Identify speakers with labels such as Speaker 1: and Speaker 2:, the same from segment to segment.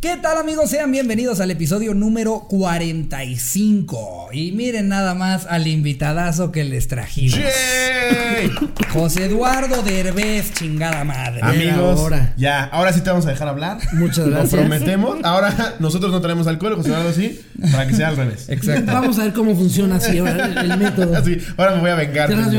Speaker 1: ¿Qué tal amigos? Sean bienvenidos al episodio número 45. Y miren nada más al invitadazo que les trajimos. José Eduardo Derbez, chingada madre.
Speaker 2: Amigos,
Speaker 3: ahora.
Speaker 2: ya, ahora sí te vamos a dejar hablar.
Speaker 3: Muchas
Speaker 2: Lo
Speaker 3: gracias.
Speaker 2: prometemos. Ahora nosotros no tenemos alcohol, José Eduardo sí, para que sea al revés.
Speaker 1: Exacto.
Speaker 3: Vamos a ver cómo funciona así ahora el, el método.
Speaker 2: Sí, ahora me voy a vengar.
Speaker 3: Te las voy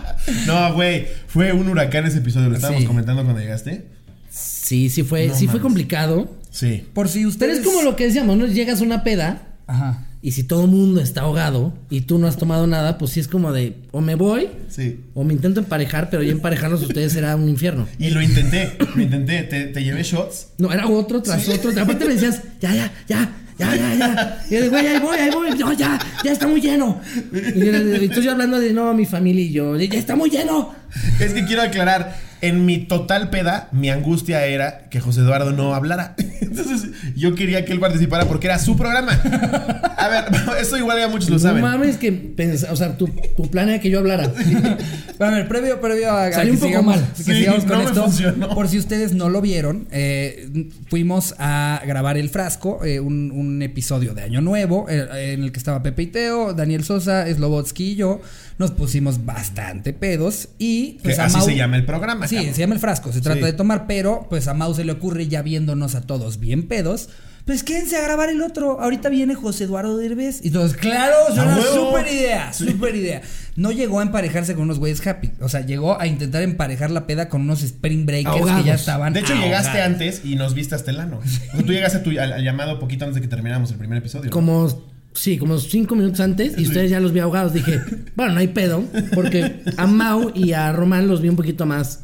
Speaker 3: hacer.
Speaker 2: No, güey, fue un huracán ese episodio, lo estábamos
Speaker 1: Sí.
Speaker 2: comentando cuando llegaste.
Speaker 3: Sí, sí fue,
Speaker 2: No
Speaker 3: sí fue
Speaker 2: mames. Pues-
Speaker 3: complicado.
Speaker 2: Sí.
Speaker 1: Por si
Speaker 3: Pero
Speaker 1: ustedes...
Speaker 3: es como lo que decíamos, ¿no? Llegas a una peda
Speaker 1: Ajá.
Speaker 3: y si todo el mundo está ahogado y tú no has tomado nada, pues sí es como de o me voy
Speaker 2: Sí.
Speaker 3: o me intento emparejar, pero ya emparejarnos ustedes será un infierno.
Speaker 2: Y lo intenté, lo intenté, te, te llevé shots.
Speaker 3: No, era otro tras otro. Aparte me decías, ya, ya, ya, ya, ya, ya. Y yo de, güey, ahí voy, ahí voy. No, ya, ya está muy lleno. Y, yo de- y tú yo hablando de, no, mi familia y yo, ya está muy lleno.
Speaker 2: Es que quiero aclarar, en mi total peda, mi angustia era que José Eduardo no hablara. Entonces, yo quería que él participara porque era su programa. A ver, eso igual ya muchos lo saben.
Speaker 3: No mames que pens- o sea, tu, tu plan era que yo hablara.
Speaker 1: Pero a ver, previo, previo a, a
Speaker 3: Salió
Speaker 1: que
Speaker 3: un poco
Speaker 1: sigamos,
Speaker 3: mal.
Speaker 1: que
Speaker 2: Sí,
Speaker 1: sigamos
Speaker 2: no
Speaker 1: con
Speaker 2: me
Speaker 1: esto,
Speaker 2: funcionó.
Speaker 1: por si ustedes no lo vieron, eh, fuimos a grabar El Frasco, eh, un, un episodio de Año Nuevo, eh, en el que estaba Pepe y Teo, Daniel Sosa, Slobotsky y yo. Nos pusimos bastante pedos y... pues,
Speaker 2: Que así se llama el programa,
Speaker 1: Sí,
Speaker 2: cabrón.
Speaker 1: se llama El Frasco, se trata
Speaker 2: Sí.
Speaker 1: de tomar, pero pues a Mau se le ocurre ya viéndonos a todos bien pedos. Pues quédense a grabar el otro. Ahorita viene José Eduardo Derbez. Y todos, claro, es
Speaker 2: ¡A
Speaker 1: una
Speaker 2: huevo!
Speaker 1: súper idea, súper idea. No llegó a emparejarse con unos güeyes happy. O sea, llegó a intentar emparejar la peda con unos spring breakers
Speaker 3: Ahogados.
Speaker 1: que ya estaban.
Speaker 2: De hecho, llegaste
Speaker 1: ahogados.
Speaker 2: antes y nos viste hasta el ano. O sea, tú llegaste a tu- al, al llamado poquito antes de que termináramos el primer episodio. ¿no?
Speaker 3: Como, sí, como cinco minutos antes y ustedes ya los vi ahogados. Dije, bueno, no hay pedo, porque a Mau y a Román los vi un poquito más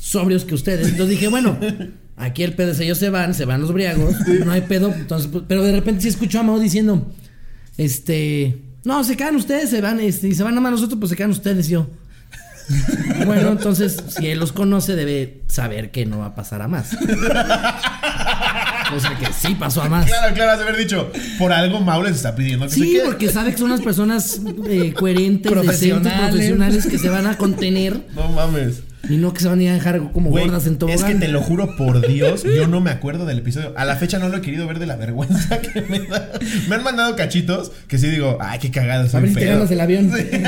Speaker 3: sobrios que ustedes. Entonces dije, bueno, aquí el pedo es ellos se van, se van los briagos, no hay pedo. Entonces, pues, pero de repente sí escucho a Mau diciendo, este, no, se quedan ustedes, se van, este, y se van a más nosotros, pues se quedan ustedes y yo. Bueno, entonces, si él los conoce, debe saber que no va a pasar a más. Cosa que sí pasó a más.
Speaker 2: Claro, claro, has de haber dicho. Por algo Mau les está pidiendo que se
Speaker 3: Sí,
Speaker 2: quede.
Speaker 3: porque sabe que son unas personas eh,
Speaker 1: Profesionales.
Speaker 3: coherentes, profesionales. profesionales que se van a contener
Speaker 2: No mames.
Speaker 3: y no que se van a ir a dejar como
Speaker 2: Güey,
Speaker 3: gordas en tobogán.
Speaker 2: es que te lo juro por Dios, yo no me acuerdo del episodio. A la fecha no lo he querido ver de la vergüenza que me da. Me han mandado cachitos que sí digo, ay, qué cagado, soy
Speaker 3: Abrir te
Speaker 2: feo".
Speaker 3: ganas el avión.
Speaker 2: Me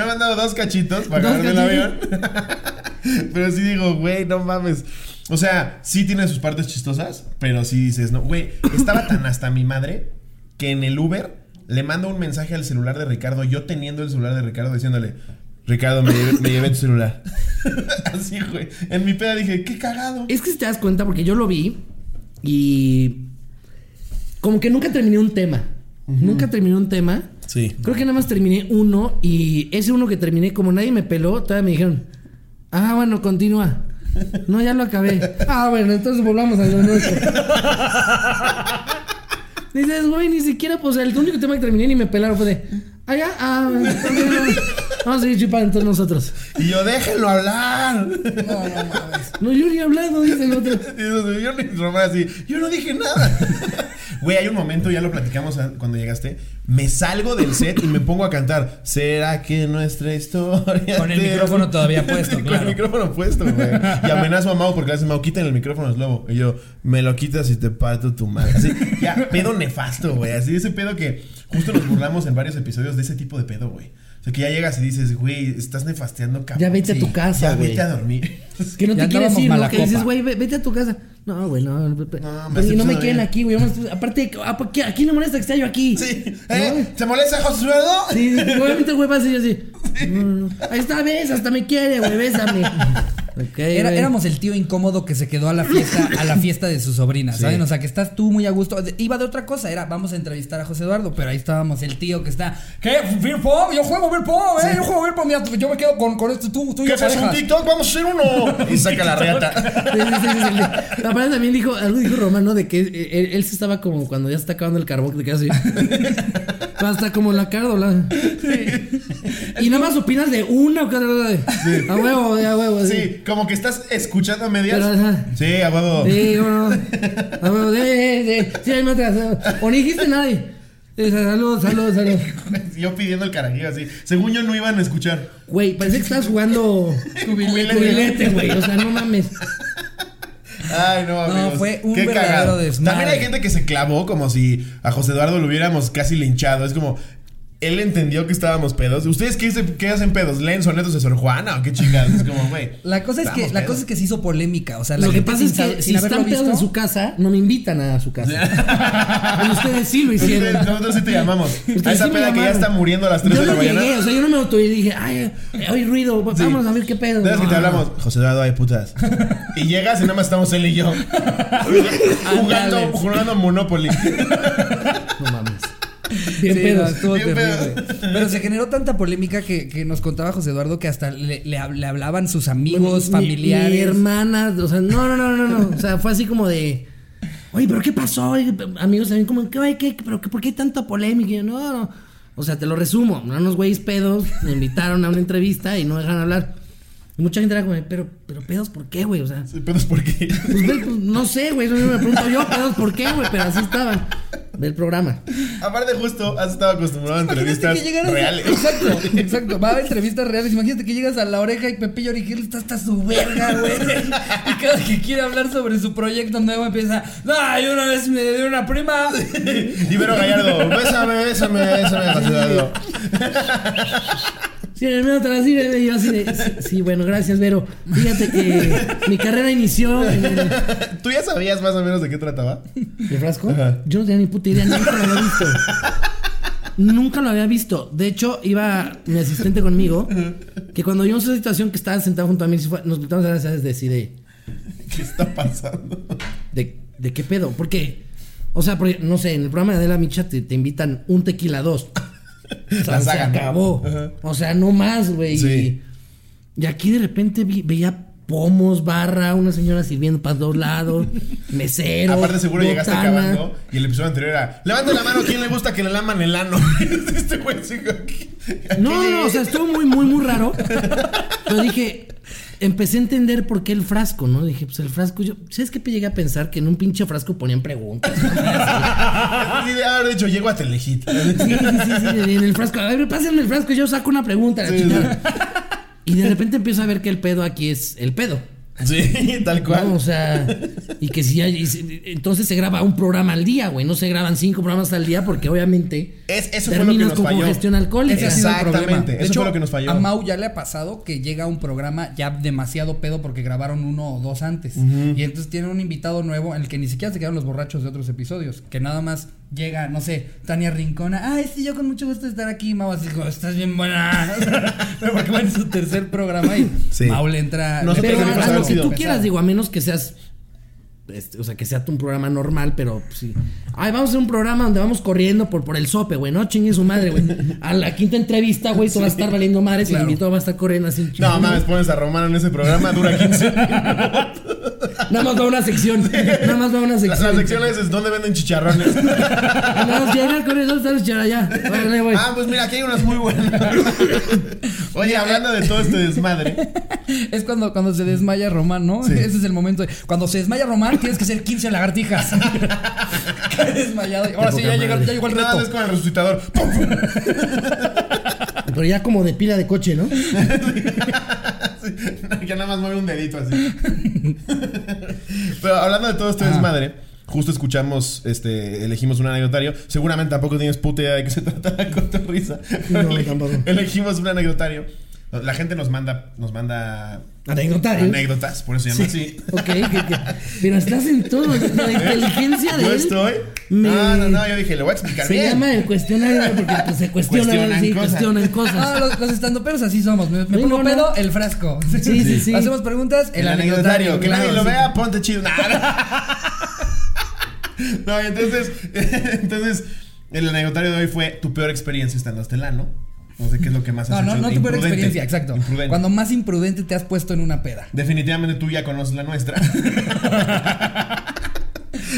Speaker 2: han mandado dos cachitos para
Speaker 3: Dos
Speaker 2: agarrarme el avión.
Speaker 3: cachitos.
Speaker 2: pero sí digo, güey, no mames. O sea, sí tiene sus partes chistosas, pero sí dices, no, güey, estaba tan hasta mi madre que en el Uber le mando un mensaje al celular de Ricardo, yo teniendo el celular de Ricardo diciéndole, Ricardo, me llevé, me llevé tu celular. Así, güey. En mi peda dije, qué cagado.
Speaker 3: Es que si te das cuenta, porque yo lo vi y. Como que nunca terminé un tema. Nunca terminé un tema.
Speaker 2: Sí.
Speaker 3: Creo que nada más terminé uno y ese uno que terminé, como nadie me peló, todavía me dijeron, ah, bueno, continúa. No, ya lo acabé. Ah, bueno, entonces volvamos a lo nuestro. Dices, güey, ni siquiera, pues el único tema que terminé ni me pelaron fue de, ah, ya, ah, bueno, está bien, vamos a seguir chupando entre nosotros.
Speaker 2: Y yo, déjenlo hablar.
Speaker 3: No, yo ni he hablado, dice el otro.
Speaker 2: Y eso, Yo ni Román así, yo no dije nada. Güey, hay un momento, ya lo platicamos a- cuando llegaste. Me salgo del set y me pongo a cantar. ¿Será que nuestra historia?
Speaker 1: Con el micrófono todavía puesto,
Speaker 2: Con
Speaker 1: claro.
Speaker 2: el micrófono puesto, güey. Y amenazo a Mau porque a veces Mau quiten el micrófono, es lobo. Y yo, me lo quitas y te parto tu madre. Así, ya, pedo nefasto, güey. Así, ese pedo que justo nos burlamos en varios episodios de ese tipo de pedo, güey. O sea, que ya llegas y dices, güey, estás nefasteando, cabrón.
Speaker 3: Ya vete a tu casa,
Speaker 2: Ya
Speaker 3: güey.
Speaker 2: vete a dormir.
Speaker 3: Que no
Speaker 1: Ya
Speaker 3: te quieres
Speaker 1: andábamos
Speaker 3: ir,
Speaker 1: mala
Speaker 3: ¿no? Que dices,
Speaker 1: copa.
Speaker 3: güey, ve- vete a tu casa. No, güey, no. No,
Speaker 2: No, me
Speaker 3: Pues, y no me
Speaker 2: decepciona
Speaker 3: quieren
Speaker 2: bien.
Speaker 3: aquí, güey. yo me estoy- Aparte, ¿a por qué- ¿a quién le molesta que esté yo aquí?
Speaker 2: Sí. ¿Eh? ¿Se molesta José Eduardo?
Speaker 3: Sí, sí, obviamente, güey, vas a ir así. Mm, ahí está, ves, hasta me quiere, güey, bésame. Ok,
Speaker 1: Era-
Speaker 3: güey.
Speaker 1: éramos el tío incómodo que se quedó a la fiesta, a la fiesta de su sobrina, ¿saben? O sea, que estás tú muy a gusto. De- Iba de otra cosa, era vamos a entrevistar a José Eduardo, pero ahí estábamos el tío que está, ¿qué? ¿Beer pong? Yo juego beer pong, ¿eh? Yo juego beer pong, mira, yo me quedo con, con esto, tú, tú y
Speaker 2: ¿Qué
Speaker 1: yo
Speaker 2: haces un
Speaker 1: parejas".
Speaker 2: TikTok? Vamos a hacer uno. Y saca la reata.
Speaker 3: Sí, sí, sí, sí, sí. Aparte también dijo, algo dijo Romano de que eh, él, él se estaba como cuando ya se está acabando el carbón, que te quedas así. Hasta como la cara doblada. Y nada más opinas de una o cada de. A huevo, a huevo.
Speaker 2: Sí, como que estás escuchando a medias.
Speaker 3: Pero, ajá.
Speaker 2: Sí, a huevo.
Speaker 3: Sí, bueno. A huevo, sí, sí, sí. Sí, ahí me atrás. O ni dijiste nadie. Sí, Salud, salud, salud.
Speaker 2: Yo pidiendo el carajillo así. Según yo no iban a escuchar.
Speaker 3: Güey, parece que estás jugando
Speaker 2: Cubilete.
Speaker 3: cubilete, güey. O sea, no mames.
Speaker 2: Ay, no, amigos.
Speaker 1: fue un
Speaker 2: Qué
Speaker 1: verdadero
Speaker 2: cagado.
Speaker 1: desmadre.
Speaker 2: También hay gente que se clavó como si a José Eduardo lo hubiéramos casi linchado. Es como. Él entendió que estábamos pedos. ¿Ustedes qué, se- qué hacen pedos? ¿Leen sonetos de Sor Juana o qué chingados? Es como, güey.
Speaker 1: La cosa es que
Speaker 2: estamos
Speaker 1: la
Speaker 2: pedos.
Speaker 1: cosa es que se hizo polémica, o sea, la
Speaker 3: Lo que
Speaker 1: gente
Speaker 3: pasa es
Speaker 1: sin sab-
Speaker 3: que si
Speaker 1: sin haberlo
Speaker 3: están pedos en
Speaker 1: visto-
Speaker 3: su casa, no me invitan a su casa. Pero ustedes sí lo hicieron.
Speaker 2: Ustedes- Nosotros sí te llamamos.
Speaker 3: Ustedes
Speaker 2: A esa
Speaker 3: sí me
Speaker 2: peda que ya
Speaker 3: llamaron.
Speaker 2: está muriendo a las 3
Speaker 3: Yo
Speaker 2: de la
Speaker 3: no
Speaker 2: mañana.
Speaker 3: llegué, o sea, yo no me auto y dije, ay, hay ruido,
Speaker 2: Sí.
Speaker 3: vamos a ver qué pedo.
Speaker 2: ¿Sabes que te
Speaker 3: No.
Speaker 2: hablamos? José Eduardo, hay putas. Y llegas y nada más estamos él y yo. jugando,
Speaker 1: Ándale.
Speaker 2: jugando Monopoly.
Speaker 3: No mames. Bien
Speaker 1: Sí, no,
Speaker 3: pedos.
Speaker 1: estuvo
Speaker 2: Bien
Speaker 1: terrible.
Speaker 2: pedos.
Speaker 1: Pero se generó tanta polémica que, que nos contaba José Eduardo que hasta le, le hab- le hablaban sus amigos,
Speaker 3: Mi-
Speaker 1: familiares.
Speaker 3: Mi, hermana, o sea, no, no, no, no, no. O sea, fue así como de. Oye, pero ¿qué pasó? Oye, amigos también como, ¿qué, oye, qué, pero qué, ¿por qué hay tanta polémica? Y yo, no, no. O sea, te lo resumo. Unos güeyes pedos me invitaron a una entrevista y no dejaron hablar. Y mucha gente era como, pero, pero pedos, ¿por qué, güey? O sea,
Speaker 2: ¿Pedos por qué?
Speaker 3: pues, ve, pues, no sé, güey. Eso mismo me pregunto yo, pedos, ¿por qué, güey? Pero así estaban. Ve el programa.
Speaker 2: Aparte, justo has estado acostumbrado a
Speaker 1: Imagínate
Speaker 2: entrevistas
Speaker 1: que llegaras a-
Speaker 2: reales.
Speaker 1: Exacto, exacto. Va a entrevistas reales. Imagínate que llegas a la oreja y Pepillo Origel está hasta su verga, güey. Y cada que quiere hablar sobre su proyecto nuevo empieza. ¡Ay, una vez me dio una prima!
Speaker 2: Ibero Gallardo, bésame, bésame, bésame, José Eduardo.
Speaker 3: Sí, me veo atrás y me- yo así de, sí, sí, bueno, gracias, Vero. Fíjate que mi carrera inició en el,
Speaker 2: ¿Tú ya sabías más o menos de qué trataba?
Speaker 3: ¿El frasco?
Speaker 2: Ajá.
Speaker 3: Yo no tenía ni puta idea, nunca lo había visto. nunca lo había visto. De hecho, iba mi asistente conmigo, que cuando yo en esa situación que estaba sentado junto a mí, sí fue- nos preguntamos a las de así de,
Speaker 2: ¿Qué está pasando?
Speaker 3: de, de qué pedo, ¿por qué? O sea, porque, no sé, en el programa de Adela Micha te, te invitan un tequila dos. O sea,
Speaker 2: La
Speaker 3: se
Speaker 2: saga, ¿no?
Speaker 3: acabó.
Speaker 2: Ajá.
Speaker 3: O sea, no más, güey.
Speaker 2: Sí.
Speaker 3: Y aquí de repente vi- veía pomos, barra, una señora sirviendo para dos lados, mesero.
Speaker 2: Aparte, seguro llegaste
Speaker 3: botana.
Speaker 2: acabando y el episodio anterior era: Levanta la mano, ¿quién le gusta que le laman el ano? este güey sigue aquí.
Speaker 3: No, no, no, o sea, estuvo muy, muy, muy raro. Pero dije, empecé a entender por qué el frasco, ¿no? Dije, pues el frasco, yo, ¿sabes qué? Llegué a pensar que en un pinche frasco ponían preguntas.
Speaker 2: haber dicho, ah, llego a Telehit.
Speaker 3: Sí, sí, sí, sí, en el frasco. A ver, pásenme el frasco, yo saco una pregunta. la
Speaker 2: Sí,
Speaker 3: chingada. Y de repente empiezo a ver que el pedo aquí es el pedo.
Speaker 2: Sí, tal cual.
Speaker 3: ¿no? O sea, y que si hay- y si- entonces se graba un programa al día, güey. No se graban cinco programas al día porque obviamente
Speaker 2: Es- eso fue lo que
Speaker 3: terminas
Speaker 2: nos
Speaker 3: con
Speaker 2: falló.
Speaker 3: congestión alcohólica.
Speaker 2: Ese ha sido el Exactamente,
Speaker 1: problema. De
Speaker 2: eso fue lo que nos falló.
Speaker 1: A Mau ya le ha pasado que llega a un programa ya demasiado pedo porque grabaron uno o dos antes. Y entonces tiene un invitado nuevo en el que ni siquiera se quedaron los borrachos de otros episodios. Que nada más llega, no sé, Tania Rincona. Ay, sí, yo con mucho gusto de estar aquí. Mau así, dijo, estás bien buena. Pero porque va en su tercer programa y
Speaker 2: Sí.
Speaker 1: Mau le entra.
Speaker 2: No
Speaker 1: le
Speaker 2: sé qué
Speaker 3: Pero
Speaker 1: pega
Speaker 2: le
Speaker 1: un
Speaker 2: pasa
Speaker 3: a,
Speaker 2: a
Speaker 1: poco
Speaker 3: lo que
Speaker 2: Garfield.
Speaker 3: tú
Speaker 1: pesado.
Speaker 3: quieras, digo, a menos que seas. este, o sea, que sea un programa normal, pero pues, sí. Ay, vamos a hacer un programa donde vamos corriendo por, por el sope, güey. No chingue su madre, güey. A la quinta entrevista, güey, tú vas a estar valiendo madres y
Speaker 1: Claro.
Speaker 3: el invitado va a estar corriendo así.
Speaker 2: No mames, pones a Romano en ese programa, dura 15
Speaker 3: Nada más va una sección. Nada más va una
Speaker 2: Las,
Speaker 3: sección.
Speaker 2: las secciones es donde venden chicharrones.
Speaker 3: Nada más llegar con eso, ¿sabes? Ya, ya. Órale, güey.
Speaker 2: Ah, pues mira, aquí hay unas muy buenas. Oye, hablando de todo este desmadre.
Speaker 1: Es cuando, cuando se desmaya Román, ¿no? Ese es el momento. de- cuando se desmaya Román, tienes que hacer 15 lagartijas. Cae desmayado. Ahora sí,
Speaker 3: poca
Speaker 1: ya, llega-
Speaker 3: madre.
Speaker 1: ya llegó el
Speaker 2: Nada
Speaker 1: reto.
Speaker 2: más con el resucitador. ¡Pum! Ah.
Speaker 3: Pero ya como de pila de coche, ¿no?
Speaker 2: Sí, ya nada más mueve un dedito así. Pero hablando de todo este desmadre, justo escuchamos, este, elegimos un anecdotario. Seguramente tampoco tienes puta idea de qué se trata la cotorrisa.
Speaker 3: No,
Speaker 2: Pero ele-
Speaker 3: tampoco.
Speaker 2: Elegimos un anecdotario. La gente nos manda, nos manda
Speaker 3: Anecdotario.
Speaker 2: anécdotas, por eso se llama así.
Speaker 3: ¿eh? Ok, que- que- pero estás en todo. La inteligencia de
Speaker 2: Yo
Speaker 3: él.
Speaker 2: estoy.
Speaker 3: me-
Speaker 2: No, no, no, yo dije, le voy a explicar
Speaker 3: Se
Speaker 2: bien.
Speaker 3: llama el cuestionario porque pues, se cuestionan,
Speaker 2: Cuestionan
Speaker 3: sí,
Speaker 2: cosas.
Speaker 3: cuestionan cosas.
Speaker 1: Ah, los, los estandoperos así somos. Me, me
Speaker 3: Sí,
Speaker 1: pongo
Speaker 3: no, no.
Speaker 1: pedo, el frasco.
Speaker 3: Sí, sí, sí.
Speaker 1: Hacemos preguntas, el,
Speaker 2: El anecdotario, que nadie lo vea, ponte chido. Nah, no. No, y entonces, entonces, el anecdotario de hoy fue tu peor experiencia estando telano. No sé qué es lo que más has
Speaker 1: No, no,
Speaker 2: hecho.
Speaker 1: no tu peor
Speaker 2: pues, Imprudente.
Speaker 1: experiencia, exacto.
Speaker 2: Imprudente.
Speaker 1: Cuando más imprudente te has puesto en una peda.
Speaker 2: Definitivamente tú ya conoces la nuestra.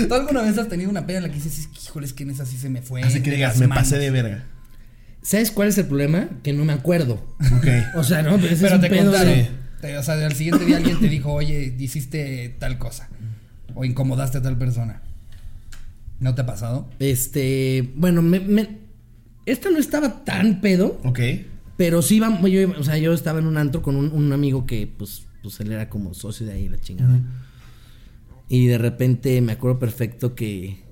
Speaker 1: ¿Tú alguna vez has tenido una peda en la que dices, híjole, es que en esa sí se me fue?
Speaker 2: Así que
Speaker 1: Eh, de
Speaker 2: digas,
Speaker 1: las
Speaker 2: me
Speaker 1: manos"?
Speaker 2: pasé de verga.
Speaker 3: ¿Sabes cuál es el problema? Que no me acuerdo.
Speaker 2: Ok.
Speaker 3: O sea, no, pero ese es
Speaker 1: Pero
Speaker 3: un
Speaker 1: te
Speaker 3: pedo
Speaker 1: contaron.
Speaker 3: de-
Speaker 1: Te- o sea, al siguiente día alguien te dijo, oye, hiciste tal cosa. O incomodaste a tal persona. ¿No te ha pasado?
Speaker 3: Este, bueno, me, me- esta no estaba tan pedo,
Speaker 2: Ok.
Speaker 3: pero sí iba, yo, iba- o sea, yo estaba en un antro con un, un amigo que, pues, pues, él era como socio de ahí, la chingada. Y de repente me acuerdo perfecto que.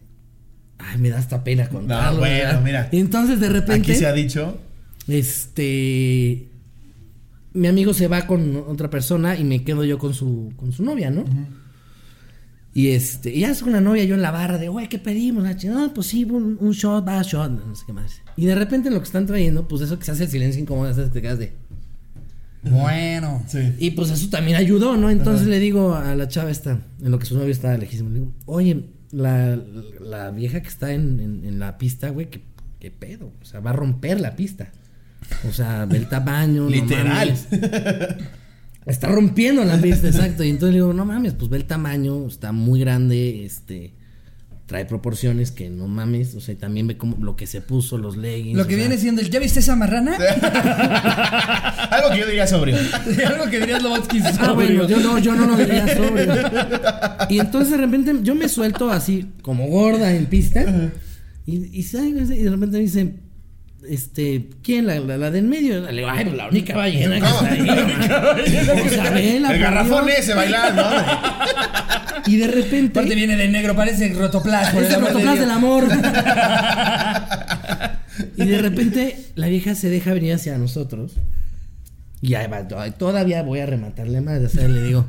Speaker 3: Ay, me da hasta pena contarlo.
Speaker 2: bueno,
Speaker 3: ¿verdad?
Speaker 2: mira.
Speaker 3: Y entonces de repente.
Speaker 2: Aquí se ha dicho.
Speaker 3: Este. Mi amigo se va con otra persona y me quedo yo con su, con su novia, ¿no? Y este, y ya es una novia yo en la barra de, güey, ¿qué pedimos? La chingada, No, pues sí, un, un shot, va, shot, no sé qué más. Y de repente lo que están trayendo, pues eso que se hace el silencio incómodo, esas que te quedas de.
Speaker 1: Bueno.
Speaker 2: Sí.
Speaker 3: Y pues eso también ayudó, ¿no? Entonces le digo a la chava esta, en lo que su novio estaba lejísimo, le digo, oye, la, la vieja que está en, en- en la pista, güey, ¿qué, qué pedo? O sea, va a romper la pista. O sea, ve el tamaño. no
Speaker 2: Literal.
Speaker 3: mames. está rompiendo la pista, exacto. Y entonces le digo, no mames, pues ve el tamaño, está muy grande, este... Trae proporciones que no mames, o sea, y también ve como lo que se puso, los leggings.
Speaker 1: Lo que
Speaker 3: o sea,
Speaker 1: viene siendo el. ¿Ya viste esa marrana?
Speaker 2: Algo que yo diría sobrio.
Speaker 1: Algo que dirías Lobotsky.
Speaker 3: Ah,
Speaker 1: sobrio.
Speaker 3: bueno, yo no, yo no lo diría sobrio. Y entonces de repente yo me suelto así, como gorda en pista. Y, y, ¿sabe? y de repente me dice, este, ¿quién? La, la, la del medio. Le digo, ay, pues la única ballena que está ahí. O sea, vela,
Speaker 2: El
Speaker 3: por
Speaker 2: garrafón
Speaker 3: Dios.
Speaker 2: ese bailando. ¿no?
Speaker 3: Y de repente.
Speaker 1: Aparte viene de negro, parece rotoplas. por el
Speaker 3: Es el
Speaker 1: amor de
Speaker 3: rotoplas
Speaker 1: Dios.
Speaker 3: del amor. y de repente la vieja se deja venir hacia nosotros. Y ahí va, to- todavía voy a rematarle más. O sea, le digo,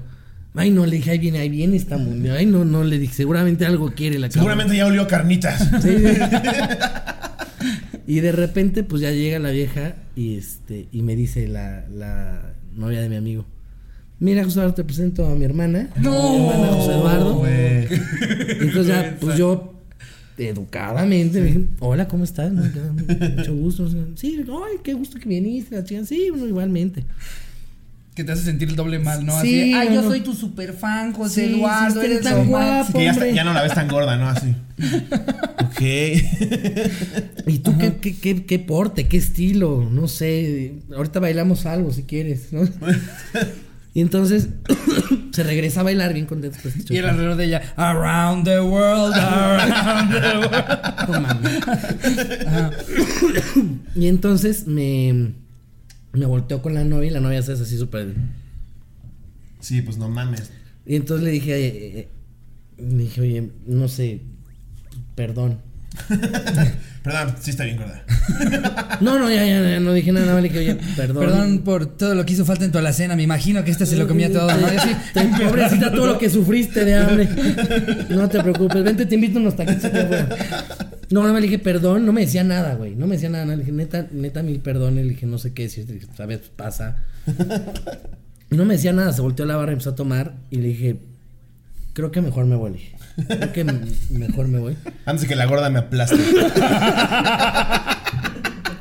Speaker 3: ay no, le dije, ahí viene, ahí viene esta mundo. Ay no, no, le dije, seguramente algo quiere la cabrona".
Speaker 2: Seguramente ya olió carnitas.
Speaker 3: Sí, sí. y de repente, pues ya llega la vieja y este, y me dice la, la novia de mi amigo. Mira, José Eduardo, te presento a mi hermana.
Speaker 1: No.
Speaker 3: Mi hermana José Eduardo.
Speaker 2: Güey.
Speaker 3: Y Entonces ya, pues yo educadamente me dije, hola, ¿cómo estás? No, ya, Mucho gusto. O sea, Sí, ay, qué gusto que viniste, la chica, sí, bueno, igualmente.
Speaker 1: Que te hace sentir el doble mal, ¿no? Así,
Speaker 3: Sí,
Speaker 1: ay, yo
Speaker 3: no.
Speaker 1: soy tu super fan, José
Speaker 3: Sí, sí,
Speaker 1: Eduardo,
Speaker 3: eres
Speaker 1: eres
Speaker 3: tan
Speaker 1: lo más.
Speaker 3: guapo.
Speaker 2: Que ya, está-
Speaker 3: Hombre.
Speaker 2: ya no la ves tan gorda, ¿no? Así. Ok.
Speaker 3: ¿Y tú qué, qué, qué, qué porte, qué estilo? No sé, ahorita bailamos algo si quieres, ¿no? Y entonces se regresa a bailar bien contento. pues,
Speaker 1: Y el alrededor de ella, around the world, around the world.
Speaker 3: No mames. Y entonces me, me volteó con la novia y la novia se hace así súper...
Speaker 2: Sí, pues no mames.
Speaker 3: Y entonces le dije, eh, eh, le dije, oye, no sé, perdón.
Speaker 2: Perdón, sí está bien gorda.
Speaker 3: No, no, ya, ya, ya, no dije nada, nada, más le dije, oye, perdón.
Speaker 1: Perdón por todo lo que hizo falta en tu alacena, me imagino que esta se lo comía todo, ¿no? Y así,
Speaker 3: Te- pobrecita, todo lo que sufriste de hambre. No te preocupes, vente, te invito a unos taquitos aquí afuera. No, nada más le dije, perdón, no me decía nada, güey. No me decía nada, nada. Le dije, neta, neta, mil perdón. Le dije, no sé qué decirte. Le dije, sabes, pasa. Y no me decía nada, se volteó a la barra y empezó a tomar. Y le dije, creo que mejor me voy. le dije. Creo que m- mejor me voy.
Speaker 2: Antes de que la gorda me aplaste.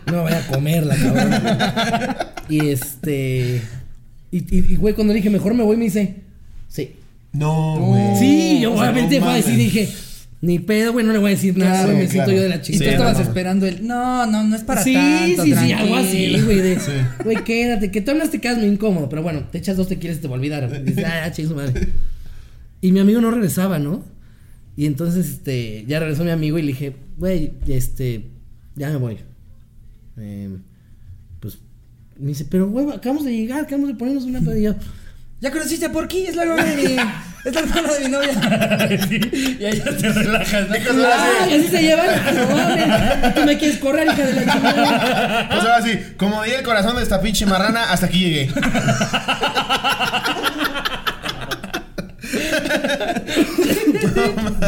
Speaker 3: No voy a comer la cabrona. y este. Y, y- y, güey, cuando le dije, mejor me voy, me dice, sí.
Speaker 2: No, güey.
Speaker 3: Sí, yo
Speaker 2: O sea,
Speaker 3: obviamente
Speaker 2: no
Speaker 3: fue así,
Speaker 2: mames.
Speaker 3: dije, ni pedo, güey, no le voy a decir nada,
Speaker 2: Sí,
Speaker 3: güey, me
Speaker 2: claro.
Speaker 3: siento yo de la
Speaker 1: Y tú
Speaker 2: Sí,
Speaker 3: chingada.
Speaker 1: estabas
Speaker 2: no, no.
Speaker 1: esperando el, no, no, no es para
Speaker 3: sí,
Speaker 1: tanto,
Speaker 3: sí, sí,
Speaker 1: tranquilo".
Speaker 3: algo así, güey, de,
Speaker 2: Sí.
Speaker 3: güey, quédate, que tú hablas te quedas muy incómodo, pero bueno, te echas dos te quieres te va a olvidar. güey. Dices, ah, ching su madre. Y mi amigo no regresaba, ¿no? Y entonces, este, ya regresó mi amigo y le dije, güey, este, ya me voy. Eh, pues, me dice, pero, güey, acabamos de llegar, acabamos de ponernos una pedilla.
Speaker 1: Ya conociste a Porky, es la hermana de mi, es la hermana de mi novia. y ahí ya te relajas, ¿no?
Speaker 2: Pues ahora sí.
Speaker 3: ¡Ay, así se llevan! ¡No mames! ¡Tú me quieres correr, hija de la chingada!
Speaker 2: Pues ahora sí, como di el corazón de esta pinche marrana, hasta aquí llegué.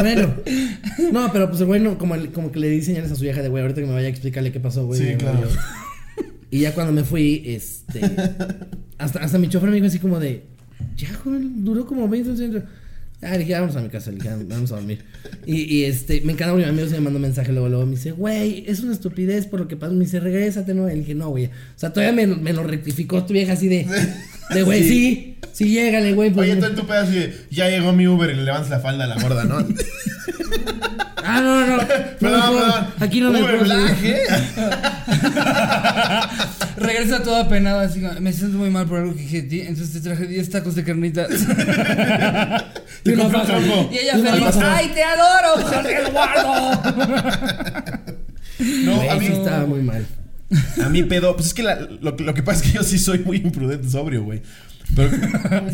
Speaker 3: Bueno, no, pero pues el güey no, como, el- como que le di señales a su vieja de güey, ahorita que me vaya a explicarle qué pasó, güey.
Speaker 2: Sí,
Speaker 3: Y yo-
Speaker 2: claro.
Speaker 3: Y ya cuando me fui, este. Hasta, hasta mi chofer me dijo así como de. Ya, güey, duró como 20 minutos. Ah, le dije, "Ya, vamos a mi casa, le dije, "Ya, vamos a dormir. Y, y, este, me encanta porque mi amigo se me mandó mensaje luego, luego me dice, güey, es una estupidez por lo que pasó. Me dice, regrésate, ¿no? Y le dije, no, güey. O sea, todavía me, me lo rectificó tu vieja así de. De güey, sí, sí, llégale, güey. pues,
Speaker 2: Oye, entonces tú pedas y de, ya llegó mi Uber y le levantas la falda a la gorda, ¿no? perdón,
Speaker 3: Ah, no, no, no. no. me puedo-
Speaker 2: perdón.
Speaker 3: Aquí no me
Speaker 2: Uber
Speaker 3: puedo
Speaker 2: Black,
Speaker 3: subir.
Speaker 2: ¿eh?
Speaker 1: Regresa todo apenado, así como, me siento muy mal por algo que dije de ti, entonces te traje 10 tacos de carnitas.
Speaker 2: Te
Speaker 3: Y una
Speaker 2: compré un
Speaker 3: faja.
Speaker 2: trompo.
Speaker 1: y ella
Speaker 3: Y una
Speaker 1: feliz,
Speaker 3: faja.
Speaker 1: ¡ay, te adoro, pues, Jorge Eduardo!
Speaker 2: No,
Speaker 3: Güey,
Speaker 2: a
Speaker 3: sí
Speaker 2: mí,
Speaker 3: estaba muy mal.
Speaker 2: a mí pedo. Pues es que la- lo, lo que pasa es que yo sí soy muy imprudente sobrio, güey. Pero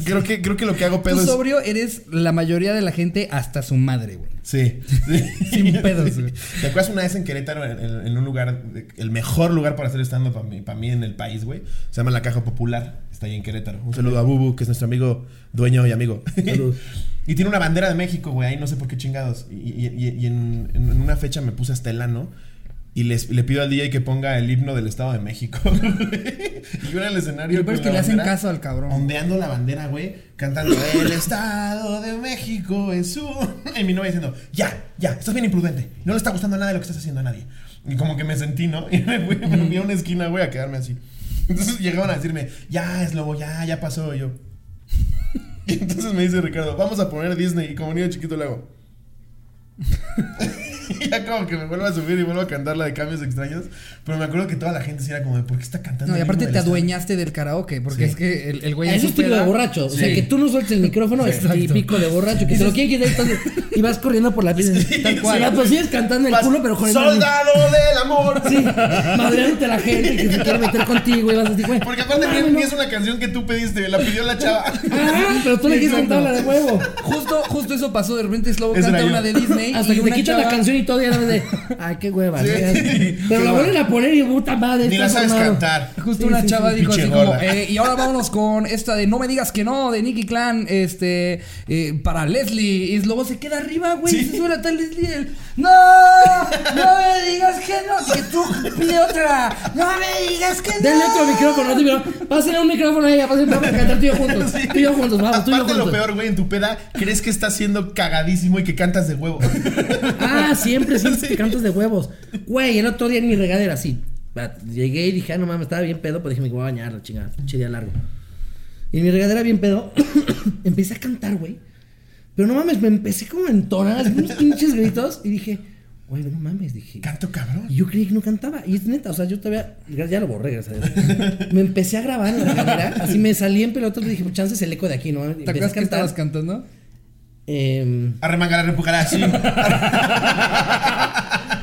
Speaker 2: creo que, creo que lo que hago
Speaker 1: Tú
Speaker 2: pedo es.
Speaker 1: sobrio eres la mayoría de la gente hasta su madre, güey.
Speaker 2: Sí.
Speaker 1: Sin pedos, güey.
Speaker 2: ¿Te acuerdas una vez en Querétaro, en, en- en un lugar, el mejor lugar para hacer stand-up para mí, para mí en el país, güey? Se llama La Caja Popular. Está ahí en Querétaro. Un saludo a Bubu, que es nuestro amigo, dueño y amigo.
Speaker 3: Saludos.
Speaker 2: y tiene una bandera de México, güey. Ahí no sé por qué chingados. Y, y- y- y en, en una fecha me puse hasta el ano. Y les, le pido al DJ que ponga el himno del Estado de México. y yo en el escenario.
Speaker 1: Lo peor es
Speaker 2: con
Speaker 1: que
Speaker 2: la
Speaker 1: le hacen
Speaker 2: bandera
Speaker 1: caso al cabrón.
Speaker 2: ondeando la bandera, güey, cantando El Estado de México es su. Y mi novia diciendo, ya, ya, estás bien imprudente. No le está gustando nada de lo que estás haciendo a nadie. Y como que me sentí, ¿no? Y me fui, me fui a una esquina, güey, a quedarme así. Entonces llegaban a decirme, ya, es lobo, ya, ya pasó. Y yo. Y entonces me dice Ricardo, vamos a poner Disney. Y como niño chiquito le hago. Y ya como que me vuelvo a subir y vuelvo a cantar la de cambios extraños. Pero me acuerdo que toda la gente sí era como de, ¿por qué está cantando?
Speaker 1: No, y
Speaker 2: el
Speaker 1: aparte
Speaker 2: himno
Speaker 1: te
Speaker 2: del Estado?"
Speaker 1: adueñaste del karaoke, porque
Speaker 2: Sí.
Speaker 1: es que el, el güey... en
Speaker 3: Eso
Speaker 1: su
Speaker 3: es típico de
Speaker 1: peda-
Speaker 3: borracho. O sea,
Speaker 1: Sí.
Speaker 3: que tú no sueltes el micrófono, es
Speaker 1: Exacto.
Speaker 3: típico de borracho. Que te lo quieren quitar y estás- y vas corriendo por la pista. tal cual.
Speaker 2: sí.
Speaker 3: Ah, pues sigues cantando el
Speaker 2: Vas,
Speaker 3: culo, pero con el
Speaker 2: ¡Soldado del amor!
Speaker 3: Sí, madreándote a la gente que se quiere meter contigo y vas a decir, güey.
Speaker 2: Porque aparte
Speaker 3: no,
Speaker 2: ni,
Speaker 3: no.
Speaker 2: ni es una canción que tú pediste, la pidió la chava.
Speaker 3: Ah, pero tú le quieres
Speaker 1: Exacto.
Speaker 3: cantar la de huevo.
Speaker 1: Justo, justo eso pasó, de repente Slobo
Speaker 2: Ese
Speaker 1: canta
Speaker 2: era yo.
Speaker 1: una de Disney
Speaker 3: Hasta
Speaker 1: y
Speaker 3: que te
Speaker 1: una
Speaker 3: quitan la
Speaker 1: chava-
Speaker 3: canción y todo ya debes de. Ay, qué hueva.
Speaker 2: Sí.
Speaker 3: ¿sí? Pero
Speaker 2: Qué
Speaker 3: la
Speaker 2: hueva.
Speaker 3: vuelven a poner y puta madre.
Speaker 2: ni la
Speaker 3: estás
Speaker 2: sabes
Speaker 3: armado.
Speaker 2: cantar.
Speaker 1: Justo
Speaker 3: Sí,
Speaker 1: una
Speaker 3: sí,
Speaker 1: chava
Speaker 2: sí.
Speaker 1: dijo así
Speaker 2: Pinche
Speaker 1: como,
Speaker 2: gorda.
Speaker 1: eh, y ahora vámonos con esta de No me digas que no, de Nicky Clan, este, eh, para Leslie. Y luego se queda arriba, güey,
Speaker 2: Sí.
Speaker 1: se sube la tal Leslie. el, no, no me digas que no, que tú pide otra, no me digas que no.
Speaker 3: Denle otro micrófono, otro micrófono. Pásenle un micrófono a ella, pásenle para cantar tú y yo juntos.
Speaker 2: Sí.
Speaker 3: Tú y yo juntos, vamos, tú y yo
Speaker 2: Aparte
Speaker 3: juntos.
Speaker 2: lo peor, güey, en tu peda, crees que estás siendo cagadísimo y que cantas de huevo.
Speaker 3: Ah, siempre, siempre te cantas de huevos. Güey, el otro día en mi regadera, sí. Va, Llegué y dije, ah, no mames, estaba bien pedo, pero dije, me voy a bañar, la chingada, pinche día largo. Y en mi regadera, bien pedo, empecé a cantar, güey. Pero no mames, me empecé como a entonar, así, unos pinches gritos, y dije, güey, no mames, dije.
Speaker 2: Canto cabrón.
Speaker 3: Y yo creí que no cantaba. Y es neta, o sea, yo todavía. Ya lo borré, gracias a Dios. Me empecé a grabar en la regadera, así me salí en pelotas y dije, pues chance es el eco de aquí, ¿no?
Speaker 1: ¿Te acuerdas que estabas cantando?
Speaker 3: Eh,
Speaker 2: Arremangar, repujar así.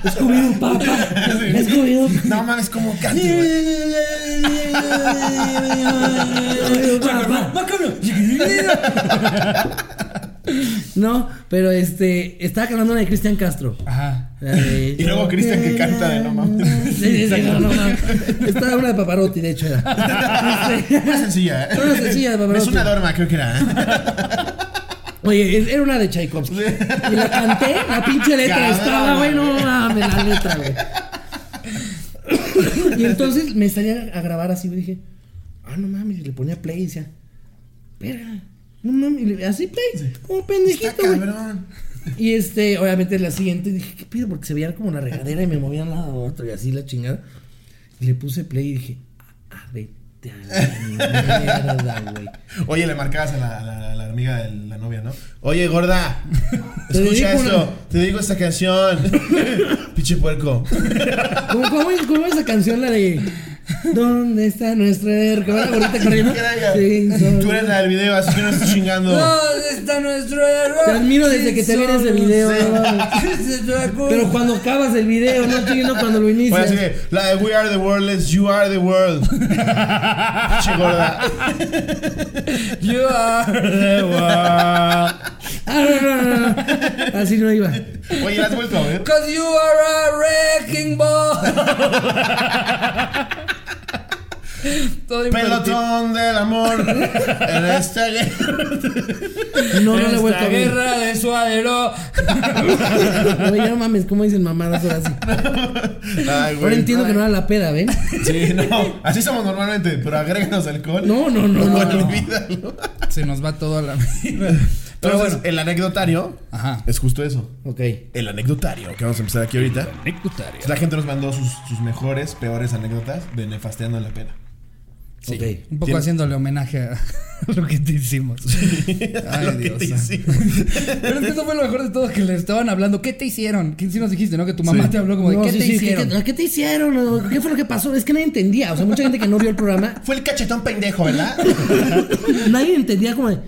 Speaker 3: Scooby-Doo, papá. Scooby-Doo.
Speaker 2: No mames, como canto, güey.
Speaker 3: No, pero este. Estaba cantando la de Cristian Castro.
Speaker 1: Ajá.
Speaker 3: La de-
Speaker 2: Y luego Cristian que canta de no mames.
Speaker 3: Sí, sí, sí, no, no, no. Estaba una de Paparotti, de hecho era. Este,
Speaker 2: Una sencilla, ¿eh?
Speaker 3: Una sencilla de
Speaker 2: Es
Speaker 3: Pavarotti.
Speaker 2: una dorma, creo que era. ¿eh?
Speaker 3: Oye, es- era una de Tchaikovsky. Y la canté, la pinche letra
Speaker 2: Cabrón,
Speaker 3: estaba, güey, no mames, la letra, güey. Y entonces me salía a grabar así, güey, dije, ah, no mames, y le ponía play y decía, espera, no mames, y le- así play, como
Speaker 2: Está
Speaker 3: pendejito, güey.
Speaker 2: cabrón.
Speaker 3: Y este, obviamente la siguiente dije, ¿qué pido? Porque se veían como la regadera y me movían lado a otro y así la chingada. Y le puse play y dije, ah, vete a la mierda, güey.
Speaker 2: Oye, le marcabas a la, a la- a la amiga de la novia, ¿no? Oye, gorda,
Speaker 3: Te
Speaker 2: escucha
Speaker 3: dedico
Speaker 2: esto.
Speaker 3: una-
Speaker 2: Te digo esta canción. Piche puerco.
Speaker 3: ¿Cómo, cómo, cómo esa canción la de ¿Dónde está nuestro héroe? Que va la gorrita corriendo.
Speaker 2: ¿Quién era ella?
Speaker 3: Sí, soy-
Speaker 2: Tú eres la del video, así que no estés chingando.
Speaker 1: ¿Dónde está nuestro error?
Speaker 3: Te admiro desde que te vi en ese video, no Pero cuando acabas el video, no estoy viendo cuando lo
Speaker 2: Oye,
Speaker 3: inicias.
Speaker 2: Pues así que, la de We Are the Worldless, You Are the World. Piche gorda.
Speaker 1: You are the one.
Speaker 3: Ah, no, no, no, no. Así no iba.
Speaker 2: Oye, ¿la has vuelto a ver?
Speaker 1: Cause you are a wrecking ball. Todo invertido.
Speaker 2: Pelotón del amor. En esta guerra.
Speaker 3: No, no le he
Speaker 1: Esta
Speaker 3: vuelto a ver.
Speaker 1: guerra de suadero.
Speaker 3: Oye, no mames, ¿cómo dicen mamadas ahora sí?
Speaker 2: Pues, Ay,
Speaker 3: Ahora entiendo que no era la peda, ¿ven?
Speaker 2: Sí, no. Así somos normalmente, pero agréganos alcohol.
Speaker 3: No, no, no, no.
Speaker 2: Bueno,
Speaker 3: no.
Speaker 2: olvídalo.
Speaker 1: Se nos va todo a la mierda. Pero bueno.
Speaker 2: Entonces, el anecdotario
Speaker 1: Ajá.
Speaker 2: es justo eso.
Speaker 3: Ok.
Speaker 2: El anecdotario que vamos a empezar aquí ahorita.
Speaker 1: Anecdotario.
Speaker 2: La gente nos mandó sus, sus mejores, peores anécdotas de nefasteando en la pena.
Speaker 1: Sí,
Speaker 3: Ok.
Speaker 1: Un poco
Speaker 2: ¿Tienes-
Speaker 1: haciéndole homenaje a lo que te hicimos. Ay,
Speaker 2: Lo que
Speaker 1: Dios.
Speaker 2: te
Speaker 1: santo.
Speaker 2: hicimos.
Speaker 1: Pero es que eso fue lo mejor de todo, que le estaban hablando. ¿Qué te hicieron? ¿Qué sí nos dijiste, no? Que tu mamá
Speaker 2: Sí.
Speaker 1: te habló como de
Speaker 3: No,
Speaker 1: ¿qué
Speaker 3: sí,
Speaker 1: te
Speaker 3: sí,
Speaker 1: hicieron?
Speaker 3: ¿qué, qué, te hicieron? ¿O ¿Qué fue lo que pasó? Es que nadie entendía. O sea, mucha gente que no vio el programa
Speaker 2: Fue el cachetón pendejo, ¿verdad?
Speaker 3: Nadie entendía como de,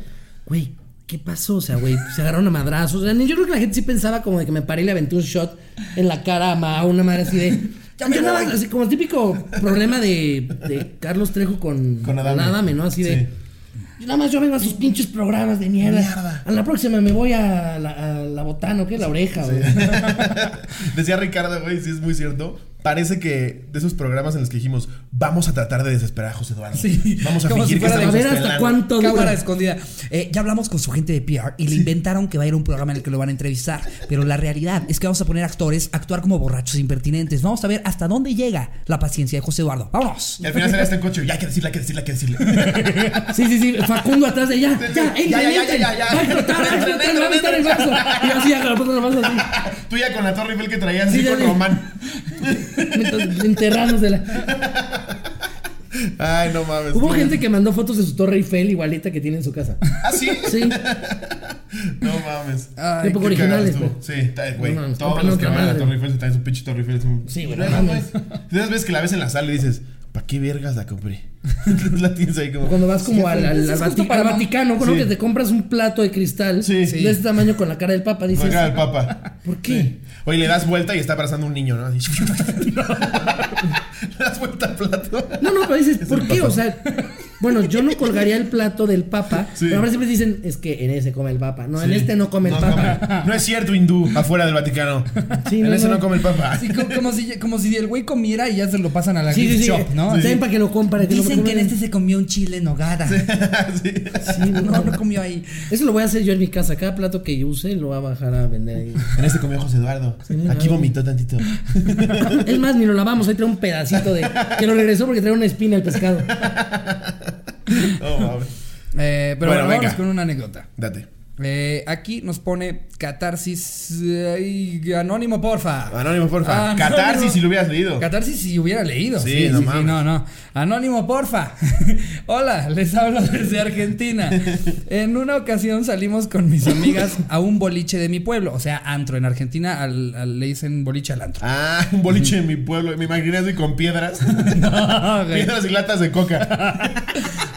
Speaker 3: güey, ¿qué pasó? O sea, güey, se agarraron a madrazos. O sea, ni- yo creo que la gente sí pensaba como de que me paré y le aventé un shot en la cara a Ma- una madre así de.
Speaker 2: Ya me
Speaker 3: yo nada
Speaker 2: voy.
Speaker 3: más, así como el típico problema de, de Carlos Trejo con,
Speaker 2: Con Adame.
Speaker 3: ¿no? Así de.
Speaker 2: Sí.
Speaker 3: Nada más yo vengo a sus pinches programas de mierda.
Speaker 2: Mierda.
Speaker 3: A la próxima me voy a la, a la botana, ¿o qué? La oreja, güey.
Speaker 2: Decía Ricardo, güey, sí es muy cierto. Parece que de esos programas en los que dijimos, vamos a tratar de desesperar a José Eduardo.
Speaker 1: Sí.
Speaker 2: Vamos a
Speaker 1: Como
Speaker 2: fingir
Speaker 1: si
Speaker 2: que
Speaker 1: fuera de-
Speaker 2: estamos
Speaker 3: a ver hasta
Speaker 2: esperando".
Speaker 3: cuándo. Todo
Speaker 1: Cámara
Speaker 3: dura.
Speaker 1: escondida. Eh, ya hablamos con su gente de PR y le inventaron que va a ir a un programa en el que lo van a entrevistar. Pero la realidad es que vamos a poner actores a actuar como borrachos impertinentes. Vamos a ver hasta dónde llega la paciencia de José Eduardo. ¡Vámonos!
Speaker 2: Y al final sale hasta en coche, ya hay que decirle, hay que decirle, hay que decirle.
Speaker 3: Sí, sí, sí. Facundo atrás de ella.
Speaker 2: Sí,
Speaker 3: Ya,
Speaker 2: sí.
Speaker 3: entra,
Speaker 2: Ya, ya, ya,
Speaker 3: entra.
Speaker 2: ya, ya.
Speaker 3: Va a explotar, va a explotar, va a aventar el vaso. Y yo así, ya, con la puta en el vaso así.
Speaker 2: Tú ya con la torre Eiffel que traías,
Speaker 3: Sí,
Speaker 2: así
Speaker 3: ya
Speaker 2: con
Speaker 3: vi.
Speaker 2: Román.
Speaker 3: Mientras Enterrados de la.
Speaker 2: Ay, no mames.
Speaker 3: Hubo gente que mandó fotos de su torre Eiffel igualita que tiene en su casa.
Speaker 2: ¿Ah, sí?
Speaker 3: Sí.
Speaker 2: No mames.
Speaker 1: Ay,
Speaker 3: Un poco
Speaker 2: Qué cagados
Speaker 3: originales,
Speaker 2: tú.
Speaker 3: güey.
Speaker 2: Sí, está- güey.
Speaker 3: No mames,
Speaker 2: Todos
Speaker 3: compran
Speaker 2: los que
Speaker 3: otra
Speaker 2: van a la
Speaker 3: madre.
Speaker 2: Torre Eiffel se traen su pinche Torre Eiffel. Es un...
Speaker 3: Sí, güey,
Speaker 2: No
Speaker 3: no mames.
Speaker 2: De esas veces que la ves en la sala y dices, ¿para qué vergas la compré? la tienes ahí como.
Speaker 3: Cuando vas como al, al,
Speaker 1: Eso
Speaker 3: al
Speaker 1: es justo
Speaker 3: Vati-
Speaker 1: para
Speaker 3: al
Speaker 1: mam-
Speaker 3: Vaticano, creo
Speaker 2: Sí.
Speaker 3: que te compras un plato de cristal
Speaker 2: Sí. Sí.
Speaker 3: de este tamaño con la cara del Papa. Dices,
Speaker 2: Acá el papa.
Speaker 3: ¿por qué?
Speaker 2: Sí. Oye, le das vuelta y está abrazando un niño, ¿no? Así. le das vuelta al plato.
Speaker 3: No, no, pero dices,
Speaker 2: Es
Speaker 3: ¿por
Speaker 2: el
Speaker 3: qué?
Speaker 2: Papa.
Speaker 3: O sea, bueno, yo no colgaría el plato del Papa,
Speaker 2: Sí.
Speaker 3: pero ahora siempre dicen, es que en ese come el Papa. No, en
Speaker 2: Sí.
Speaker 3: este no come el
Speaker 2: No
Speaker 3: Papa.
Speaker 2: come. No es cierto, hindú, afuera del Vaticano.
Speaker 3: Sí,
Speaker 2: en
Speaker 3: no,
Speaker 2: ese
Speaker 3: no.
Speaker 2: no come el papa.
Speaker 1: Sí, co- como, si, como si el güey comiera y ya se lo pasan a la
Speaker 3: Sí,
Speaker 1: gift
Speaker 3: sí, sí.
Speaker 1: shop, ¿no?
Speaker 3: Saben para que lo compra. Que
Speaker 1: Dicen
Speaker 3: lo
Speaker 1: que en
Speaker 3: compren.
Speaker 1: este se comió un chile en nogada.
Speaker 2: Sí.
Speaker 3: Sí, no,
Speaker 1: No,
Speaker 3: no.
Speaker 1: no comió ahí.
Speaker 3: Eso lo voy a hacer yo en mi casa. Cada plato que yo use lo voy a bajar a vender ahí.
Speaker 2: En este comió José Eduardo. Aquí vomitó tantito.
Speaker 3: Es más, ni lo lavamos. Ahí trae un pedacito de. Que lo regresó porque trae una espina el pescado.
Speaker 2: No mames.
Speaker 1: Eh, pero
Speaker 2: Bueno,
Speaker 1: bueno, vamos
Speaker 2: venga.
Speaker 1: con una anécdota.
Speaker 2: Oh, Date.
Speaker 1: Eh, aquí nos pone Catarsis eh, y Anónimo, porfa.
Speaker 2: Anónimo, porfa.
Speaker 3: Ah,
Speaker 1: Anónimo.
Speaker 2: Catarsis, si lo hubieras leído.
Speaker 1: Catarsis si hubiera leído.
Speaker 2: Sí,
Speaker 1: Sí, sí,
Speaker 2: no
Speaker 1: no,
Speaker 2: mames.
Speaker 1: no, no. Anónimo, porfa. Hola, les hablo desde Argentina. En una ocasión salimos con mis amigas a un boliche de mi pueblo, o sea, antro. En Argentina al- al- le dicen boliche al antro.
Speaker 2: Ah, un boliche en mi pueblo. Me imaginé así con piedras.
Speaker 1: No, güey.
Speaker 2: piedras y latas de coca.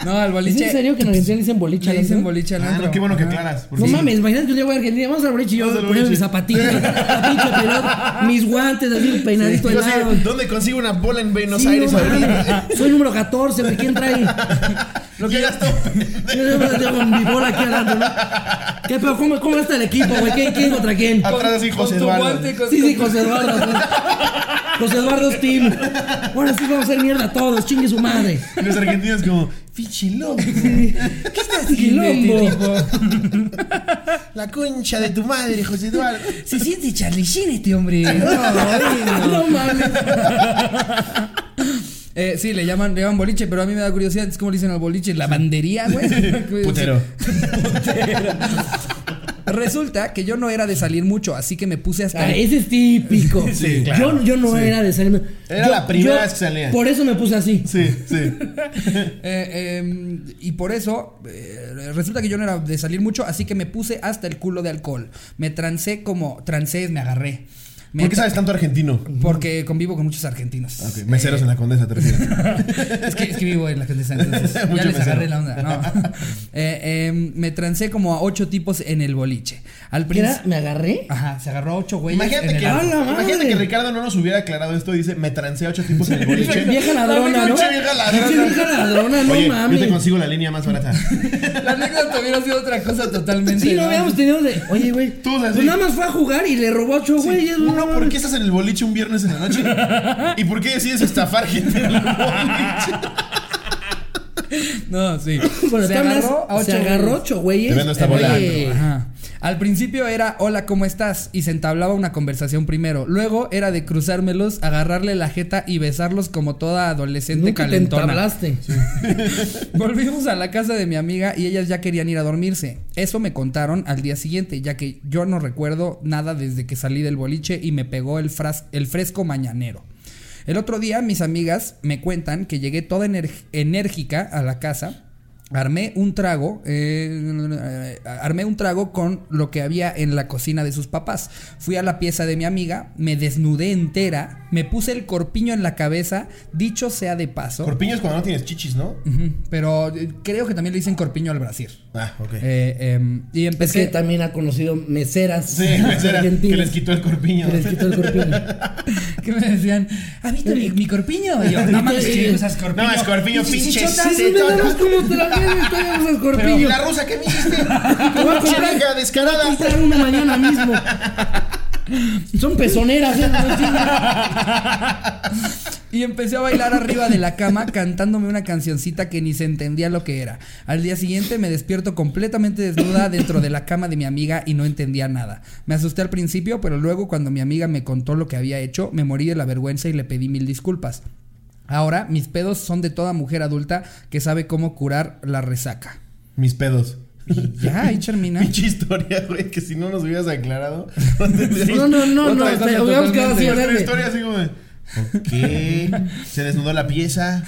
Speaker 1: No, al
Speaker 3: ¿Es
Speaker 1: boliche.
Speaker 3: en serio que en Argentina le dicen boliche?
Speaker 1: Le
Speaker 3: al
Speaker 1: dicen
Speaker 3: antro?
Speaker 1: boliche al
Speaker 2: Ah,
Speaker 1: antro.
Speaker 2: no, qué bueno que
Speaker 1: Ajá.
Speaker 2: aclaras. porque-
Speaker 3: No mames, imagínate que yo voy a Argentina, vamos al boliche y yo
Speaker 2: Vamos al boliche.
Speaker 3: poniendo mis zapatitos, la pinche pelota, mis guantes, así un peinadito
Speaker 2: Yo
Speaker 3: de
Speaker 2: sé,
Speaker 3: lado.
Speaker 2: ¿Dónde consigo una bola en Buenos
Speaker 3: Sí,
Speaker 2: Aires
Speaker 3: no
Speaker 2: ahorita?
Speaker 3: mames, Soy número 14, güey, ¿quién trae?
Speaker 2: Llegas todo.
Speaker 3: Yo tengo mi bola aquí hablando, ¿no? ¿Qué pero cómo, cómo está el equipo, güey? ¿Quién, quién contra quién?
Speaker 2: Atrás así,
Speaker 1: Con
Speaker 2: José
Speaker 1: tu
Speaker 2: Eduardo.
Speaker 1: guante, con-
Speaker 3: Sí, sí,
Speaker 1: con-
Speaker 3: José Eduardo. güey. José Eduardo es team. Bueno, sí vamos a hacer mierda a todos, chingue su madre.
Speaker 2: Y los argentinos como, fichilón.
Speaker 3: ¿Qué estás quilombo?
Speaker 2: La concha de tu madre, José Eduardo.
Speaker 1: Se siente Charlie Sheen este hombre. No, bueno.
Speaker 3: No mames.
Speaker 1: Eh, sí, le llaman, le llaman boliche, pero a mí me da curiosidad. Es como le dicen al boliche, lavandería, güey.
Speaker 2: Putero.
Speaker 1: Resulta que yo no era de salir mucho, así que me puse hasta.
Speaker 3: Ah, ese es típico.
Speaker 2: Sí, claro.
Speaker 3: yo, yo no
Speaker 2: Sí.
Speaker 3: era de salirme.
Speaker 2: Era
Speaker 3: Yo-
Speaker 2: la primera
Speaker 3: yo-
Speaker 2: vez que salía.
Speaker 3: Por eso me puse así.
Speaker 2: Sí, sí.
Speaker 1: Eh, eh, y por eso, eh, resulta que yo no era de salir mucho, así que me puse hasta el culo de alcohol. Me trancé como. Trancé, es, me agarré. Me
Speaker 2: ¿Por qué
Speaker 1: tra-
Speaker 2: sabes tanto argentino?
Speaker 1: Porque convivo con muchos argentinos.
Speaker 2: Ok, Meseros en la condesa, te refieres.
Speaker 1: es, que, es que vivo en la condesa, entonces
Speaker 2: Mucho
Speaker 1: ya les
Speaker 2: mesero.
Speaker 1: agarré la onda. No. Eh, eh, me trancé como a ocho tipos en el boliche. Al
Speaker 3: ¿Qué era?
Speaker 1: principio.
Speaker 3: ¿Me agarré?
Speaker 2: Ah,
Speaker 1: Ajá, se agarró a ocho güeyes. en
Speaker 2: Imagínate
Speaker 1: el
Speaker 2: que,
Speaker 3: ¡Ah, la madre!
Speaker 2: imagínate que Ricardo no nos hubiera aclarado esto y dice, me trancé a ocho tipos en el boliche.
Speaker 3: Vieja ladrona, ¿no?
Speaker 2: Pinche vieja ladrona.
Speaker 3: Pinche vieja ladrona, no
Speaker 2: Oye, yo te
Speaker 3: mames.
Speaker 2: consigo la línea más barata.
Speaker 1: La anécdota hubiera sido otra cosa totalmente.
Speaker 3: Sí, no habíamos tenido de. Oye, güey.
Speaker 2: Todos así.
Speaker 3: Pues nada más fue a jugar y le robó a ocho güeyes, güey.
Speaker 2: Uno, ¿por qué estás en el boliche un viernes en la noche? ¿Y por qué decides estafar gente en el boliche?
Speaker 1: No, sí.
Speaker 3: Bueno,
Speaker 1: se agarró a ocho.
Speaker 3: se agarró a ocho güeyes.
Speaker 2: Te vendo esta
Speaker 3: Eh,
Speaker 2: bola.
Speaker 3: güey.
Speaker 1: Ajá. Al principio era hola, ¿cómo estás? Y se entablaba una conversación primero. Luego era de cruzármelos, agarrarle la jeta y besarlos como toda adolescente
Speaker 3: Nunca te
Speaker 1: calentona.
Speaker 3: entablaste.
Speaker 1: Volvimos a la casa de mi amiga y ellas ya querían ir a dormirse. Eso me contaron al día siguiente, ya que yo no recuerdo nada desde que salí del boliche y me pegó el, fras- el fresco mañanero. El otro día mis amigas me cuentan que llegué toda ener- enérgica a la casa. Armé un trago, eh, armé un trago con lo que había en la cocina de sus papás. Fui a la pieza de mi amiga, me desnudé entera, me puse el corpiño en la cabeza, dicho sea de paso.
Speaker 2: Corpiño es cuando no tienes chichis, ¿no?
Speaker 1: Ujú, Pero eh, creo que también le dicen corpiño al brasier.
Speaker 2: Ah, ok.
Speaker 1: Eh, em, y
Speaker 3: Es que
Speaker 1: empecé.
Speaker 3: también ha conocido meseras.
Speaker 2: Sí, mesera, que
Speaker 3: argentinas.
Speaker 2: les quitó el corpiño.
Speaker 3: Que les quitó el corpiño.
Speaker 1: que me decían, ¿has visto mi, mi corpiño? Y yo, no mames, que usas corpiño.
Speaker 2: No, es corpiño,
Speaker 1: Sí, sí,
Speaker 2: pinches.
Speaker 1: chotas,
Speaker 2: Sí,
Speaker 1: no,
Speaker 3: Nada más como te la- tienes todavía los
Speaker 2: Pero,
Speaker 3: escorpillos.
Speaker 2: la rusa que me hiciste.
Speaker 3: Te voy a
Speaker 2: Pinche
Speaker 3: comprar,
Speaker 2: vieja
Speaker 3: voy a
Speaker 2: descarada.
Speaker 3: comprar una mañana mismo. Son pezoneras, ¿eh? No chingas.
Speaker 1: Y empecé a bailar arriba de la cama cantándome una cancioncita que ni se entendía lo que era. Al día siguiente me despierto completamente desnuda dentro de la cama de mi amiga y no entendía nada. Me asusté al principio, pero luego cuando mi amiga me contó lo que había hecho, me morí de la vergüenza y le pedí mil disculpas. Ahora mis pedos son de toda mujer adulta que sabe cómo curar la resaca.
Speaker 2: Mis pedos.
Speaker 1: Y ya, ahí termina.
Speaker 2: Pinche historia, güey, que si no nos hubieras aclarado.
Speaker 3: No, no, no, no.
Speaker 1: Otra
Speaker 3: espera,
Speaker 1: historia
Speaker 3: Hubiéramos quedado así,
Speaker 1: totalmente.
Speaker 3: a ver,
Speaker 2: Nuestra
Speaker 3: de-
Speaker 2: historia así como de, Ok. Se desnudó la pieza.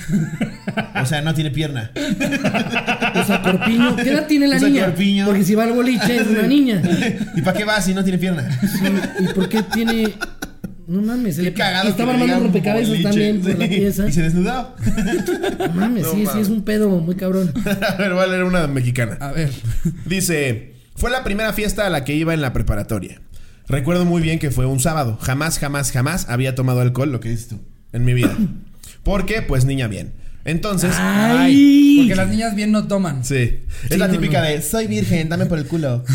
Speaker 2: O sea, no tiene pierna.
Speaker 3: O sea, corpiño. ¿Qué edad tiene la
Speaker 2: Usa
Speaker 3: niña?
Speaker 2: corpiño.
Speaker 3: Porque si va al boliche es una niña.
Speaker 2: ¿Y para qué va si no tiene pierna?
Speaker 3: ¿Y por qué tiene.? No mames, se le
Speaker 2: Cagado.
Speaker 3: estaba
Speaker 2: que le
Speaker 3: armando
Speaker 2: diga
Speaker 3: un
Speaker 2: un
Speaker 3: rompecabezas
Speaker 2: boliche,
Speaker 3: también por la
Speaker 2: sí.
Speaker 3: pieza.
Speaker 2: Y se desnudó.
Speaker 3: No mames, sí, sí, es un pedo muy cabrón.
Speaker 2: A ver, voy a leer una mexicana.
Speaker 1: A ver.
Speaker 2: Dice, fue la primera fiesta a la que iba en la preparatoria. Recuerdo muy bien que fue un sábado. Jamás, jamás, jamás había tomado alcohol, lo que dices tú, en mi vida. Porque, pues niña bien. Entonces,
Speaker 1: Porque
Speaker 3: ¡Ay!
Speaker 1: las niñas bien no toman.
Speaker 2: sí. Es la
Speaker 3: no,
Speaker 2: típica
Speaker 3: no.
Speaker 2: de, soy virgen, dame por el culo.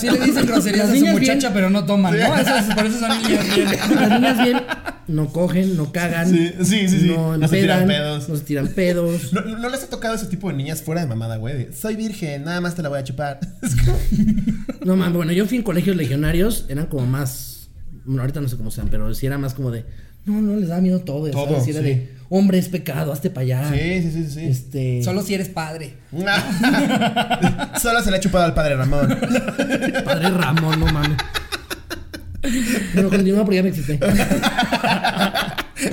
Speaker 1: Sí le dicen groserías
Speaker 3: Las
Speaker 1: a su
Speaker 3: niñas
Speaker 1: muchacha,
Speaker 3: bien.
Speaker 1: pero no toman, ¿no? Eso es- por eso son niñas bien.
Speaker 3: Las niñas bien no cogen, no cagan.
Speaker 2: Sí, sí, sí, sí.
Speaker 3: No,
Speaker 2: No se tiran
Speaker 3: empedan,
Speaker 2: pedos.
Speaker 3: No se tiran pedos.
Speaker 2: ¿No, no les ha tocado ese tipo de niñas fuera de mamada, güey? de, Soy virgen, nada más te la voy a chupar. Es como-
Speaker 3: No mames, bueno, yo fui en colegios legionarios, eran como más. Bueno, ahorita no sé cómo sean, pero sí era más como de. No, no, les da miedo todo. ya
Speaker 2: Todo,
Speaker 3: ¿sabes? Sí era
Speaker 2: sí.
Speaker 3: de. Hombre, es pecado, hazte para allá.
Speaker 2: Sí, sí, sí, sí.
Speaker 3: Este.
Speaker 1: Solo si eres padre.
Speaker 2: Solo se le ha chupado al padre Ramón.
Speaker 3: Padre Ramón, no mames. Bueno, continúa porque ya me excité.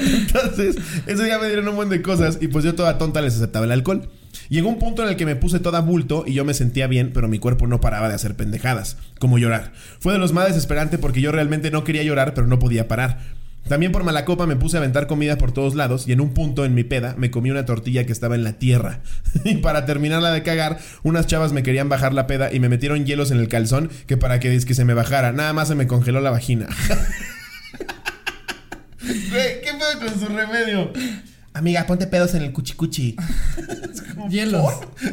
Speaker 2: Entonces, ese día me dieron un buen de cosas y pues yo toda tonta les aceptaba el alcohol. Llegó un punto en el que me puse toda bulto y yo me sentía bien, pero mi cuerpo no paraba de hacer pendejadas, como llorar. Fue de los más desesperante porque yo realmente no quería llorar, pero no podía parar. También por mala copa me puse a aventar comida por todos lados y en un punto en mi peda me comí una tortilla que estaba en la tierra. Y para terminarla de cagar, unas chavas me querían bajar la peda y me metieron hielos en el calzón que para que, que se me bajara, nada más se me congeló la vagina. Güey, ¿qué pedo con su remedio? Amiga, ponte pedos en el cuchicuchi.
Speaker 1: Hielos.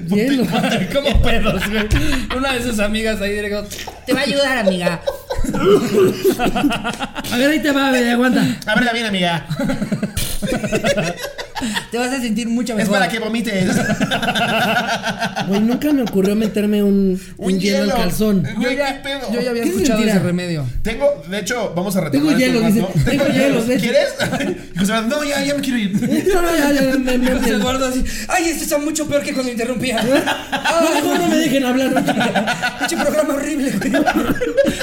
Speaker 3: Hielo.
Speaker 1: ¿Cómo pedos, güey? Una de sus amigas ahí directo.
Speaker 4: Te va a ayudar, amiga.
Speaker 3: A ver, ahí te va, bebé, aguanta.
Speaker 2: Ábrela bien, amiga.
Speaker 1: Te vas a sentir mucho
Speaker 2: Es
Speaker 1: mejor.
Speaker 2: para que vomites.
Speaker 3: Güey, nunca me ocurrió meterme un, un hielo al calzón.
Speaker 1: Yo
Speaker 2: Güey,
Speaker 1: ya,
Speaker 2: ¿qué pedo?
Speaker 1: yo ya había
Speaker 3: ¿Qué
Speaker 1: escuchado
Speaker 3: sentirá?
Speaker 1: ese remedio.
Speaker 2: Tengo, de hecho, vamos a retomar
Speaker 3: Tengo
Speaker 2: esto
Speaker 3: hielo,
Speaker 2: un
Speaker 3: dice.
Speaker 2: rato.
Speaker 3: Tengo hielo, de hecho.
Speaker 2: ¿Quieres? Y José, no, ya, ya me quiero ir.
Speaker 3: No, no, ya, ya, me, me, me-
Speaker 1: Eduardo así. Ay, esto está mucho peor que cuando interrumpía. Ay,
Speaker 3: No, no Ah, me dejen hablar.
Speaker 1: pinche programa horrible, güey.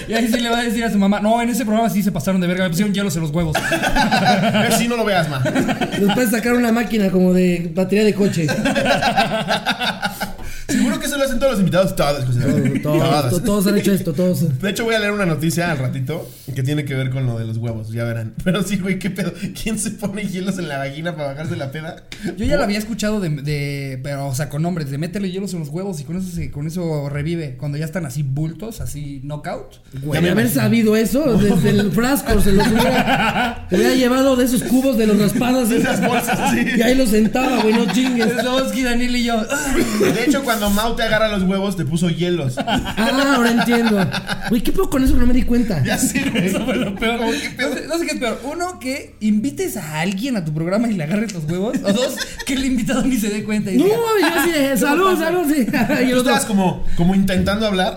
Speaker 1: Y ahí sí le va a decir a su mamá. No, en ese programa sí se pasaron de verga. Me pusieron hielos en los huevos.
Speaker 2: Así no lo veas, ma.
Speaker 3: Después sacar una máquina como de batería de coche.
Speaker 2: Seguro que eso lo hacen todos los invitados. Todos, José.
Speaker 3: Todos,
Speaker 2: Todas.
Speaker 3: todos, todos han hecho esto, todos.
Speaker 2: De hecho, voy a leer una noticia al ratito que tiene que ver con lo de los huevos, ya verán. Pero sí, güey, qué pedo. ¿Quién se pone hielos en la vagina para bajarse la peda?
Speaker 1: Yo ya lo había escuchado de, de- Pero, o sea, con nombres. De métele hielos en los huevos y con eso, se, con eso revive. Cuando ya están así bultos, así knockout.
Speaker 3: Güey, de haber sabido eso, desde el frasco se los hubiera, se hubiera llevado de esos cubos de los raspados y,
Speaker 2: Esas bolsas, sí.
Speaker 3: y ahí los sentaba, güey, no chingues.
Speaker 1: Slobodsky, Daniel y yo.
Speaker 2: De hecho, cuando Mau te agarra los huevos, te puso hielos.
Speaker 3: Ah, ahora entiendo. Güey, ¿qué pedo con eso que no me di cuenta?
Speaker 2: Ya sé, güey.
Speaker 1: Eso fue lo peor.
Speaker 2: Como, ¿qué pedo?
Speaker 1: No sé, no sé qué es peor. Uno, que invites a alguien a tu programa y le agarres los huevos. O dos, que el invitado ni se dé cuenta. Y
Speaker 3: No,
Speaker 1: diga,
Speaker 3: yo así de "Eh, salud, salud, sí. Y el
Speaker 2: Tú
Speaker 3: otro,
Speaker 2: estabas como, como intentando hablar,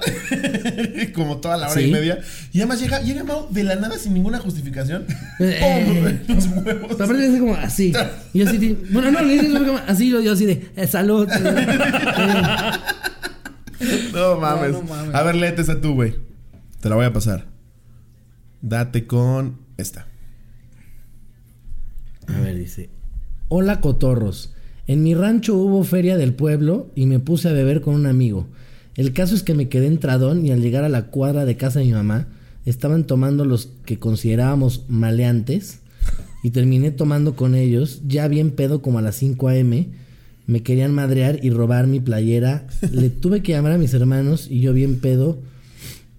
Speaker 2: como toda la hora
Speaker 3: Sí.
Speaker 2: y media. Y además llega, llega Mau de la nada sin ninguna justificación.
Speaker 3: Eh.
Speaker 2: ¡Pum! Los huevos.
Speaker 3: te aprendes como así. Y yo así, de- bueno, no, le dices como así, yo, yo así de eh, salud.
Speaker 2: No mames.
Speaker 1: No, no mames.
Speaker 2: A ver, léete esa tú, güey. Te la voy a pasar. Date con esta.
Speaker 3: A ver, dice. Hola cotorros. En mi rancho hubo feria del pueblo y me puse a beber con un amigo. El caso es que me quedé entradón y al llegar a la cuadra de casa de mi mamá, estaban tomando los que considerábamos maleantes y terminé tomando con ellos, ya bien pedo como a las 5 a.m. Me querían madrear y robar mi playera. Le tuve que llamar a mis hermanos y yo bien pedo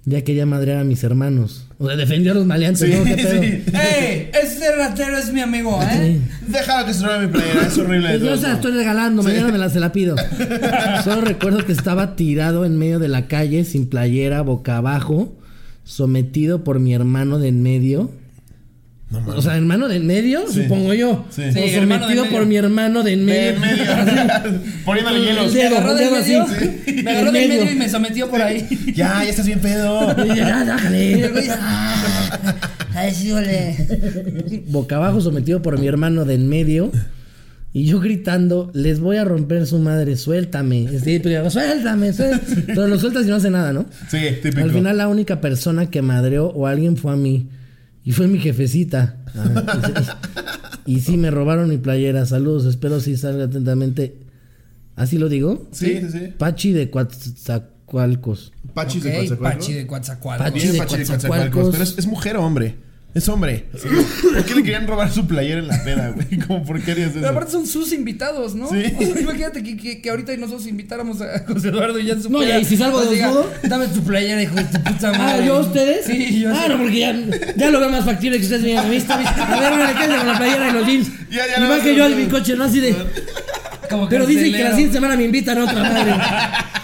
Speaker 3: ya quería madrear a mis hermanos. O sea, defendió a los maleantes,
Speaker 2: Sí,
Speaker 3: ¿no? ¿Qué pedo?
Speaker 2: sí.
Speaker 1: ¡Ey! Ese ratero es mi amigo, ¿eh?
Speaker 3: Sí.
Speaker 2: Déjalo que se robe mi playera, es horrible. de
Speaker 3: Pues yo
Speaker 2: todos
Speaker 3: se la
Speaker 2: modos.
Speaker 3: estoy regalando, mañana me la se la pido. Solo recuerdo que estaba tirado en medio de la calle, sin playera, boca abajo, sometido por mi hermano de en medio.
Speaker 2: No mames.
Speaker 3: O sea, hermano de en medio,
Speaker 2: Sí.
Speaker 3: supongo yo.
Speaker 2: Sí.
Speaker 3: O
Speaker 2: Sí,
Speaker 1: hermano de en
Speaker 3: sometido
Speaker 1: medio.
Speaker 3: por mi hermano de en medio.
Speaker 2: De en medio. Poniéndole hielos.
Speaker 1: Me agarró del
Speaker 3: Dedo
Speaker 1: medio.
Speaker 3: así.
Speaker 1: Me agarró
Speaker 3: En
Speaker 1: del medio
Speaker 3: medio.
Speaker 1: y me sometió por ahí.
Speaker 2: Ya, ya estás bien pedo.
Speaker 3: Y yo, ya, déjale.
Speaker 1: "Ah, Ay, sí, ole.
Speaker 3: boca abajo, sometido por mi hermano de en medio. Y yo gritando, les voy a romper su madre, suéltame. Sí, pero yo, suéltame, suéltame. Pero lo sueltas y no hace nada, ¿no?
Speaker 2: Sí, típico.
Speaker 3: Al final la única persona que madreó o alguien fue a mí. Y fue mi jefecita. Ah, y, sí- y sí, me robaron mi playera. Saludos, espero si salga atentamente. ¿Así lo digo?
Speaker 2: Sí, sí, sí.
Speaker 3: Pachi de Coatzacoalcos.
Speaker 2: Pachi
Speaker 1: Ok,
Speaker 2: de Coatzacoalcos.
Speaker 1: Pachi de Coatzacoalcos.
Speaker 3: Pachi
Speaker 2: Viene
Speaker 3: de
Speaker 2: Pachi de Coatzacoalcos.
Speaker 3: Coatzacoalcos.
Speaker 2: Pero es, es mujer o hombre. Es hombre. ¿Por qué le querían robar su playera en la peda, güey? ¿Cómo, ¿Por qué harías
Speaker 1: Pero
Speaker 2: eso?
Speaker 1: aparte son sus invitados, ¿no?
Speaker 2: Sí.
Speaker 1: O sea, imagínate que, que, que ahorita nosotros invitáramos a José Eduardo y ya en su
Speaker 3: No, y ahí si salgo
Speaker 1: nos diga,
Speaker 3: desnudo.
Speaker 1: Dame tu playera, hijo de tu
Speaker 2: Ah,
Speaker 1: puta madre. Sí, yo
Speaker 3: ah,
Speaker 1: sí.
Speaker 3: no, porque ya, ya lo veo más factible que ustedes me hayan visto. A ver, una alcance con la playera y los jeans.
Speaker 2: Ya, ya,
Speaker 3: y
Speaker 2: no,
Speaker 3: va
Speaker 2: no,
Speaker 3: que
Speaker 2: no,
Speaker 3: yo
Speaker 2: no.
Speaker 3: en mi coche, ¿no? Así de...
Speaker 1: Como
Speaker 3: Pero dicen que
Speaker 1: carcelero.
Speaker 3: la siguiente semana me invitan a otra madre.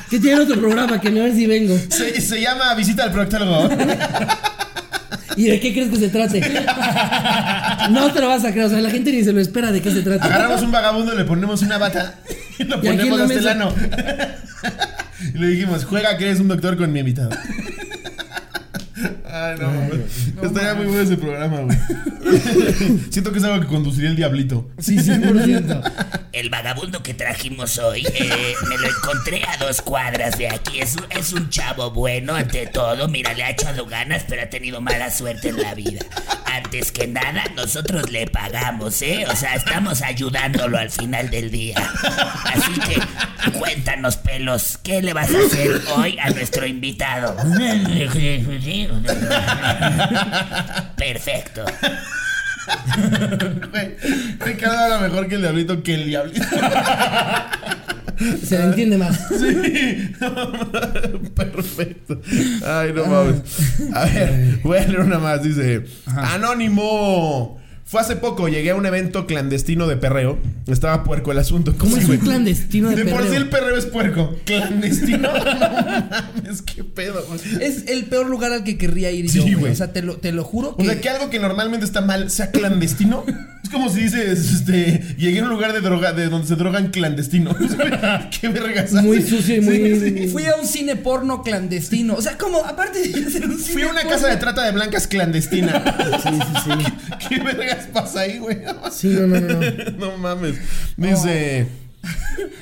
Speaker 3: Que tienen otro programa, que a ver si vengo.
Speaker 2: Se, se llama visita al proctólogo.
Speaker 3: ¿Y de qué crees que se trate? No te lo vas a creer, o sea, la gente ni se lo espera de qué se trata.
Speaker 2: Agarramos un vagabundo, le ponemos una bata y lo
Speaker 3: Y aquí en
Speaker 2: ponemos hasta
Speaker 3: la
Speaker 2: el
Speaker 3: mesa.
Speaker 2: ano. Y le dijimos, juega que eres un doctor con mi invitado. Ay, no, mames. Estaría muy bueno ese programa, güey. Siento que es algo que conduciría el diablito.
Speaker 3: Sí, 100%.
Speaker 4: El vagabundo que trajimos hoy, eh, me lo encontré a dos cuadras de aquí. Es, un- es un chavo bueno ante todo. Mira, le ha echado ganas, pero ha tenido mala suerte en la vida. Antes que nada, nosotros le pagamos, ¿eh? O sea, estamos ayudándolo al final del día. Así que, cuéntanos, pelos, ¿qué le vas a hacer hoy a nuestro invitado? Perfecto.
Speaker 2: Güey, Ricardo habla mejor que el diablito que el diablito.
Speaker 3: Se le entiende más.
Speaker 2: Sí. Perfecto. Ay, no mames. A ver, voy a leer una más. Dice: Anónimo. Fue hace poco, llegué a un evento clandestino de perreo. Estaba puerco el asunto.
Speaker 3: ¿Cómo es
Speaker 2: güey?
Speaker 3: un clandestino de
Speaker 2: De por
Speaker 3: perreo?
Speaker 2: sí el perreo es puerco. Clandestino. No mames, qué pedo. güey.
Speaker 1: Es el peor lugar al que querría ir
Speaker 2: Sí,
Speaker 1: yo, güey.
Speaker 2: güey.
Speaker 1: O sea, te lo, te lo juro
Speaker 2: O
Speaker 1: que...
Speaker 2: sea, que algo que normalmente está mal sea clandestino. Es como si dices, este, llegué a un lugar de droga, de donde se drogan clandestino. ¿Qué vergas
Speaker 3: Muy
Speaker 2: haces?
Speaker 3: sucio y
Speaker 2: Sí, sí.
Speaker 3: muy...
Speaker 1: Fui a un cine porno clandestino. O sea, como, aparte de ser un cine
Speaker 2: Fui a una
Speaker 1: porno-
Speaker 2: casa de trata de blancas clandestina.
Speaker 3: Sí, sí, sí.
Speaker 2: ¿Qué, qué vergas pasa ahí, güey?
Speaker 3: Sí, no, no, no. no.
Speaker 2: No mames. Dice.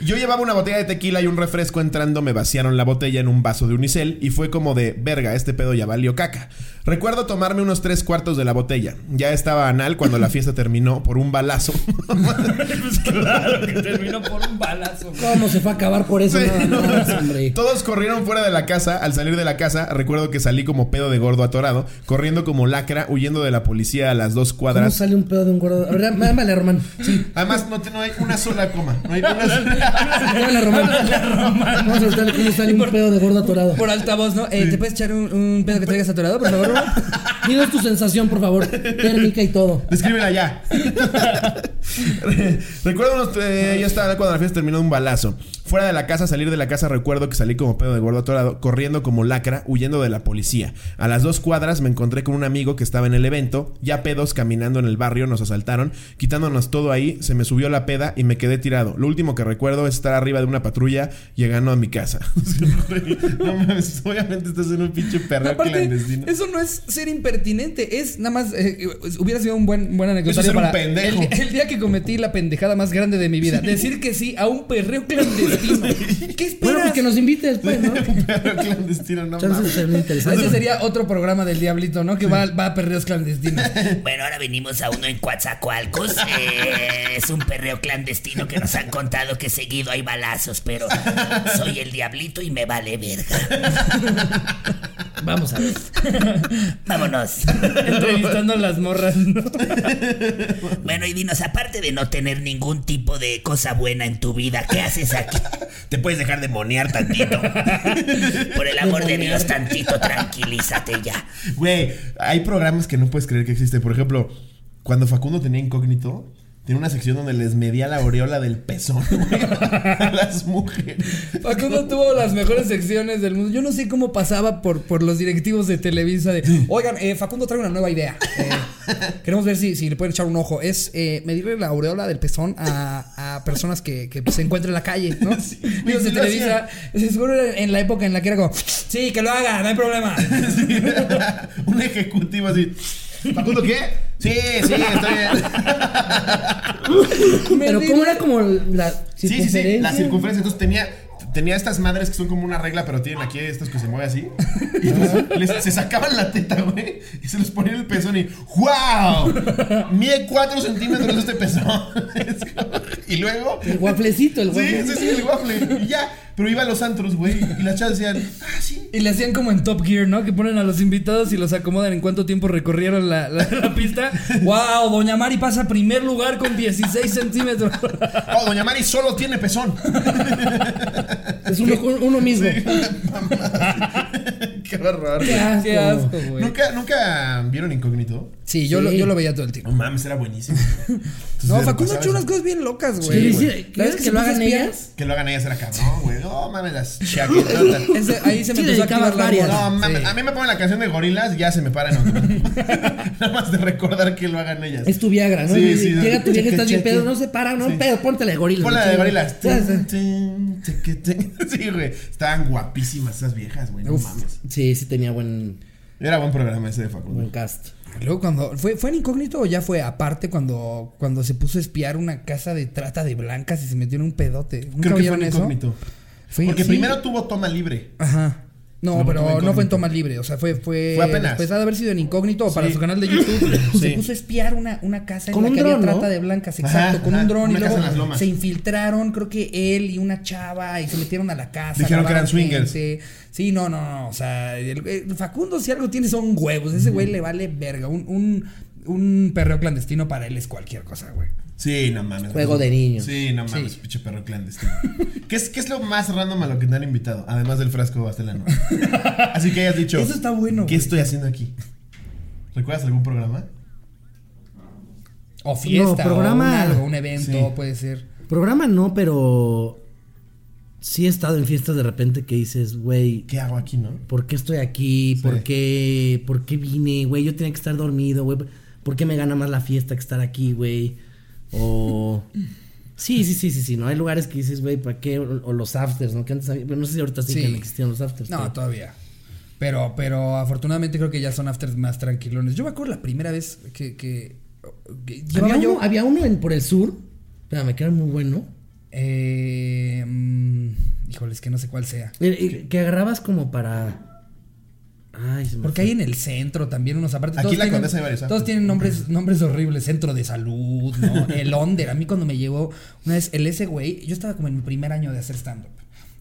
Speaker 2: Yo llevaba una botella de tequila y un refresco entrando, me vaciaron la botella en un vaso de unicel y fue como de, verga, este pedo ya valió caca. Recuerdo tomarme unos tres cuartos de la botella. Ya estaba anal cuando la fiesta terminó por un balazo.
Speaker 1: Claro, que terminó por un balazo. güey.
Speaker 3: ¿Cómo se fue a acabar por eso?
Speaker 2: Sí,
Speaker 3: No, no,
Speaker 2: no.
Speaker 3: hombre.
Speaker 2: Todos corrieron fuera de la casa. Al salir de la casa, recuerdo que salí como pedo de gordo atorado, corriendo como lacra, huyendo de la policía a las dos
Speaker 3: ¿Cómo
Speaker 2: cuadras.
Speaker 3: sale un pedo de un gordo? A ver, mándale a Román. Sí,
Speaker 2: Además, no, te- no hay una sola coma. No hay una sola...
Speaker 3: mándale a Román. Vamos a preguntarle cómo sale un pedo de gordo atorado.
Speaker 1: Por altavoz, ¿no? Eh, ¿Te puedes echar un, un pedo que traigas atorado, por favor? Rubén?
Speaker 3: Dinos tu sensación, por favor. Térmica y todo.
Speaker 2: Descríbela ya. Re- recuerdo unos. eh, yo estaba cuando la fiesta terminó de un balazo. Fuera de la casa, salir de la casa, recuerdo que salí como pedo de gordo atorado, corriendo como lacra, huyendo de la policía. A las dos cuadras me encontré con un amigo que estaba en el evento. Ya pedos caminando en el barrio, nos asaltaron, quitándonos todo ahí. Se me subió la peda y me quedé tirado. Lo último que recuerdo es estar arriba de una patrulla llegando a mi casa. no mames, obviamente estás en un pinche perro
Speaker 1: Aparte,
Speaker 2: clandestino.
Speaker 1: eso no es ser impertinente, es nada más. eh, hubiera sido un buen, buen
Speaker 2: Eso es
Speaker 1: anecdotario
Speaker 2: ser un
Speaker 1: para.
Speaker 2: pendejo.
Speaker 1: El, el día que cometí la pendejada más grande de mi vida. Decir que sí a un perreo clandestino. ¿Qué esperas?
Speaker 3: Bueno, pues que nos invites, pues, ¿no?
Speaker 2: Un perro clandestino, no
Speaker 3: Chance
Speaker 2: mames.
Speaker 3: se ve
Speaker 1: Ese
Speaker 3: interesante.
Speaker 1: sería otro programa del Diablito, ¿no? Que va, va a perreos clandestinos.
Speaker 4: Bueno, ahora venimos a uno en Coatzacoalcos. Eh, es un perreo clandestino que nos han contado que seguido hay balazos, pero soy el diablito y me vale verga.
Speaker 3: Vamos a ver.
Speaker 4: Vámonos.
Speaker 1: Entrevistando a las morras. ¿no?
Speaker 4: Bueno, y dinos, aparte de no tener ningún tipo de cosa buena en tu vida, ¿qué haces aquí?
Speaker 2: Te puedes dejar demonear tantito.
Speaker 4: Por el amor de Dios, tantito, tranquilízate ya.
Speaker 2: Güey, hay programas que no puedes creer que existen. Por ejemplo, cuando Facundo tenía incógnito, tenía una sección donde les medía la aureola del pezón güey, a las mujeres.
Speaker 1: Facundo tuvo las mejores secciones del mundo. Yo no sé cómo pasaba por, por los directivos de Televisa de, oigan, eh, Facundo trae una nueva idea. Eh, queremos ver si, si le pueden echar un ojo. Es eh, medirle la aureola del pezón a, a personas que, que se encuentran en la calle, ¿no?
Speaker 2: Sí,
Speaker 1: Y los de
Speaker 2: sí lo
Speaker 1: Televisa, seguro era en la época en la que era como, sí, que lo haga, no hay problema.
Speaker 2: Sí, un ejecutivo así. ¿Facundo qué? Sí, sí, estoy bien.
Speaker 3: Pero
Speaker 1: Medirle-
Speaker 3: ¿cómo era como la
Speaker 2: Sí, sí, sí, la
Speaker 3: circunferencia?
Speaker 2: circunferencia. Entonces tenía, tenía estas madres que son como una regla, pero tienen aquí estas que se mueven así. Y entonces les- se sacaban la teta, güey, y se los ponían en el pezón y ¡Wow! Mide 4 centímetros este pezón. Es como- y luego.
Speaker 3: El guaflecito, el
Speaker 2: Sí,
Speaker 3: guaflecito.
Speaker 2: sí, sí, el waffle. Y ya. Pero iba a los antros, güey. Y las chavas decían, ah, sí.
Speaker 1: Y le hacían como en Top Gear, ¿no? Que ponen a los invitados y los acomodan en cuánto tiempo recorrieron la, la- la pista. ¡Wow! Doña Mari pasa primer lugar con 16 centímetros.
Speaker 2: Oh, Doña Mari solo tiene pezón.
Speaker 3: Es uno, uno mismo.
Speaker 2: Qué horror.
Speaker 3: Qué asco.
Speaker 1: ¡Qué asco, güey!
Speaker 2: ¿Nunca, ¿Nunca vieron Incógnito?
Speaker 1: Sí, yo, Lo,
Speaker 3: Sí.
Speaker 1: yo lo veía todo el
Speaker 2: No
Speaker 1: tiempo.
Speaker 2: mames, era buenísimo. Entonces, pues,
Speaker 1: No,
Speaker 2: de-
Speaker 1: Facundo ha
Speaker 2: pasaba
Speaker 1: hecho unas
Speaker 2: eso.
Speaker 1: cosas bien locas,
Speaker 3: Sí,
Speaker 1: güey.
Speaker 3: sí,
Speaker 1: La
Speaker 3: ¿crees
Speaker 1: vez
Speaker 3: que
Speaker 1: que se
Speaker 3: lo
Speaker 1: puso
Speaker 3: hagan
Speaker 1: espía,
Speaker 3: ellas?
Speaker 2: Que lo hagan ellas era cabrón, güey. No mames, las chaquetotas.
Speaker 1: ese- ahí se me
Speaker 3: Sí,
Speaker 1: empezó a
Speaker 3: dedicaba
Speaker 1: activar la
Speaker 3: varias.
Speaker 2: No
Speaker 1: bola.
Speaker 2: mames,
Speaker 1: Sí.
Speaker 2: a mí me ponen la canción de gorilas y ya se me paran. Nada más de recordar que lo hagan ellas.
Speaker 3: Es tu Viagra, ¿no?
Speaker 2: Sí, sí,
Speaker 3: Llega tu vieja,
Speaker 2: cheque,
Speaker 3: estás bien
Speaker 2: cheque.
Speaker 3: pedo, no se para, no
Speaker 2: Sí.
Speaker 3: pedo, póntela de gorila.
Speaker 2: Pon la de gorilas.
Speaker 3: Sí, sí.
Speaker 2: Sí, güey. Estaban guapísimas esas viejas, güey. No
Speaker 1: Uf.
Speaker 2: mames.
Speaker 3: Sí, sí tenía buen,
Speaker 2: Era buen programa ese de
Speaker 3: buen
Speaker 2: Facundo.
Speaker 3: cast.
Speaker 1: Luego cuando... ¿fue, ¿Fue en incógnito o ya fue aparte cuando, cuando se puso a espiar una casa de trata de blancas y se metió en un pedote? ¿Nunca
Speaker 2: Creo que fue
Speaker 1: vieron
Speaker 2: en
Speaker 1: eso?
Speaker 2: incógnito.
Speaker 1: Fue-
Speaker 2: Porque
Speaker 1: sí.
Speaker 2: primero tuvo toma libre.
Speaker 1: Ajá. No,
Speaker 2: Luego tuvo
Speaker 1: pero no
Speaker 2: incógnito.
Speaker 1: fue en toma libre, o sea, fue fue
Speaker 2: Fue apenas.
Speaker 1: después de haber sido en incógnito o para
Speaker 2: Sí.
Speaker 1: su canal de YouTube, pues, se
Speaker 2: Sí.
Speaker 1: puso a espiar una, una casa
Speaker 3: Con
Speaker 1: en la
Speaker 3: un
Speaker 1: que
Speaker 3: dron,
Speaker 1: había
Speaker 3: ¿no?
Speaker 1: trata de blancas,
Speaker 2: Ajá,
Speaker 1: exacto, con
Speaker 2: ajá,
Speaker 1: un dron y
Speaker 2: una casa
Speaker 1: luego
Speaker 2: en las lomas.
Speaker 1: se infiltraron, creo que él y una chava y se metieron a la casa.
Speaker 2: Dijeron que eran
Speaker 1: grabaron
Speaker 2: swingers.
Speaker 1: gente. Sí, no, no, no, o sea, el- el Facundo si algo tiene son huevos, ese güey le vale verga, un un un perreo clandestino para él es cualquier cosa, güey.
Speaker 2: Sí, no mames. pues,
Speaker 3: Juego de niños.
Speaker 2: Sí, no mames, pinche perro clandestino. ¿Qué es, ¿Qué es lo más random a lo que te han invitado? Además del frasco bastelano. Así que hayas dicho.
Speaker 1: Eso está bueno,
Speaker 2: ¿Qué
Speaker 1: güey.
Speaker 2: estoy haciendo aquí? ¿Recuerdas algún programa?
Speaker 1: O fiesta,
Speaker 3: programa.
Speaker 1: o un algo, un evento,
Speaker 2: Sí.
Speaker 1: puede ser.
Speaker 3: Programa no, pero sí he estado en fiestas de repente que dices, güey,
Speaker 2: ¿Qué hago aquí, no?
Speaker 3: ¿por qué estoy aquí? ¿Por,
Speaker 2: Sí.
Speaker 3: qué, ¿Por qué vine, güey? Yo tenía que estar dormido, güey. ¿Por qué me gana más la fiesta que estar aquí, güey? O... Sí, sí, sí, sí, sí, ¿no? Hay lugares que dices, güey, ¿para qué? O, o los afters, ¿no? Que antes había- pero no sé si ahorita sí,
Speaker 1: Sí.
Speaker 3: que no existían los afters.
Speaker 1: No,
Speaker 3: pero-
Speaker 1: todavía. Pero, pero afortunadamente creo que ya son afters más tranquilones. Yo me acuerdo la primera vez que, que, que llevaba
Speaker 3: había,
Speaker 1: yo.
Speaker 3: uno, había uno en, por el sur. Espérame, que era muy bueno.
Speaker 1: Eh, mm, híjoles, que no sé cuál sea.
Speaker 3: Eh, eh, Que agarrabas como para... Ay, se me
Speaker 1: Porque
Speaker 3: fue.
Speaker 1: hay en el centro también unos aparte.
Speaker 2: Aquí
Speaker 1: todos
Speaker 2: en la
Speaker 1: tienen-
Speaker 2: Condesa hay varios ¿eh? afters.
Speaker 1: Todos tienen nombres, nombres horribles. Centro de salud, ¿no? El Onder. A mí cuando me llegó una vez el ese güey, yo estaba como en mi primer año de hacer stand-up.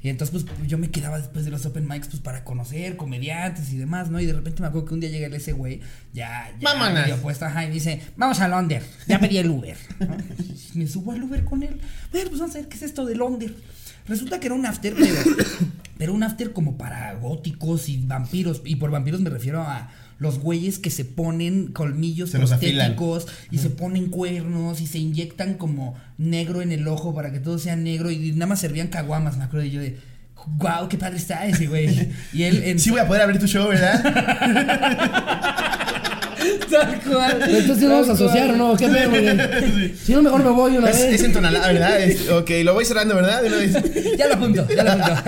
Speaker 1: Y entonces, pues, yo me quedaba después de los open mics, pues, para conocer comediantes y demás, ¿no? Y de repente me acuerdo que un día llega el ese güey, ya, ya
Speaker 2: Vámonas.
Speaker 1: medio puesto, pues, ajá, y dice, vamos al Onder, ya pedí el Uber. ¿no? me subo al Uber con él. Bueno, pues vamos a ver qué es esto del Onder. Resulta que era un after, pero, pero un after como para góticos y vampiros. Y por vampiros me refiero a los güeyes que se ponen colmillos
Speaker 2: Se los afilan.
Speaker 1: prostéticos y se ponen cuernos y se inyectan como negro en el ojo para que todo sea negro. Y nada más servían caguamas, me acuerdo. Y yo de, wow, qué padre está ese güey. Y él en
Speaker 2: Sí voy a poder abrir tu show, ¿verdad?
Speaker 1: tal cual.
Speaker 3: Pero pues, Entonces vamos a
Speaker 1: tal cual.
Speaker 3: asociar, ¿o ¿no? ¿Qué pedo, güey? Si no, mejor me voy una
Speaker 2: Es,
Speaker 3: vez.
Speaker 2: es en Tonalá, ¿verdad? Es- ok, lo voy cerrando, ¿verdad? De una vez.
Speaker 1: Ya lo apunto, ya lo apunto.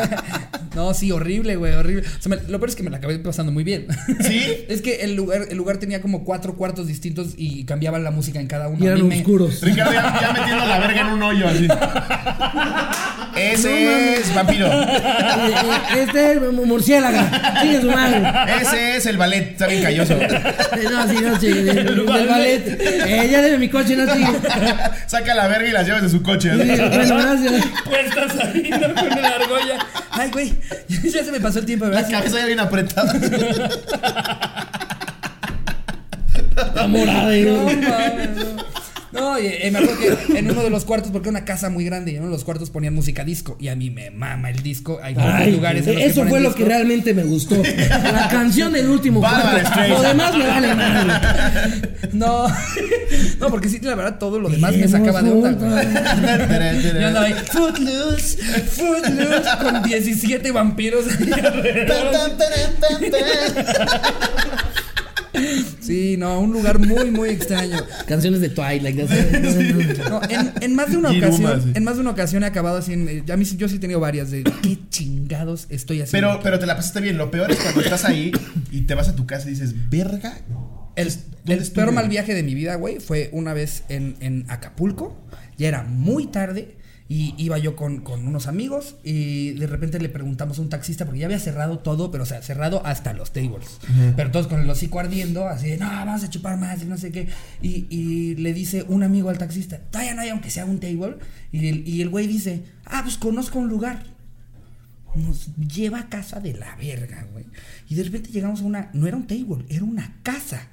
Speaker 1: No, sí, horrible, güey, horrible. O sea, me- lo peor es que me la acabé pasando muy bien.
Speaker 2: ¿Sí?
Speaker 1: Es que el lugar, el lugar tenía como cuatro cuartos distintos y cambiaban la música en cada uno.
Speaker 3: Y
Speaker 1: A mí
Speaker 3: eran
Speaker 1: me-
Speaker 3: oscuros.
Speaker 2: Ricardo ya, ya metiendo la verga en un hoyo así. Ese
Speaker 3: No mames.
Speaker 2: es vampiro.
Speaker 3: Este es murciélaga. Sigue su madre. Eh,
Speaker 2: Ese es el ballet. Está bien calloso.
Speaker 3: No, sí, no, sí. El,
Speaker 1: ballet.
Speaker 3: ballet. Eh, ya debe mi coche, no, sí.
Speaker 2: Saca la verga y las llevas de su coche.
Speaker 3: Sí, bueno, gracias.
Speaker 1: Puesta saliendo con una argolla. Ay, güey. Ya se me pasó el tiempo,
Speaker 2: La
Speaker 1: ¿verdad?
Speaker 2: cabeza ya bien apretada.
Speaker 3: Está morada,
Speaker 1: No,
Speaker 3: digo.
Speaker 1: mames, no. No, y, eh, me acuerdo que en uno de los cuartos, porque era una casa muy grande, y en uno de los cuartos ponían música disco. Y a mí me mama el disco. Hay pocos
Speaker 3: Ay,
Speaker 1: lugares en los
Speaker 3: eso
Speaker 1: ponen
Speaker 3: fue lo
Speaker 1: disco.
Speaker 3: que realmente me gustó. La canción del último
Speaker 2: Bárbara
Speaker 3: cuarto.
Speaker 2: Streisand.
Speaker 3: Lo demás me vale madre.
Speaker 1: No, no, porque sí, la verdad, todo lo demás me
Speaker 3: Iremos
Speaker 1: sacaba de onda, güey.
Speaker 3: juntos.
Speaker 1: Yo andaba ahí, Footloose, Footloose, con 17 vampiros. Sí, no, un lugar muy, muy extraño.
Speaker 3: Canciones de Twilight, ya sabes.
Speaker 1: No, en, en más de una
Speaker 2: Gin
Speaker 1: ocasión,
Speaker 2: Uma, sí.
Speaker 1: en más de una ocasión he acabado así. en- eh, ya a mí sí- yo sí he tenido varias de qué chingados estoy haciendo.
Speaker 2: Pero, pero te la pasaste bien. Lo peor es cuando estás ahí y te vas a tu casa y dices, verga.
Speaker 1: El,
Speaker 2: ¿Dónde
Speaker 1: el
Speaker 2: estuve?
Speaker 1: peor mal viaje de mi vida, güey, fue una vez en, en Acapulco. Ya era muy tarde y iba yo con, con unos amigos y de repente le preguntamos a un taxista porque ya había cerrado todo, pero o sea, cerrado hasta los tables. Pero todos con el hocico ardiendo, así de, no, vamos a chupar más y no sé qué. Y, y le dice un amigo al taxista, todavía no hay aunque sea un table. Y el, y el güey dice, ah, pues conozco un lugar nos lleva a casa de la verga, güey. Y de repente llegamos a una, no era un table, era una casa.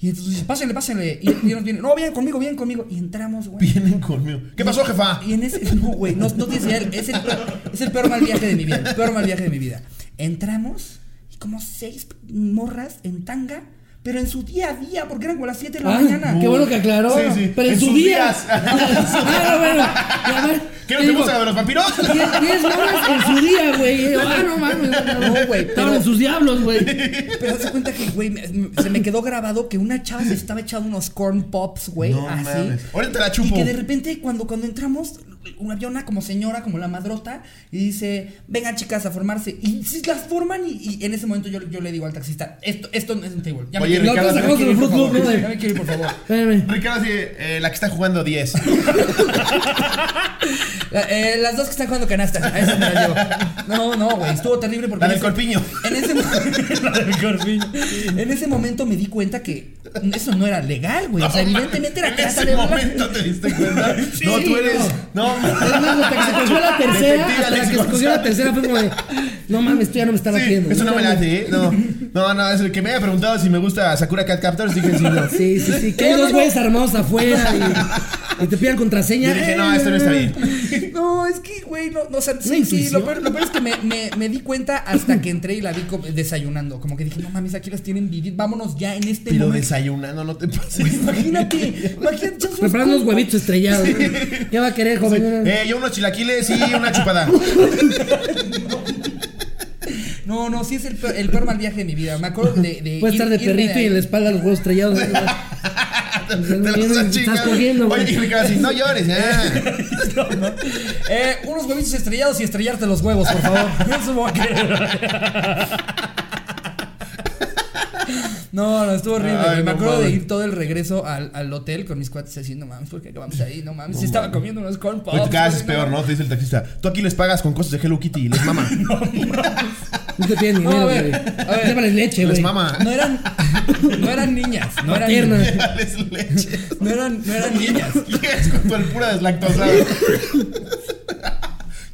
Speaker 1: Y entonces dice, pásenle, pásenle. Y, y nos vienen, no, vienen conmigo, vienen conmigo. Y entramos, güey.
Speaker 2: Vienen conmigo. ¿Qué pasó, jefa?
Speaker 1: Y en ese, no, güey, no, no tienes idea, es el, peor, es el peor mal viaje de mi vida, el peor mal viaje de mi vida. Entramos y como seis morras en tanga, pero en su día a día, porque eran como las 7 de la
Speaker 3: Ay,
Speaker 1: mañana.
Speaker 3: Ah, Qué bueno que aclaró.
Speaker 2: Sí, sí.
Speaker 3: Pero en,
Speaker 2: En
Speaker 3: su
Speaker 2: sus
Speaker 3: día.
Speaker 2: días.
Speaker 3: Claro, bueno. A ver,
Speaker 2: ¿Qué no
Speaker 3: te
Speaker 2: te
Speaker 3: digo,
Speaker 2: gusta de los vampiros?
Speaker 3: die- Diez horas en su día, güey. Eh, Ah, no mames. No,
Speaker 1: güey,
Speaker 3: güey. Estaban
Speaker 1: pero-
Speaker 3: en sus diablos, güey.
Speaker 1: Pero se cuenta que, güey, me- me- se me quedó grabado que una chava se estaba echando unos corn pops, güey,
Speaker 2: No
Speaker 1: así.
Speaker 2: mames. Ahorita te la
Speaker 1: Y
Speaker 2: chupo.
Speaker 1: que de repente, cuando, cuando entramos, una, había una como señora, como la madrota, y dice, vengan chicas a formarse. Y sí, las forman y, y en ese momento yo, yo le digo al taxista, esto, esto no es un table. Ya
Speaker 2: Oye,
Speaker 1: me quiero ir,
Speaker 2: Ricardo,
Speaker 1: ya me
Speaker 3: sacamos
Speaker 1: quiero
Speaker 3: el
Speaker 1: ir, por
Speaker 3: Fruit Loop,
Speaker 1: favor.
Speaker 3: brother.
Speaker 1: Ya me quiero ir, por favor.
Speaker 3: Espérame.
Speaker 2: Ricardo así, eh, la que está jugando 10.
Speaker 1: La- eh, las dos que están jugando canasta, a eso me la llevo. No, no, güey, estuvo terrible porque...
Speaker 2: La del
Speaker 1: en ese-
Speaker 2: corpiño.
Speaker 1: En ese, mo- La del corpiño. en ese momento me di cuenta que eso no era legal, güey. o sea,
Speaker 2: No, mames.
Speaker 1: evidentemente era
Speaker 2: En
Speaker 1: trata
Speaker 2: ese
Speaker 1: de blancas.
Speaker 2: momento te diste cuenta.
Speaker 1: Sí,
Speaker 2: no, tú eres. No,
Speaker 3: Es más, hasta que se cogió la tercera,
Speaker 2: Detective
Speaker 3: hasta que
Speaker 2: Alexis
Speaker 3: se cogió la
Speaker 2: González.
Speaker 3: tercera fue como de, no mames, tú ya no me estaba
Speaker 2: Sí,
Speaker 3: haciendo.
Speaker 2: eso no me la hace, ¿eh? No, no, no, es el que me haya preguntado si me gusta Sakura Cat Captors. Dije, sí, no.
Speaker 3: Sí, sí, sí, que hay dos güeyes armados afuera y, y te pidan contraseña. Eh,
Speaker 2: Yo dije, no, esto no está bien.
Speaker 1: No, es que, güey, no, no, o sea, sí, sí,
Speaker 3: intuición.
Speaker 1: lo peor, lo peor es que me, me- me di cuenta hasta que entré y la vi co- desayunando. Como que dije, no mames, aquí las tienen vivid, vámonos ya en este
Speaker 2: Pero
Speaker 1: momento.
Speaker 2: desayunando, no te pases.
Speaker 1: Imagínate, imagínate, ya somos
Speaker 3: Preparando unos
Speaker 1: compas.
Speaker 3: huevitos estrellados. ¿Qué va a querer, joven?
Speaker 2: Eh, yo unos chilaquiles y una chupada.
Speaker 1: No, no, sí es el peor, el peor mal viaje de mi vida. Me acuerdo de. de
Speaker 3: Puede
Speaker 1: ir-
Speaker 3: estar de
Speaker 1: irme
Speaker 3: perrito y
Speaker 1: ahí.
Speaker 3: en la espalda los huevos estrellados.
Speaker 2: Te las
Speaker 3: Estás
Speaker 2: has chingado.
Speaker 3: cogiendo, güey.
Speaker 2: Oye, y Ricardo así, no llores. ah.
Speaker 1: Eh, unos huevitos estrellados y estrellarte los huevos, por favor. Eso me va a quedar. No, no, estuvo horrible.
Speaker 2: Ay,
Speaker 1: me
Speaker 2: no
Speaker 1: acuerdo de
Speaker 2: mames.
Speaker 1: ir todo el regreso al, al hotel con mis cuates así, no mames, porque acabamos ahí, no mames. sí estaba comiendo unos corn pops.
Speaker 2: Oye, tu casa es
Speaker 1: güey,
Speaker 2: peor, ¿no? Te dice el taxista. Tú aquí les pagas con cosas de Hello Kitty y les mama.
Speaker 3: Nunca tienen
Speaker 1: No, a
Speaker 3: dinero,
Speaker 1: ver,
Speaker 3: güey.
Speaker 1: a ver.
Speaker 3: Llévales leche,
Speaker 2: les
Speaker 3: güey.
Speaker 2: mama.
Speaker 1: No eran, no eran niñas, no eran,
Speaker 3: Materna.
Speaker 2: Les leche.
Speaker 1: no eran, no eran niñas.
Speaker 2: Llegas con tu pura deslactosada.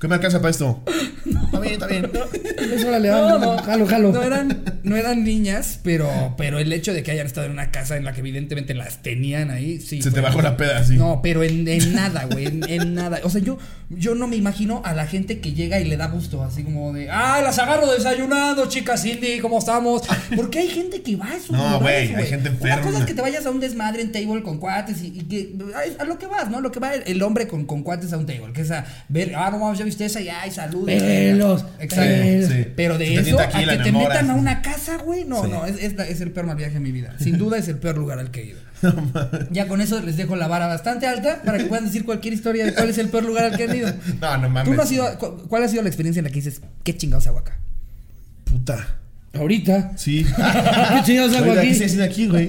Speaker 2: ¿Qué me alcanza para esto? Está bien, está bien.
Speaker 3: Pues, órale, va, jalo, jalo.
Speaker 1: No eran, no eran niñas, pero, pero el hecho de que hayan estado en una casa en la que evidentemente las tenían ahí, sí.
Speaker 2: Se te
Speaker 1: fue-
Speaker 2: bajó la peda, sí.
Speaker 1: No, pero en, en nada, güey, en, en nada. O sea, yo, yo no me imagino a la gente que llega y le da gusto, así como de, ah, las agarro desayunando, chicas Cindy, ¿cómo estamos? Porque hay gente que va a esos
Speaker 2: No,
Speaker 1: lugares,
Speaker 2: güey, hay gente
Speaker 1: Una cosa
Speaker 2: enferma.
Speaker 1: es que te vayas a un desmadre en table con cuates y, y que, ay, a lo que vas, ¿no? A lo que va el, el hombre con, con cuates a un table, que es a ver, ah, no mames, ya viste esa, ya, y salud.
Speaker 3: Pelos,
Speaker 1: Exacto.
Speaker 2: pelos. Sí.
Speaker 1: Pero de
Speaker 2: Si te
Speaker 1: eso,
Speaker 2: tienta
Speaker 1: a
Speaker 2: aquí,
Speaker 1: que
Speaker 2: la
Speaker 1: te
Speaker 2: enamoras.
Speaker 1: metan a una casa, güey, no, no, es, es la- es el peor mal viaje de mi vida. Sin duda es el peor lugar al que he ido. Ya con eso les dejo la vara bastante alta para que puedan decir cualquier historia de cuál es el peor lugar al que han ido.
Speaker 2: No, no mames.
Speaker 1: ¿Tú no has ido, cu- ¿Cuál ha sido la experiencia en la que dices, qué chingados hago acá?
Speaker 2: Puta.
Speaker 3: Ahorita.
Speaker 2: Sí.
Speaker 3: ¿Qué chingados hago
Speaker 2: Oiga,
Speaker 3: aquí?
Speaker 2: ¿Qué se haciendo aquí, güey?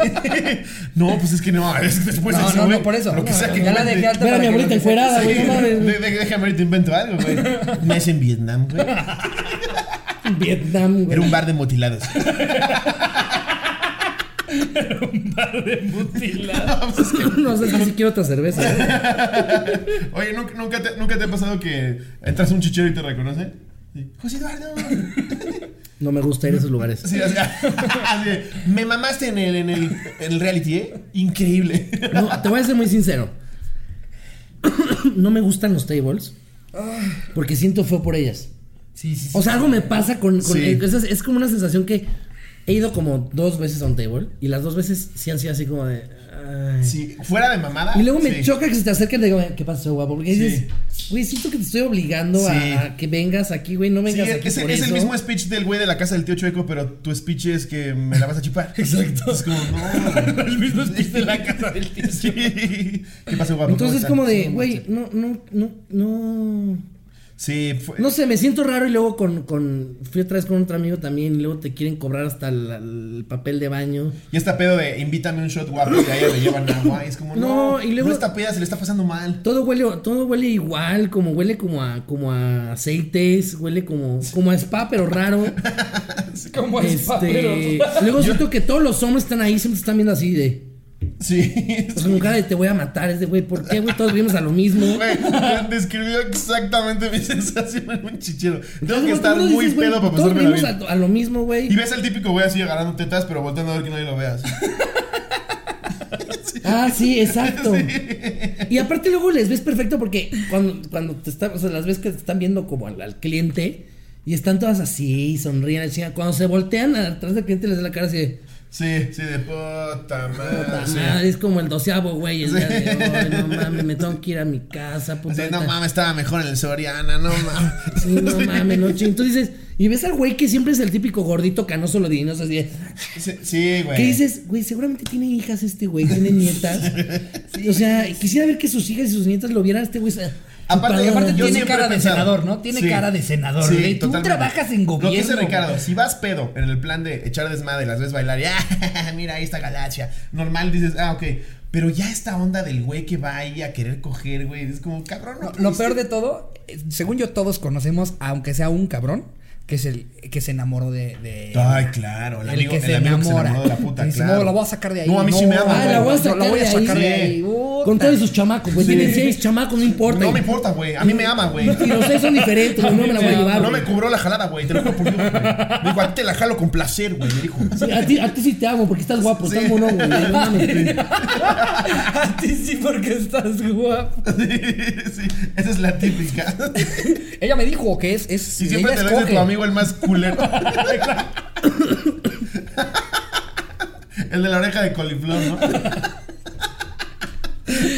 Speaker 2: no, pues es que no, es que después
Speaker 1: No,
Speaker 2: así,
Speaker 1: no,
Speaker 2: güey,
Speaker 1: no, por eso.
Speaker 2: Lo que sea que
Speaker 1: ya la
Speaker 2: cuente.
Speaker 1: dejé alta
Speaker 3: Ve a mi
Speaker 1: que
Speaker 3: abuelita
Speaker 1: lo que sea.
Speaker 3: encuerada, güey.
Speaker 2: Sí,
Speaker 3: No mames.
Speaker 2: de- de- déjame ahorita invento algo, güey. Me hace en Vietnam, güey.
Speaker 3: Vietnam, güey.
Speaker 2: Era un bar de mutilados. pues,
Speaker 3: No sé si quiero otra cerveza.
Speaker 2: Oye, ¿nunca, nunca, te, ¿nunca te ha pasado que entras a un chichero y te reconoce? Sí. José Eduardo.
Speaker 3: No me gusta ir a esos lugares.
Speaker 2: Sí, o sea, así de, me mamaste en el, en, el, en el reality, ¿eh? Increíble.
Speaker 3: No, te voy a ser muy sincero. No me gustan los tables. Porque siento feo por ellas.
Speaker 1: Sí, sí, sí.
Speaker 3: O sea, algo me pasa con. con-
Speaker 2: Sí.
Speaker 3: es, es como una sensación que he ido como dos veces a un table. Y las dos veces sí han sido así como de. ay.
Speaker 2: Sí, fuera de mamada.
Speaker 3: Y luego me
Speaker 2: sí.
Speaker 3: choca que se te acerquen y te digan, ¿qué pasó, guapo? Porque
Speaker 2: Sí.
Speaker 3: dices, güey, siento que te estoy obligando a-
Speaker 2: Sí.
Speaker 3: a, que vengas aquí, güey, no
Speaker 2: Sí,
Speaker 3: vengas aquí.
Speaker 2: es,
Speaker 3: por
Speaker 2: es el
Speaker 3: eso".
Speaker 2: mismo speech del güey de la casa del tío Chueco, pero tu speech es que me la vas a chupar. Exacto. Es como, no.
Speaker 1: El mismo speech de la casa del tío.
Speaker 2: Sí. ¿Qué pasó, guapo? ¿Cómo
Speaker 3: Entonces,
Speaker 2: están?
Speaker 3: como de,
Speaker 2: Sí,
Speaker 3: güey, no, no, no, no.
Speaker 2: Sí, fue-
Speaker 3: No sé, me siento raro y luego con, con. Fui otra vez con otro amigo también y luego te quieren cobrar hasta la- el papel de baño.
Speaker 2: Y está pedo de invítame un shot guapo y a ella le llevan agua. Y es como, no,
Speaker 3: No, y luego-
Speaker 2: no está peda, se le está pasando mal.
Speaker 3: Todo huele, todo huele igual, como huele como a, como a aceites, huele como, como a spa, pero raro.
Speaker 1: Como a spa, pero-
Speaker 3: Este, luego siento que todos los hombres están ahí, siempre te están viendo así de.
Speaker 2: Sí.
Speaker 3: O sea, con cara de te voy a matar, es de güey, ¿por qué, güey? Todos vimos a lo mismo.
Speaker 2: Güey, describió exactamente mi sensación en un chichero. Tengo
Speaker 3: Entonces,
Speaker 2: que
Speaker 3: güey,
Speaker 2: estar
Speaker 3: tú lo
Speaker 2: muy
Speaker 3: dices, güey,
Speaker 2: pedo para
Speaker 3: Todos
Speaker 2: pasarme la
Speaker 3: vimos
Speaker 2: vida.
Speaker 3: a, a lo mismo, güey.
Speaker 2: Y ves al típico güey así agarrando tetas, pero volteando a ver que nadie lo veas.
Speaker 3: Ah, sí, exacto. Y aparte luego les ves perfecto porque cuando, cuando te están, o sea, las ves que te están viendo como al, al cliente y están todas así, sonríen, la chingada. Cuando se voltean atrás del cliente les da la cara así de,
Speaker 2: Sí, sí, de puta
Speaker 3: "Puta
Speaker 2: madre. Ah, Sí.
Speaker 3: madre, es como el doceavo, güey, el
Speaker 2: Sí.
Speaker 3: día de hoy, no mames, me tengo que ir a mi casa, puta.
Speaker 2: Así, no
Speaker 3: ahorita-
Speaker 2: mames, estaba mejor en el Soriana, no mames.
Speaker 3: Sí, no mames, no ching. Entonces dices, y ves al güey que siempre es el típico gordito canoso lodinoso así de,
Speaker 2: Sí, Sí, güey.
Speaker 3: que dices, güey, seguramente tiene hijas este güey, tiene nietas. O sea, quisiera ver que sus hijas y sus nietas lo vieran a este güey. esa-
Speaker 2: Aparte,
Speaker 3: chupadora.
Speaker 2: aparte
Speaker 1: Yo
Speaker 2: tiene
Speaker 1: siempre
Speaker 2: cara
Speaker 1: he
Speaker 2: de
Speaker 1: pensado.
Speaker 2: senador, ¿no? Tiene
Speaker 1: Sí.
Speaker 2: cara de senador.
Speaker 1: Sí,
Speaker 2: güey. Tú
Speaker 1: totalmente.
Speaker 2: trabajas en
Speaker 1: Lo que
Speaker 2: gobierno.
Speaker 1: dice Ricardo,
Speaker 2: güey. si vas pedo en el plan de echar desmadre, las ves bailar y ¡ah! Mira, ahí está Galaxia. Normal dices, ah, ok. Pero ya esta onda del güey que va ahí a querer coger, güey. Es como, cabrón, no.
Speaker 1: Lo peor de todo, eh, según yo todos conocemos, aunque sea un cabrón, que es el que se enamoró de... de-
Speaker 2: Ay, claro, el,
Speaker 1: El
Speaker 2: amigo,
Speaker 1: que
Speaker 2: el
Speaker 1: se
Speaker 2: amigo que se
Speaker 1: enamora.
Speaker 2: enamoró de la puta,
Speaker 1: Dice,
Speaker 2: claro.
Speaker 1: no, la voy a sacar de ahí,
Speaker 2: No, a mí sí
Speaker 1: no.
Speaker 2: me ama,
Speaker 3: Ah,
Speaker 2: güey.
Speaker 3: la voy a
Speaker 1: No,
Speaker 3: sacar,
Speaker 1: la voy a
Speaker 3: de
Speaker 1: sacar
Speaker 3: ahí.
Speaker 1: de ahí.
Speaker 3: Con
Speaker 1: Puta.
Speaker 3: todos sus chamacos, güey.
Speaker 2: Sí.
Speaker 3: Tienen seis chamacos, no importa.
Speaker 2: No me importa, güey. A mí me ama, güey.
Speaker 3: Y los seis son diferentes, güey, no me la voy a llevar.
Speaker 2: No
Speaker 3: güey.
Speaker 2: me cobró la jalada, güey. Te lo juro por Dios, güey. Me dijo, a ti te la jalo con placer, güey. Me dijo.
Speaker 3: Sí, a, ti, a ti sí te amo porque estás guapo, estás
Speaker 2: Sí.
Speaker 3: mono, güey. no mames.
Speaker 1: A ti sí porque estás guapo.
Speaker 2: sí, esa es la típica.
Speaker 1: Ella me dijo que es... es
Speaker 2: Si siempre
Speaker 1: ella
Speaker 2: te lo dice
Speaker 1: escoge.
Speaker 2: tu amigo el más culero. el de la oreja de coliflor, ¿no?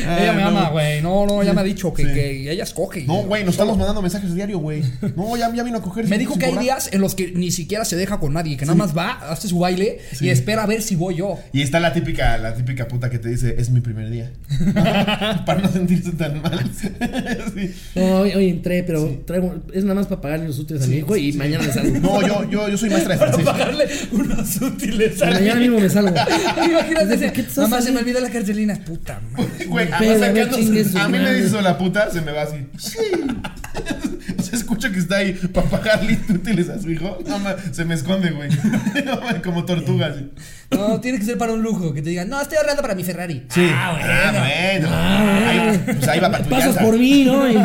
Speaker 1: Ella me
Speaker 2: Ah, no.
Speaker 1: ama, güey. No, no, ella me ha dicho que,
Speaker 2: Sí.
Speaker 1: que ella escoge.
Speaker 2: No, güey, nos estamos mandando mensajes diario, güey. No, ya, ya vino a coger.
Speaker 1: Me
Speaker 2: sin-
Speaker 1: dijo
Speaker 2: sin
Speaker 1: que hay
Speaker 2: cobrar.
Speaker 1: días en los que ni siquiera se deja con nadie, que nada más va, hace su baile y espera a ver si voy yo.
Speaker 2: Y está la típica, la típica puta que te dice, es mi primer día. Para no sentirse tan mal. Sí.
Speaker 3: No, hoy, hoy entré, pero traigo, es nada más para pagarle los útiles a mi hijo y mañana me salgo.
Speaker 2: No, yo, yo, yo soy maestra de francés.
Speaker 1: Pagarle unos útiles
Speaker 3: Y mañana mismo me salgo.
Speaker 1: Imagínate,
Speaker 3: Entonces,
Speaker 1: dice,
Speaker 3: ¿qué te estás
Speaker 1: mamá se
Speaker 3: haciendo?
Speaker 1: me olvida la cartelina. Puta madre.
Speaker 2: Güey,
Speaker 3: Pero,
Speaker 2: además acá
Speaker 3: güey,
Speaker 2: nos-
Speaker 3: chingue su
Speaker 2: a mí me
Speaker 3: madre.
Speaker 2: dice la puta, se me va así. Sí. O sea, escucho que está ahí para pagarle útiles a su hijo. No, ma, se me esconde, güey. No, ma, como tortuga. Así.
Speaker 1: No, tiene que ser para un lujo, que te digan, no, estoy ahorrando para mi Ferrari. Ah, bueno.
Speaker 2: Ah, bueno. Ahí, pues ahí va para tu
Speaker 3: Pasas
Speaker 2: llanta.
Speaker 3: por mí, ¿no? Y-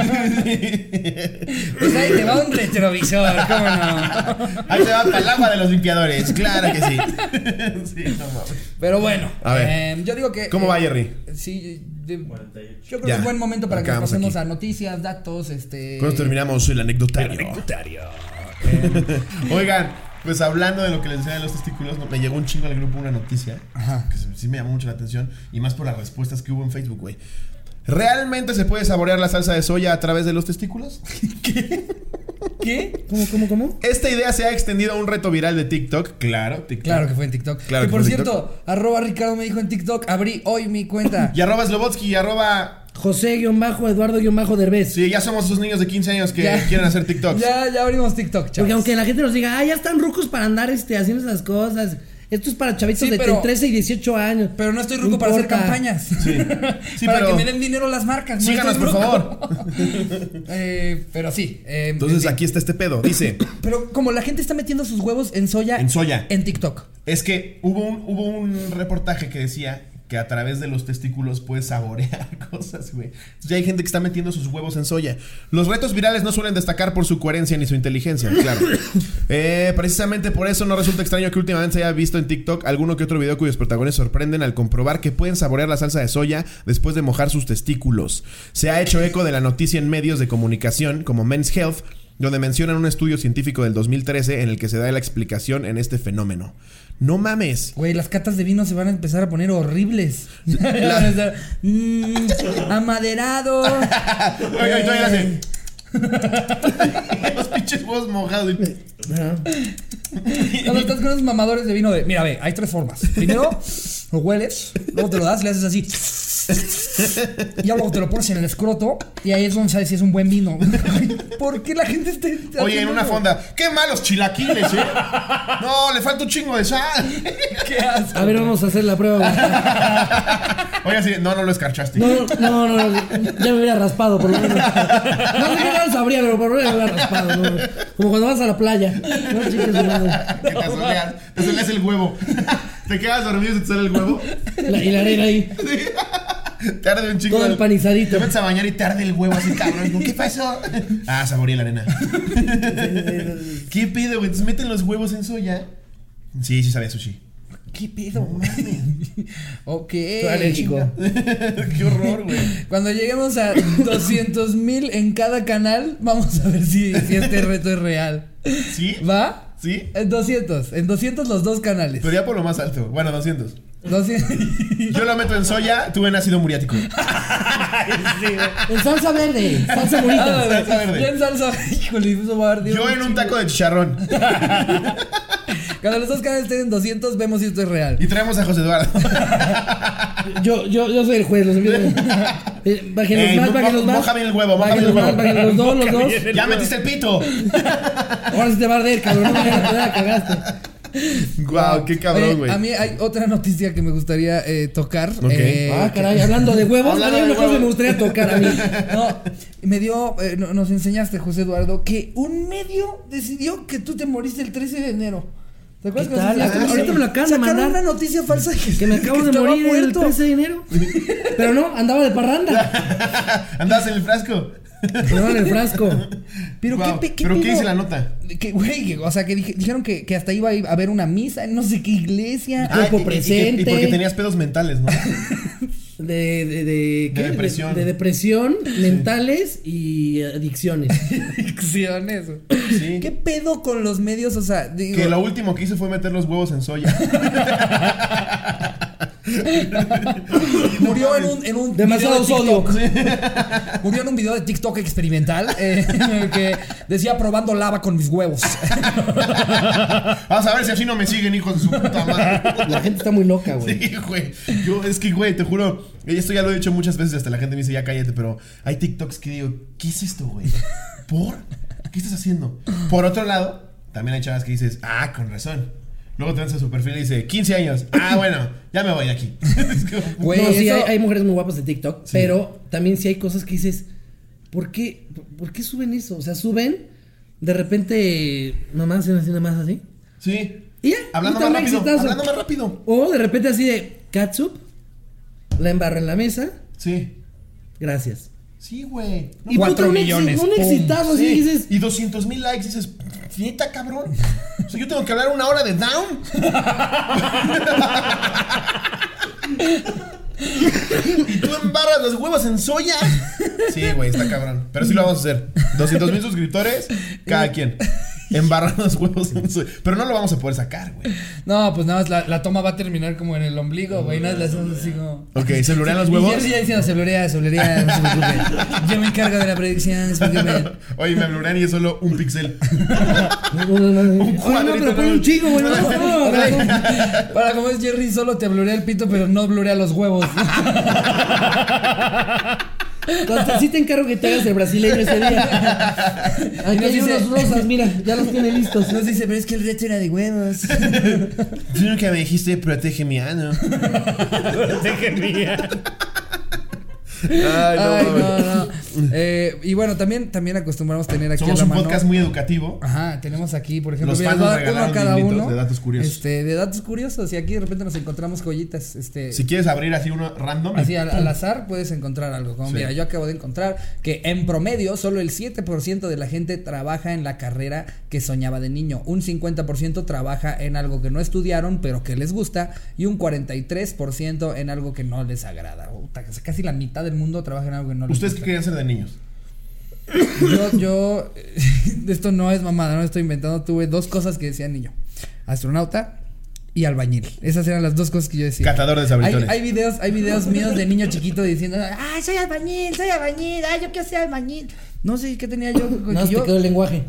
Speaker 1: Pues ahí te va un retrovisor, ¿cómo no?
Speaker 2: Ahí se va para el agua de los limpiadores. Claro que sí. Sí, no mames.
Speaker 1: Pero bueno,
Speaker 2: A ver.
Speaker 1: eh, yo digo que.
Speaker 2: ¿Cómo
Speaker 1: eh,
Speaker 2: va, Jerry?
Speaker 1: Sí, de- yo creo que
Speaker 2: Ya.
Speaker 1: es buen momento para que nos
Speaker 2: Acabamos
Speaker 1: pasemos
Speaker 2: aquí.
Speaker 1: a noticias, datos, este.
Speaker 2: Con esto terminamos el anecdotario. Oigan, pues hablando de lo que les decía de los testículos, no- me llegó un chingo al grupo una noticia que se- sí me llamó mucho la atención y más por las respuestas que hubo en Facebook, güey. ¿Realmente se puede saborear la salsa de soya a través de los testículos?
Speaker 1: ¿Qué?
Speaker 3: ¿Cómo, cómo, cómo?
Speaker 2: Esta idea se ha extendido a un reto viral de TikTok. Claro, TikTok.
Speaker 1: Claro que fue en TikTok.
Speaker 2: Claro
Speaker 1: que
Speaker 2: que
Speaker 1: por
Speaker 2: fue en
Speaker 1: cierto, arroba Ricardo me dijo en TikTok, abrí hoy mi cuenta.
Speaker 2: Y arroba Slobotsky y arroba
Speaker 3: José-Eduardo-Derbez.
Speaker 2: Sí, ya somos esos niños de 15 años que
Speaker 1: Ya.
Speaker 2: quieren hacer TikToks.
Speaker 1: Ya, ya abrimos TikTok,
Speaker 3: Porque
Speaker 1: chavos.
Speaker 3: aunque la gente nos diga, ah, ya están rucos para andar este, haciendo esas cosas. Esto es para chavitos
Speaker 1: Sí,
Speaker 3: de
Speaker 1: pero-
Speaker 3: 13 y 18 años.
Speaker 1: Pero no estoy
Speaker 3: No
Speaker 1: ruco para hacer
Speaker 3: importa.
Speaker 1: campañas.
Speaker 2: Sí. Sí,
Speaker 1: para
Speaker 2: pero-
Speaker 1: que me den dinero las marcas. no
Speaker 2: Síganos,
Speaker 1: estoy
Speaker 2: por
Speaker 1: ruco. Eh, pero sí. eh,
Speaker 2: Entonces aquí está este pedo. Dice,
Speaker 1: Pero como la gente está metiendo sus huevos en soya.
Speaker 2: En soya.
Speaker 1: En TikTok.
Speaker 2: es que hubo un, hubo un reportaje que decía que a través de los testículos puedes saborear cosas, güey. Entonces, Ya hay gente que está metiendo sus huevos en soya. Los retos virales no suelen destacar por su coherencia ni su inteligencia, claro. Eh, precisamente por eso no resulta extraño que últimamente se haya visto en TikTok alguno que otro video cuyos protagonistas sorprenden al comprobar que pueden saborear la salsa de soya después de mojar sus testículos. Se ha hecho eco de la noticia en medios de comunicación como Men's Health donde mencionan un estudio científico del 2013 en el que se da la explicación en este fenómeno. No mames.
Speaker 1: Güey, las catas de vino se van a empezar a poner horribles. Van a estar, "Mm, amaderado.
Speaker 2: Oye, todavía le hace- Los pinches huevos mojados.
Speaker 3: Ajá.
Speaker 1: Cuando estás con esos mamadores de vino de. Mira, ve, hay tres formas. Primero, lo hueles, luego te lo das, le haces así. Y ya luego te lo pones en el escroto y ahí es donde sabes si es un buen vino. ¿Por qué la gente está.?
Speaker 2: Oye, en
Speaker 1: haciendo
Speaker 2: una
Speaker 1: eso?
Speaker 2: fonda. ¡Qué malos chilaquiles, eh! No, le falta un chingo de sal.
Speaker 1: ¿Qué haces?
Speaker 3: A ver, vamos a hacer la prueba.
Speaker 2: Oye, así, no, no lo escarchaste.
Speaker 3: No, no, no, no, ya me hubiera raspado por lo menos. No, no, no, no sabría, pero por lo menos me hubiera raspado. no. Como cuando vas a la playa. No, chicas, no.
Speaker 2: Que te asoleas, te asoleas el huevo. Te quedas dormido y se te sale el huevo.
Speaker 3: La- y la arena ahí.
Speaker 2: Te arde un chingo.
Speaker 3: Todo
Speaker 2: el-
Speaker 3: empanizadito.
Speaker 2: Te metes a bañar y te arde el huevo así, cabrón. Digo, ¿Qué pasó? Ah, saboreé la arena. ¿Qué pedo, güey? Entonces meten los huevos en soya. Sí, sí sabía sushi.
Speaker 1: ¿Qué pedo, Ok.
Speaker 3: Dale, chico.
Speaker 2: Qué horror, güey.
Speaker 1: Cuando lleguemos a 200 mil en cada canal, vamos a ver si, si este reto es real.
Speaker 2: ¿Sí?
Speaker 1: ¿Va?
Speaker 2: ¿Sí?
Speaker 1: En 200, en 200 los dos canales.
Speaker 2: Pero ya por lo más alto. Bueno, 200.
Speaker 1: 200.
Speaker 2: Yo lo meto en soya, tú en ácido muriático.
Speaker 3: En salsa verde, salsa
Speaker 1: Ah,
Speaker 3: bonita.
Speaker 2: Salsa verde.
Speaker 1: Yo en salsa, híjole, eso va a arder
Speaker 2: Yo en un taco de chicharrón.
Speaker 1: Cuando los dos canales estén en 200, vemos si esto es real.
Speaker 2: Y traemos a José Eduardo.
Speaker 3: Yo, yo, yo soy el juez, los envío. Eh, Bájenlos
Speaker 2: Ey,
Speaker 3: más,
Speaker 2: mo-
Speaker 3: bájenlos más.
Speaker 2: mójame el huevo, mójame
Speaker 3: Bájenlos
Speaker 2: el
Speaker 3: más,
Speaker 2: huevo.
Speaker 3: bájenlos los dos, los dos.
Speaker 2: ¡Ya metiste el pito!
Speaker 3: Ahora sí te va a arder, cabrón. No, ya la cagaste.
Speaker 2: ¡Guau! ¡Qué
Speaker 1: Oye,
Speaker 2: cabrón, güey!
Speaker 1: a mí hay otra noticia que me gustaría eh, tocar.
Speaker 2: Ok.
Speaker 1: eh,
Speaker 3: Ah, caray, hablando de huevos,
Speaker 2: Hablando
Speaker 3: hay
Speaker 2: de
Speaker 3: una cosa que
Speaker 2: huevos.
Speaker 3: me gustaría tocar a mí.
Speaker 1: No, me dio, eh, no- nos enseñaste, José Eduardo, que un medio decidió que tú te moriste el 13 de enero. ¿Te acuerdas
Speaker 3: ¿Qué
Speaker 1: que nos
Speaker 3: tal?
Speaker 1: enseñaste?
Speaker 3: Ah, ahorita me lo acaban de
Speaker 1: Sacaron
Speaker 3: mandar.
Speaker 1: una noticia falsa que,
Speaker 3: Que me acabo
Speaker 1: que
Speaker 3: de
Speaker 1: estaba
Speaker 3: morir el
Speaker 1: muerto.
Speaker 3: 13 de enero. Pero no, andaba de parranda.
Speaker 2: ¿Andabas en el frasco?
Speaker 3: Andaba en el frasco.
Speaker 1: Pero
Speaker 2: Guau,
Speaker 1: qué, pe- qué
Speaker 2: ¿Pero qué
Speaker 1: pedo?
Speaker 2: dice la nota?
Speaker 1: Que, güey, que- o sea, que dije- dijeron que, que hasta iba a haber una misa en no sé qué iglesia.
Speaker 3: cuerpo
Speaker 2: Ah, y- y- y que- Y,
Speaker 3: presente.
Speaker 2: porque tenías pedos mentales, ¿no?
Speaker 3: De, de, de, ¿qué?
Speaker 2: depresión.
Speaker 3: De, de depresión, mentales y adicciones.
Speaker 1: Adicciones. güey.
Speaker 2: Sí.
Speaker 1: ¿Qué pedo con los medios? O sea, digo,
Speaker 2: Que lo último que hice fue meter los huevos en soya.
Speaker 1: murió en un, en un
Speaker 3: Demasiado
Speaker 1: video de
Speaker 3: sodio.
Speaker 1: TikTok. Murió en un video de TikTok experimental eh, en el que decía probando lava con mis huevos.
Speaker 2: Vamos a ver si así no me siguen, hijos de su puta madre.
Speaker 3: La gente está muy loca, güey.
Speaker 2: Sí, güey. Yo, es que, güey, te juro. Esto ya lo he dicho muchas veces. Hasta la gente me dice, ya cállate. Pero hay TikToks que digo, ¿qué es esto, güey? ¿Por? ¿Qué estás haciendo? Por otro lado, también hay chavas que dices, ah, con razón. Luego te vas a su perfil y dice, 15 años. Ah, bueno, ya me voy de aquí. Es como-
Speaker 1: Güey,
Speaker 3: no, sí,
Speaker 1: eso-
Speaker 3: hay, hay mujeres muy guapas de TikTok, pero también sí hay cosas que dices, ¿por qué, ¿por qué suben eso? O sea, suben, de repente, nomás, así, nomás así.
Speaker 2: sí.
Speaker 3: Y ya,
Speaker 2: Hablando
Speaker 3: puta
Speaker 2: más rápido.
Speaker 3: exitazo.
Speaker 2: Hablando más rápido.
Speaker 3: O de repente así de, catsup, la embarra en la mesa,
Speaker 2: Sí.
Speaker 3: gracias.
Speaker 2: Sí, güey. No
Speaker 3: Y
Speaker 1: Cuatro
Speaker 3: puta, un exi-
Speaker 1: millones,
Speaker 3: Un
Speaker 1: pum,
Speaker 3: exitazo, así
Speaker 2: Sí,
Speaker 3: dices,
Speaker 2: Y 200 mil likes, dices, neta, cabrón. O sea, yo tengo que hablar una hora de down. y tú embarras las huevas en soya. Sí, güey, está cabrón. Pero sí lo vamos a hacer. 200 mil suscriptores, cada quien. Embarran los huevos en soya. Pero no lo vamos a poder sacar, güey.
Speaker 1: No, pues nada más la, la toma va a terminar como en el ombligo, güey. Nada, las hacen así como.
Speaker 2: Ok, ¿se blurean los
Speaker 1: Y
Speaker 2: huevos?
Speaker 1: Jersey ya diciendo, se blorea, se blorea, no se preocupe. Yo me encargo de la predicción, discúlpeme.
Speaker 2: Oye, me blurean y es solo un pixel.
Speaker 3: un no,
Speaker 2: cuadrito,
Speaker 3: pero pon
Speaker 2: ¿no?
Speaker 3: un chico, güey. no, no, no, no.
Speaker 1: Para como es Jerry, solo te blurea el pito, pero no blurea los huevos.
Speaker 3: Consta, sí te encargo que te hagas el brasileño ese día. Aquí hay
Speaker 1: dice-
Speaker 3: unos rosas, mira, ya los tiene listos.
Speaker 1: Nos dice, pero es que el reto era de huevos.
Speaker 2: Tú nunca me dijiste protege mi ano. Ay,
Speaker 1: Ay,
Speaker 2: mames.
Speaker 1: no, no. Eh, y bueno, también, también acostumbramos tener aquí
Speaker 2: Somos
Speaker 1: a la
Speaker 2: un
Speaker 1: mano.
Speaker 2: podcast muy educativo.
Speaker 1: Ajá, tenemos aquí, por ejemplo,
Speaker 2: Los
Speaker 1: mira,
Speaker 2: fans
Speaker 1: les voy a
Speaker 2: nos
Speaker 1: dar uno a
Speaker 2: regalaron
Speaker 1: cada
Speaker 2: libritos
Speaker 1: uno.
Speaker 2: de datos curiosos.
Speaker 1: Este, de datos curiosos. Y aquí de repente nos encontramos joyitas. Este,
Speaker 2: Si quieres abrir así uno random.
Speaker 1: Así al, al azar puedes encontrar algo. Como
Speaker 2: Sí.
Speaker 1: mira, yo acabo de encontrar que en promedio solo el 7% de la gente trabaja en la carrera que soñaba de niño. Un 50% trabaja en algo que no estudiaron pero que les gusta. Y un 43% en algo que no les agrada. Puta, que casi la mitad del mundo trabaja en algo que no les
Speaker 2: ¿Ustedes qué
Speaker 1: gusta.
Speaker 2: querían ser de niños?
Speaker 1: Yo, yo, esto no es mamada, no lo estoy inventando. Tuve dos cosas que decía niño: astronauta y albañil. Esas eran las dos cosas que yo decía.
Speaker 2: Catador de sabritones.
Speaker 1: Hay, hay videos, hay videos míos de niño chiquito diciendo: ¡Ay, soy albañil, soy albañil! ¡Ay, yo quiero ser albañil! No sé qué tenía yo.
Speaker 3: No, se
Speaker 1: yo
Speaker 3: te quedó el lenguaje.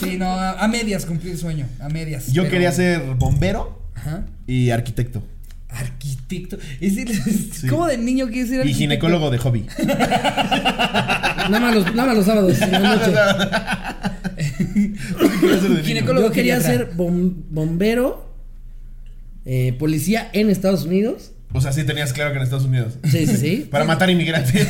Speaker 1: sí, no, a, a medias cumplí el sueño, a medias.
Speaker 2: Yo
Speaker 1: pero-
Speaker 2: quería ser bombero
Speaker 1: Ajá.
Speaker 2: y arquitecto.
Speaker 1: Arquitecto. Es decir, ¿Cómo de niño quieres ser
Speaker 2: Y
Speaker 1: arquitecto?
Speaker 2: ginecólogo de hobby.
Speaker 3: Nada más los, nada más los sábados en la noche.
Speaker 2: Quería ser de niño.
Speaker 1: Ginecólogo.
Speaker 3: Yo quería
Speaker 1: pediatra.
Speaker 3: ser bom- bombero, eh, policía en Estados Unidos.
Speaker 2: O sea, sí tenías claro que en Estados Unidos.
Speaker 3: Sí, sí, sí.
Speaker 2: Para matar inmigrantes.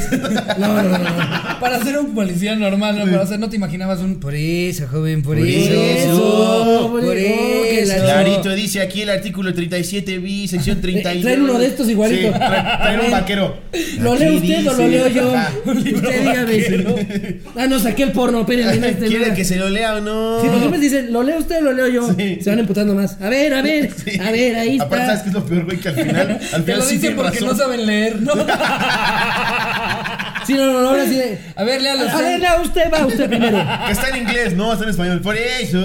Speaker 3: No, no, no, no.
Speaker 1: Para ser un policía normal, ¿no? Para ser, no te imaginabas un por eso, joven, por, eso,
Speaker 3: eso,
Speaker 1: por,
Speaker 3: por eso, que
Speaker 1: eso.
Speaker 3: la
Speaker 2: Clarito dice aquí el artículo 37 b sección 39.
Speaker 3: Eh, Traen uno de estos igualito.
Speaker 2: Sí, tra- traen un vaquero.
Speaker 3: ¿Lo lee
Speaker 2: Aquí
Speaker 3: usted o lo
Speaker 2: dice-
Speaker 3: leo yo?
Speaker 2: Ajá.
Speaker 3: Usted dígame. Ah, no, saqué el porno, espérenme. no, este,
Speaker 2: ¿Quieren
Speaker 3: no.
Speaker 2: que se lo lea o
Speaker 3: Si los
Speaker 2: no?
Speaker 3: hombres dicen, ¿lo leo usted o lo leo yo?
Speaker 2: Sí.
Speaker 3: Se van emputando más. A ver, a ver,
Speaker 2: Sí.
Speaker 3: a ver, ahí está.
Speaker 2: Aparte, ¿sabes qué es lo peor, güey? Que al final. Al final
Speaker 1: Te lo
Speaker 2: sí
Speaker 1: dicen
Speaker 2: tiene
Speaker 1: porque
Speaker 2: razón.
Speaker 1: no saben leer, ¿no?
Speaker 3: Sí, no, no, no, ahora sí de-
Speaker 1: A ver, léalo
Speaker 3: A
Speaker 1: usted.
Speaker 3: ver, no, usted va, usted primero.
Speaker 2: Que está en inglés, no, está en español. Por eso.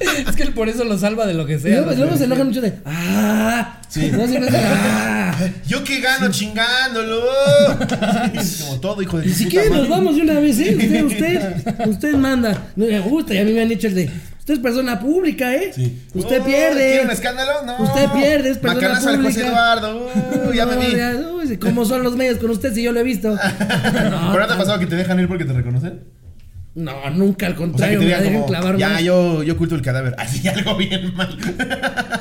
Speaker 1: Es que él por eso lo salva de lo que
Speaker 3: Y
Speaker 1: sea.
Speaker 3: luego,
Speaker 1: ¿no?
Speaker 3: luego se enojan mucho de, ¡ah!
Speaker 2: Sí.
Speaker 3: No, siempre es de, ¡ah!
Speaker 2: Yo que gano chingándolo. Sí, como todo, hijo de
Speaker 3: Si
Speaker 2: puta
Speaker 3: quiere
Speaker 2: madre.
Speaker 3: nos vamos de una vez, ¿eh? Usted, usted, usted manda. No me gusta, ya a mí me han dicho el de. Usted es persona pública, ¿eh?
Speaker 2: Sí.
Speaker 3: Usted
Speaker 2: Oh,
Speaker 3: pierde.
Speaker 2: ¿Quiere un escándalo? No.
Speaker 3: Usted pierde, es persona
Speaker 2: Macanazo al José
Speaker 3: pública.
Speaker 2: Eduardo. Uh, ya me
Speaker 3: No,
Speaker 2: vi.
Speaker 3: ya, uy, ¿Cómo son los medios con usted si yo lo he visto?
Speaker 2: ¿Pero no te ha pasado que te dejan ir porque te reconocen?
Speaker 3: No, nunca, al
Speaker 2: O sea, que
Speaker 3: contrario,
Speaker 2: te
Speaker 3: me la
Speaker 2: digan
Speaker 3: dejan
Speaker 2: como,
Speaker 3: clavar
Speaker 2: ya,
Speaker 3: más.
Speaker 2: yo, yo oculto el cadáver. Así algo bien mal.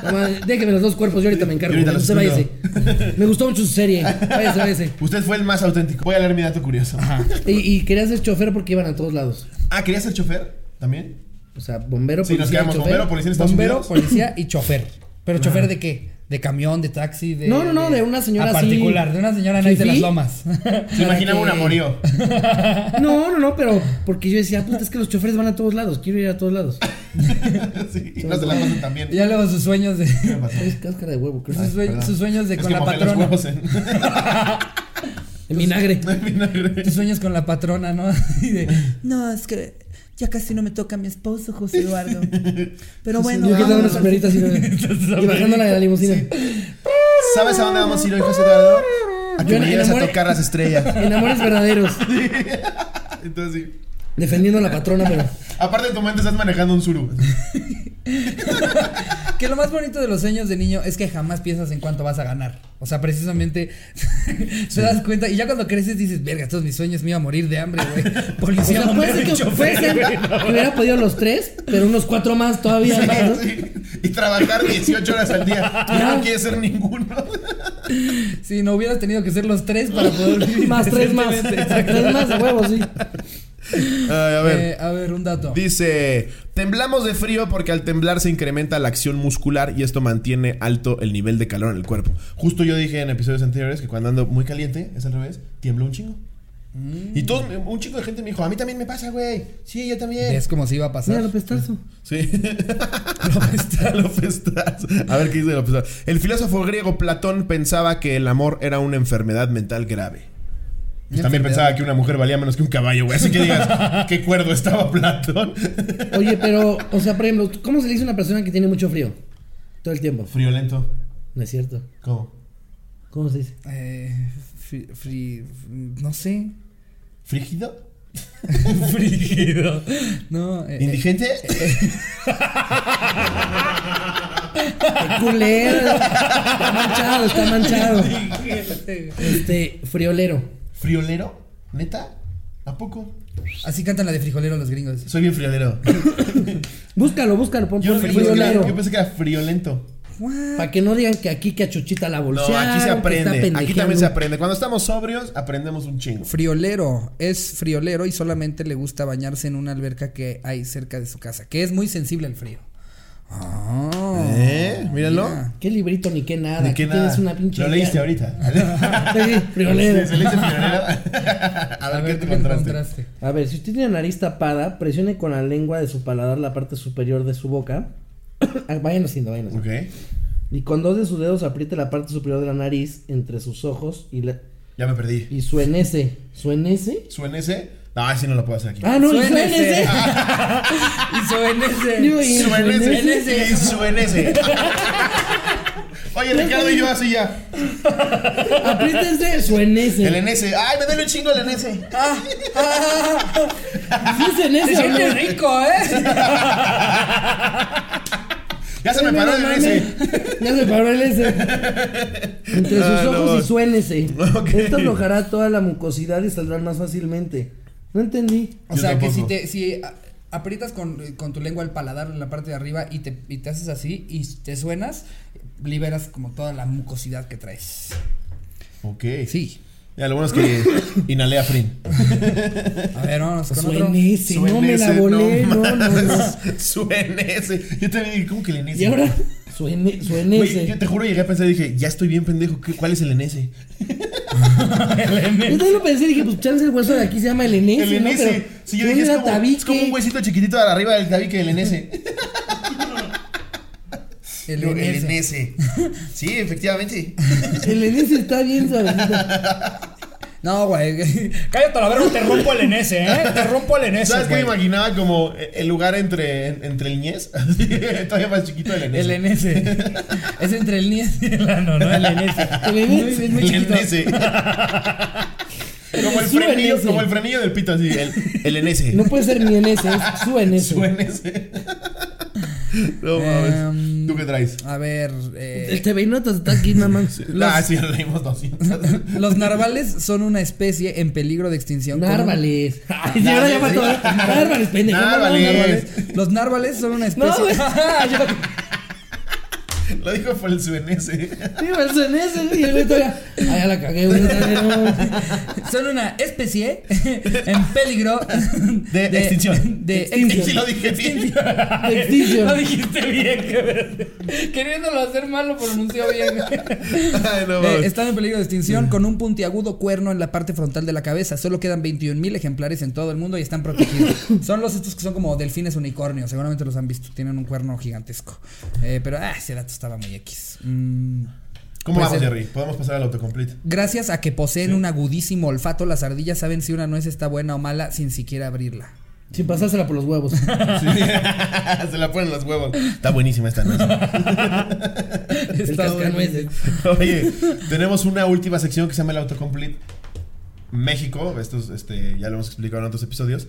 Speaker 3: No, madre, déjeme los dos cuerpos, yo ahorita me encargo.
Speaker 2: Yo ahorita los
Speaker 3: usted váyase. Me gustó mucho su serie. Váyase, váyase.
Speaker 2: Usted fue el más auténtico. Voy a leer mi dato curioso.
Speaker 3: Y, y quería ser chofer porque iban a todos lados.
Speaker 2: Ah, ¿querías ser chofer también?
Speaker 3: O sea, bombero,
Speaker 2: Sí, nos
Speaker 3: policía,
Speaker 2: quedamos
Speaker 3: chofer.
Speaker 2: bombero, policía en Estados
Speaker 1: Bombero,
Speaker 2: Unidos.
Speaker 1: policía y chofer. ¿Pero chofer de qué? ¿De camión, de taxi? De,
Speaker 3: No, no, no, de una señora
Speaker 1: a
Speaker 3: así.
Speaker 1: particular, de una señora Nice de
Speaker 3: ¿Fifí?
Speaker 1: las Lomas.
Speaker 2: Se imaginaba un
Speaker 3: que-
Speaker 2: amorío.
Speaker 3: No, no, no, pero porque yo decía, puta, es que los choferes van a todos lados, quiero ir a todos lados.
Speaker 2: sí, no se la pasan tan bien.
Speaker 1: ya luego sus sueños de.
Speaker 2: ¿Qué me pasó?
Speaker 3: Es cáscara de huevo, creo.
Speaker 1: Sus, sue-
Speaker 2: Perdón.
Speaker 1: sus sueños de
Speaker 2: Es
Speaker 1: con
Speaker 2: que
Speaker 1: la
Speaker 2: mojé los
Speaker 1: patrona.
Speaker 2: huevos en-
Speaker 3: En vinagre.
Speaker 2: en vinagre.
Speaker 1: Tus sueños con la patrona, ¿no? Y de, no, es que ya casi no me toca mi esposo, José Eduardo. Pero bueno,
Speaker 3: yo quedaba una
Speaker 2: Ah,
Speaker 1: vámonos.
Speaker 3: sombrerita así. ¿no? y bajándola de la limusina.
Speaker 2: ¿Sabes a dónde vamos a ir hoy, José Eduardo? A que
Speaker 3: Yo
Speaker 2: me
Speaker 3: en-
Speaker 2: lleves a
Speaker 3: enamoré-
Speaker 2: tocar las estrellas.
Speaker 3: En amores verdaderos.
Speaker 2: Entonces, sí.
Speaker 3: Defendiendo a la patrona, pero.
Speaker 2: Aparte de tu mente estás manejando un suru.
Speaker 1: que lo más bonito de los sueños de niño es que jamás piensas en cuánto vas a ganar. O sea, precisamente te das cuenta y ya cuando creces dices, verga, estos mis sueños me iba a morir de hambre, güey.
Speaker 3: O
Speaker 1: Policía,
Speaker 3: sea, puede
Speaker 1: bombero
Speaker 3: ser
Speaker 1: y
Speaker 3: que, puede
Speaker 1: chofer,
Speaker 3: ser
Speaker 1: güey.
Speaker 3: que hubiera podido los tres, pero unos cuatro más todavía. ¿no?
Speaker 2: Sí. Y trabajar 18 horas al día. Y no quieres ser ninguno.
Speaker 1: Si no hubieras tenido que ser los tres para poder vivir
Speaker 3: Más tres más.
Speaker 1: decentemente.
Speaker 3: Tres más de huevo, sí.
Speaker 2: Ay, a
Speaker 1: Eh, a ver, un dato.
Speaker 2: Dice, temblamos de frío porque al temblar se incrementa la acción muscular y esto mantiene alto el nivel de calor en el cuerpo. Justo yo dije en episodios anteriores que cuando ando muy caliente, es al revés, tiemblo un chingo. Y todo, un chingo de gente me dijo, a mí también me pasa, güey. Sí, yo también.
Speaker 1: Es como si iba a pasar.
Speaker 3: Mira, López Tarso.
Speaker 2: Sí. López Tarso. A ver qué dice López Tarso. El filósofo griego Platón pensaba que el amor era una enfermedad mental grave. Pues también pensaba que una mujer valía menos que un caballo, güey. Así que digas, qué cuerdo estaba Platón.
Speaker 3: Oye, pero, o sea, por ejemplo, ¿cómo se le dice a una persona que tiene mucho frío? Todo el tiempo.
Speaker 2: Friolento.
Speaker 3: No es cierto.
Speaker 2: ¿Cómo?
Speaker 3: ¿Cómo se dice?
Speaker 1: Eh, fri- fri- no sé.
Speaker 2: ¿Frígido?
Speaker 1: Frígido. No, eh, eh,
Speaker 2: ¿Indigente?
Speaker 3: Qué culero. Está manchado, está manchado. Este, friolero.
Speaker 2: ¿Friolero? ¿Neta? ¿A poco?
Speaker 1: Así cantan la de frijolero los gringos.
Speaker 2: Soy bien friolero.
Speaker 3: Búscalo, búscalo, pon
Speaker 2: Yo,
Speaker 3: por
Speaker 2: yo pensé que
Speaker 3: friolero.
Speaker 2: era, yo pensé que era friolento.
Speaker 3: Para que no digan que aquí que a Chuchita la
Speaker 2: No,
Speaker 3: bolsearon.
Speaker 2: aquí se
Speaker 3: que está
Speaker 2: aprende. Aquí también se
Speaker 3: pendejeando.
Speaker 2: aprende. Cuando estamos sobrios, aprendemos un chingo.
Speaker 1: Friolero. Es friolero y solamente le gusta bañarse en una alberca que hay cerca de su casa, que es muy sensible al frío. Ah.
Speaker 2: ¿Eh? Míralo.
Speaker 1: Mira.
Speaker 3: Qué librito ni qué nada.
Speaker 2: Ni
Speaker 3: aquí
Speaker 2: que nada.
Speaker 3: Tienes una pinche.
Speaker 2: Lo leíste
Speaker 3: guía.
Speaker 2: ahorita.
Speaker 3: Sí, friolero.
Speaker 2: Sí, Se le dice friolero. A ver, ¿qué te
Speaker 1: ¿tú qué
Speaker 2: encontraste?
Speaker 3: A ver, si usted tiene nariz tapada, presione con la lengua de su paladar la parte superior de su boca. Ah, váyanlo haciendo, váyanlo haciendo.
Speaker 2: Ok.
Speaker 3: Y con dos de sus dedos apriete la parte superior de la nariz entre sus ojos y, la,
Speaker 2: Ya me perdí.
Speaker 3: y suenese. ¿Suenese?
Speaker 2: ¿Suena ese? No, así no lo puedo hacer aquí.
Speaker 3: Ah, no,
Speaker 1: Suénese.
Speaker 3: suénese.
Speaker 1: Y suénese.
Speaker 3: Digo, y
Speaker 2: Suena
Speaker 1: suénese.
Speaker 2: ese. Y suena ese. Oye, Ricardo y yo así ya.
Speaker 3: Apriétense,
Speaker 2: El
Speaker 3: suenese.
Speaker 2: NS. Ay, me duele un chingo el NS.
Speaker 3: Ah. Sí, suenese,
Speaker 1: Se siente
Speaker 3: hombre.
Speaker 1: rico, ¿eh?
Speaker 2: Ya se me
Speaker 3: No,
Speaker 2: paró el
Speaker 3: no,
Speaker 2: NS.
Speaker 3: no. Ya se paró el S. Entre sus
Speaker 2: Ah,
Speaker 3: ojos
Speaker 2: no.
Speaker 3: y suénese.
Speaker 2: Ok.
Speaker 3: Esto aflojará toda la mucosidad y saldrá más fácilmente. No entendí.
Speaker 1: O
Speaker 2: Yo
Speaker 1: sea, que si
Speaker 2: tampoco.
Speaker 1: te si a- aprietas con, con tu lengua el paladar en la parte de arriba y te, y te haces así y te suenas, liberas como toda la mucosidad que traes.
Speaker 2: Ok.
Speaker 1: Sí.
Speaker 2: Ya, lo bueno es que inhalé a Frin.
Speaker 1: A ver, vámonos con otro.
Speaker 3: Suenese, no me la volé, no, no, no.
Speaker 2: Suena ese. Yo también dije, ¿cómo que el NS?
Speaker 3: Y ahora, suene,
Speaker 2: Güey,
Speaker 3: suenese.
Speaker 2: yo te juro, llegué a pensar y dije, ya estoy bien pendejo, ¿qué- ¿cuál es el NS?
Speaker 3: Yo también lo pensé, dije, pues chance el hueso de aquí se llama el enese,
Speaker 2: El
Speaker 3: ¿no?
Speaker 2: NS.
Speaker 3: Pero
Speaker 2: Sí, yo
Speaker 3: no
Speaker 2: dije, es
Speaker 3: era
Speaker 2: como, es como un huesito chiquitito de arriba del tabique del NS.
Speaker 1: El
Speaker 2: Digo, El
Speaker 1: NS.
Speaker 2: NS. Sí, efectivamente.
Speaker 3: El enese está bien suavecito.
Speaker 1: No, güey. Cállate a la verga, te rompo el NS, ¿eh? Te rompo el NS.
Speaker 2: ¿Sabes qué me
Speaker 1: güey.
Speaker 2: imaginaba como el lugar entre, en- entre el ñez? Así, Todavía más chiquito del NS.
Speaker 1: El NS. es entre el NS y el ano, ¿no? El NS.
Speaker 3: El
Speaker 1: Es muy- es muy
Speaker 2: El
Speaker 1: chiquito.
Speaker 2: NS. Como el,
Speaker 3: Sube
Speaker 2: frenillo,
Speaker 3: NS.
Speaker 2: como el frenillo del pito, así. El, el NS.
Speaker 3: No puede ser mi enese, es su enese.
Speaker 2: Su NS. No mames.
Speaker 1: Em,
Speaker 2: ¿Tú qué traes?
Speaker 1: A ver. eh,
Speaker 3: El TV Notas está aquí, mamá.
Speaker 2: Ah, sí, leímos 200.
Speaker 1: Los narvales son una especie en peligro de extinción. con un-
Speaker 3: Nárvales. Ay, ahora ya va todo. Nárvales, pendejo. no, no,
Speaker 2: Nárvales.
Speaker 3: Nárvales.
Speaker 1: Los narvales son una
Speaker 3: No,
Speaker 1: especie.
Speaker 3: güey. Yo-
Speaker 2: Lo dijo por el suenese.
Speaker 3: Sí, el suenese, güey. y el güey todavía, Ay, ya la cagué, güey. otra vez, no.
Speaker 1: son una especie en peligro
Speaker 2: De extinción.
Speaker 1: De
Speaker 3: Extinción.
Speaker 2: Sí, lo dije bien.
Speaker 3: De extinción.
Speaker 1: Lo dijiste bien, cabrón. Queriéndolo hacer mal, lo pronunció bien.
Speaker 2: Ay, no
Speaker 1: Eh,
Speaker 2: mames.
Speaker 1: están en peligro de extinción
Speaker 2: Mm.
Speaker 1: con un puntiagudo cuerno en la parte frontal de la cabeza. Solo quedan 21 mil ejemplares en todo el mundo y están protegidos. son los estos que son como delfines unicornio. Seguramente los han visto. Tienen un cuerno gigantesco. Eh, pero ah, ese dato estaba muy X. Mm.
Speaker 2: ¿Cómo
Speaker 1: Pues
Speaker 2: vamos,
Speaker 1: el-
Speaker 2: Jerry? Podemos pasar al autocomplete.
Speaker 1: Gracias a que poseen un agudísimo olfato, las ardillas saben si una nuez está buena o mala sin siquiera abrirla.
Speaker 3: Sin pasársela por los huevos.
Speaker 2: Sí. Se la ponen los huevos. Está buenísima esta noche.
Speaker 3: El
Speaker 1: Está bueno.
Speaker 3: cascanueces.
Speaker 2: Oye, tenemos una última sección que se llama el autocomplete. México, esto es, este, ya lo hemos explicado en otros episodios.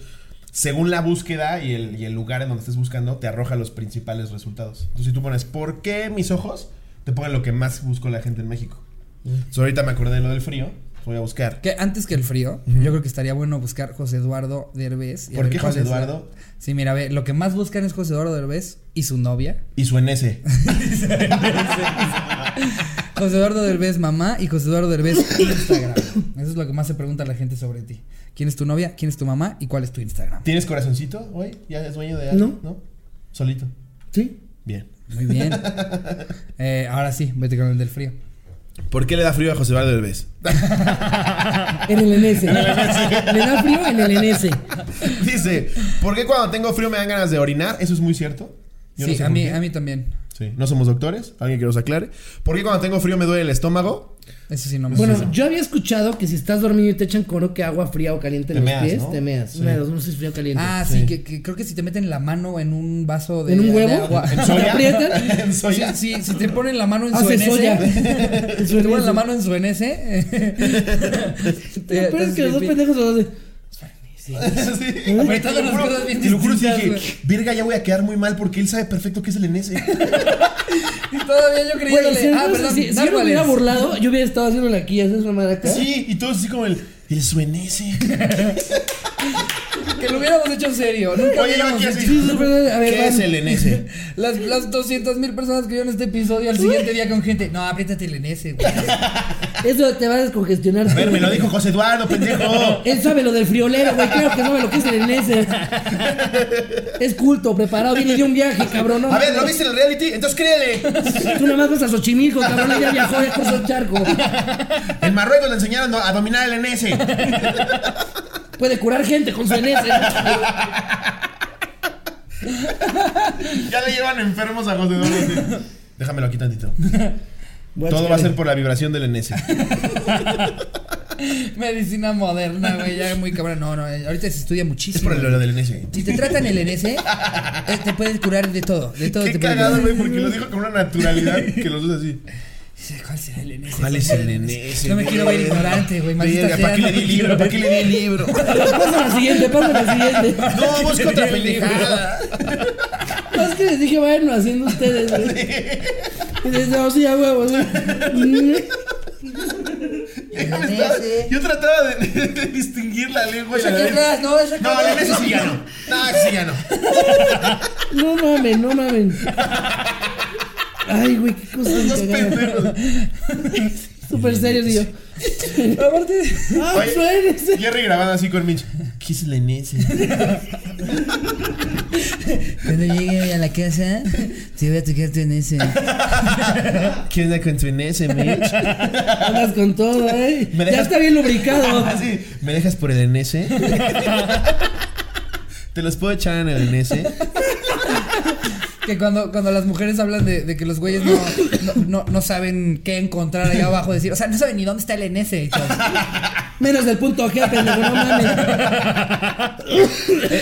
Speaker 2: Según la búsqueda y el, y el lugar en donde estés buscando, te arroja los principales resultados. Entonces, si tú pones ¿por qué mis ojos? Te ponen lo que más buscó la gente en México. Entonces, ahorita me acordé de lo del frío. Voy a buscar.
Speaker 1: Que antes que el frío, yo creo que estaría bueno buscar José Eduardo Derbez. y a
Speaker 2: ¿Por
Speaker 1: ver
Speaker 2: qué
Speaker 1: cuál
Speaker 2: José
Speaker 1: es la-
Speaker 2: Eduardo?
Speaker 1: Sí, mira, ve, lo que más buscan es José Eduardo Derbez y su novia.
Speaker 2: Y su NS.
Speaker 1: José Eduardo Derbez mamá y José Eduardo Derbez Instagram. Eso es lo que más se pregunta la gente sobre ti. ¿Quién es tu novia? ¿Quién es tu mamá? ¿Y cuál es tu Instagram?
Speaker 2: ¿Tienes corazoncito hoy? ¿Ya es dueño de algo? No. Solito.
Speaker 3: ¿Sí?
Speaker 2: Bien.
Speaker 1: Muy bien. Eh, ahora sí, vete con el del frío.
Speaker 2: ¿Por qué le da frío a José Eduardo Derbez?
Speaker 3: En el enese. Le da frío en el enese.
Speaker 2: Dice, ¿por qué cuando tengo frío me dan ganas de orinar? Eso es muy cierto. Yo
Speaker 1: sí,
Speaker 2: no sé
Speaker 1: a,
Speaker 2: por
Speaker 1: mí,
Speaker 2: qué.
Speaker 1: a mí también.
Speaker 2: Sí, no somos doctores. Alguien que nos aclare. ¿Por qué cuando tengo frío me duele el estómago?
Speaker 1: Eso sí no me
Speaker 3: Bueno,
Speaker 1: gusta.
Speaker 3: yo había escuchado que si estás dormido y te echan con que agua fría o caliente
Speaker 2: Te
Speaker 3: en los
Speaker 2: meas,
Speaker 3: pies,
Speaker 2: ¿no?
Speaker 3: te meas.
Speaker 2: Sí.
Speaker 3: Una de dos, no sé si fría o caliente.
Speaker 1: Ah, sí, que, que creo que si te meten la mano en un vaso de,
Speaker 3: ¿En un
Speaker 1: de
Speaker 3: huevo?
Speaker 1: agua.
Speaker 3: ¿En
Speaker 1: Sí,
Speaker 2: ¿Soya?
Speaker 3: aprietan?
Speaker 2: ¿En soya?
Speaker 1: sí, si te ponen la mano en su
Speaker 3: Hace Ah, soya.
Speaker 1: Si te ponen la mano en su NS. te-
Speaker 3: Pero es
Speaker 1: te-
Speaker 3: que los dos pendejos los dos de-
Speaker 2: Sí.
Speaker 3: ¿Eh?
Speaker 1: Apretando
Speaker 2: Te lo
Speaker 1: las
Speaker 2: juro-
Speaker 1: cosas bien
Speaker 2: Te lo juro, sí
Speaker 1: distintas,
Speaker 3: ¿Eh?
Speaker 2: dije, verga, ya voy a quedar muy mal porque él sabe perfecto qué es el NS.
Speaker 1: Y todavía yo
Speaker 3: Güey, si,
Speaker 1: creyéndole. Ah,
Speaker 3: no-
Speaker 1: perdón,
Speaker 3: si- si yo me
Speaker 1: Narwhales.
Speaker 3: hubiera burlado, yo hubiera estado haciéndole aquí, haciendo una madre acá.
Speaker 2: Sí, y todos así como el, el suenese.
Speaker 1: Que lo hubiéramos hecho serio. Nunca
Speaker 2: Oye, yo
Speaker 1: hubiéramos
Speaker 2: aquí
Speaker 1: hecho-
Speaker 2: así.
Speaker 3: Sí, sí, pero, a ver,
Speaker 2: ¿Qué
Speaker 3: van.
Speaker 2: es el enese?
Speaker 1: Las, las 200 mil personas que vieron este episodio al siguiente día con gente. No, apriétate el NS, güey.
Speaker 3: Eso te va a descongestionar.
Speaker 2: A ver, me lo dijo José Eduardo, pendejo.
Speaker 3: Él sabe lo del friolero, güey. Claro que sabe lo que es el ese. Es culto, preparado. Viene de un viaje, cabrón. ¿no?
Speaker 2: A ver, ¿lo viste en el reality? Entonces créele.
Speaker 3: Tú nada más vas a Xochimilco, cabrón. Ella viajó, ya cruzó el charco.
Speaker 2: En Marruecos le enseñaron a dominar el enese.
Speaker 3: Puede curar gente con su enese.
Speaker 2: Ya le llevan enfermos a José Eduardo. así. Déjamelo aquí tantito. Todo va a ser por la vibración del enese.
Speaker 1: Medicina moderna, güey. Ya muy cabrón. No, no. eh, Ahorita se estudia muchísimo.
Speaker 2: Es por el olor del enese.
Speaker 1: Si te tratan el NS, eh, te puedes curar de todo. De todo
Speaker 2: Qué
Speaker 1: te pueden
Speaker 2: cagado,
Speaker 1: curar.
Speaker 2: güey, porque lo dijo con una naturalidad que los dos así.
Speaker 1: Dice, ¿Cuál será el NS?
Speaker 2: ¿Cuál es el enese?
Speaker 1: No me quiero ver ignorante, güey. maldita
Speaker 2: Verga, ¿Para
Speaker 1: sea,
Speaker 2: qué
Speaker 1: no
Speaker 2: le di
Speaker 1: me
Speaker 2: el
Speaker 1: quiero
Speaker 2: libro?
Speaker 1: ver-
Speaker 2: ¿Para qué le di el libro?
Speaker 3: Pásame la siguiente, pásame la siguiente.
Speaker 2: No, busca otra pendejada.
Speaker 3: No, es que les dije, bueno, haciendo ustedes, güey. Y les dije, no, sí, a huevo, sí. Mm.
Speaker 2: Ya me estaba- Yo trataba de, de distinguir la lengua y la
Speaker 1: Saca
Speaker 2: lengua.
Speaker 1: atrás, no, saca
Speaker 2: No,
Speaker 1: atrás.
Speaker 2: el enese sí ya no. No, ese sí ya no.
Speaker 3: No mamen, no mamen. Ay, güey, qué cosa tan
Speaker 2: Los
Speaker 3: cagada.
Speaker 2: pendejos.
Speaker 3: Súper serios y yo.
Speaker 1: Aparte,
Speaker 3: Ah,
Speaker 2: Oye.
Speaker 3: suérense.
Speaker 2: Jerry grabando así con Mitch. ¿Qué es el enese?
Speaker 1: cuando llegue a la casa, te voy a tocar tu NS.
Speaker 2: ¿Qué onda con tu enese, Mitch?
Speaker 3: Andas con todo, eh.
Speaker 2: Me
Speaker 3: Ya
Speaker 2: dejas-
Speaker 3: está bien lubricado.
Speaker 2: Así, ¿me dejas por el enese? ¿Te los puedo echar en el enese?
Speaker 1: Que cuando, cuando las mujeres hablan de, de que los güeyes no, no, no- no saben qué encontrar allá abajo, decir, o sea, no saben ni dónde está el NS. chavos.
Speaker 3: Menos del punto G, pendejo, no mames.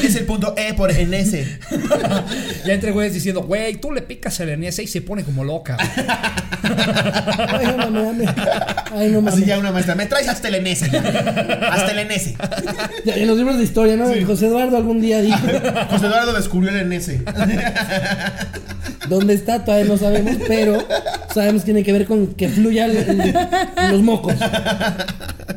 Speaker 2: Es el punto E por enese.
Speaker 1: ya entre güeyes diciendo, güey, tú le picas el NS y se pone como loca. güey".
Speaker 3: Ay, no mames. Ay, no
Speaker 2: Así
Speaker 3: mames.
Speaker 2: ya una maestra. Me traes hasta el enese. Hasta el enese.
Speaker 3: Ya, En los libros de historia, ¿no? José Eduardo algún día dijo,
Speaker 2: José Eduardo descubrió el enese.
Speaker 3: ¿dónde está? Todavía no sabemos, pero sabemos que tiene que ver con que fluyan los mocos.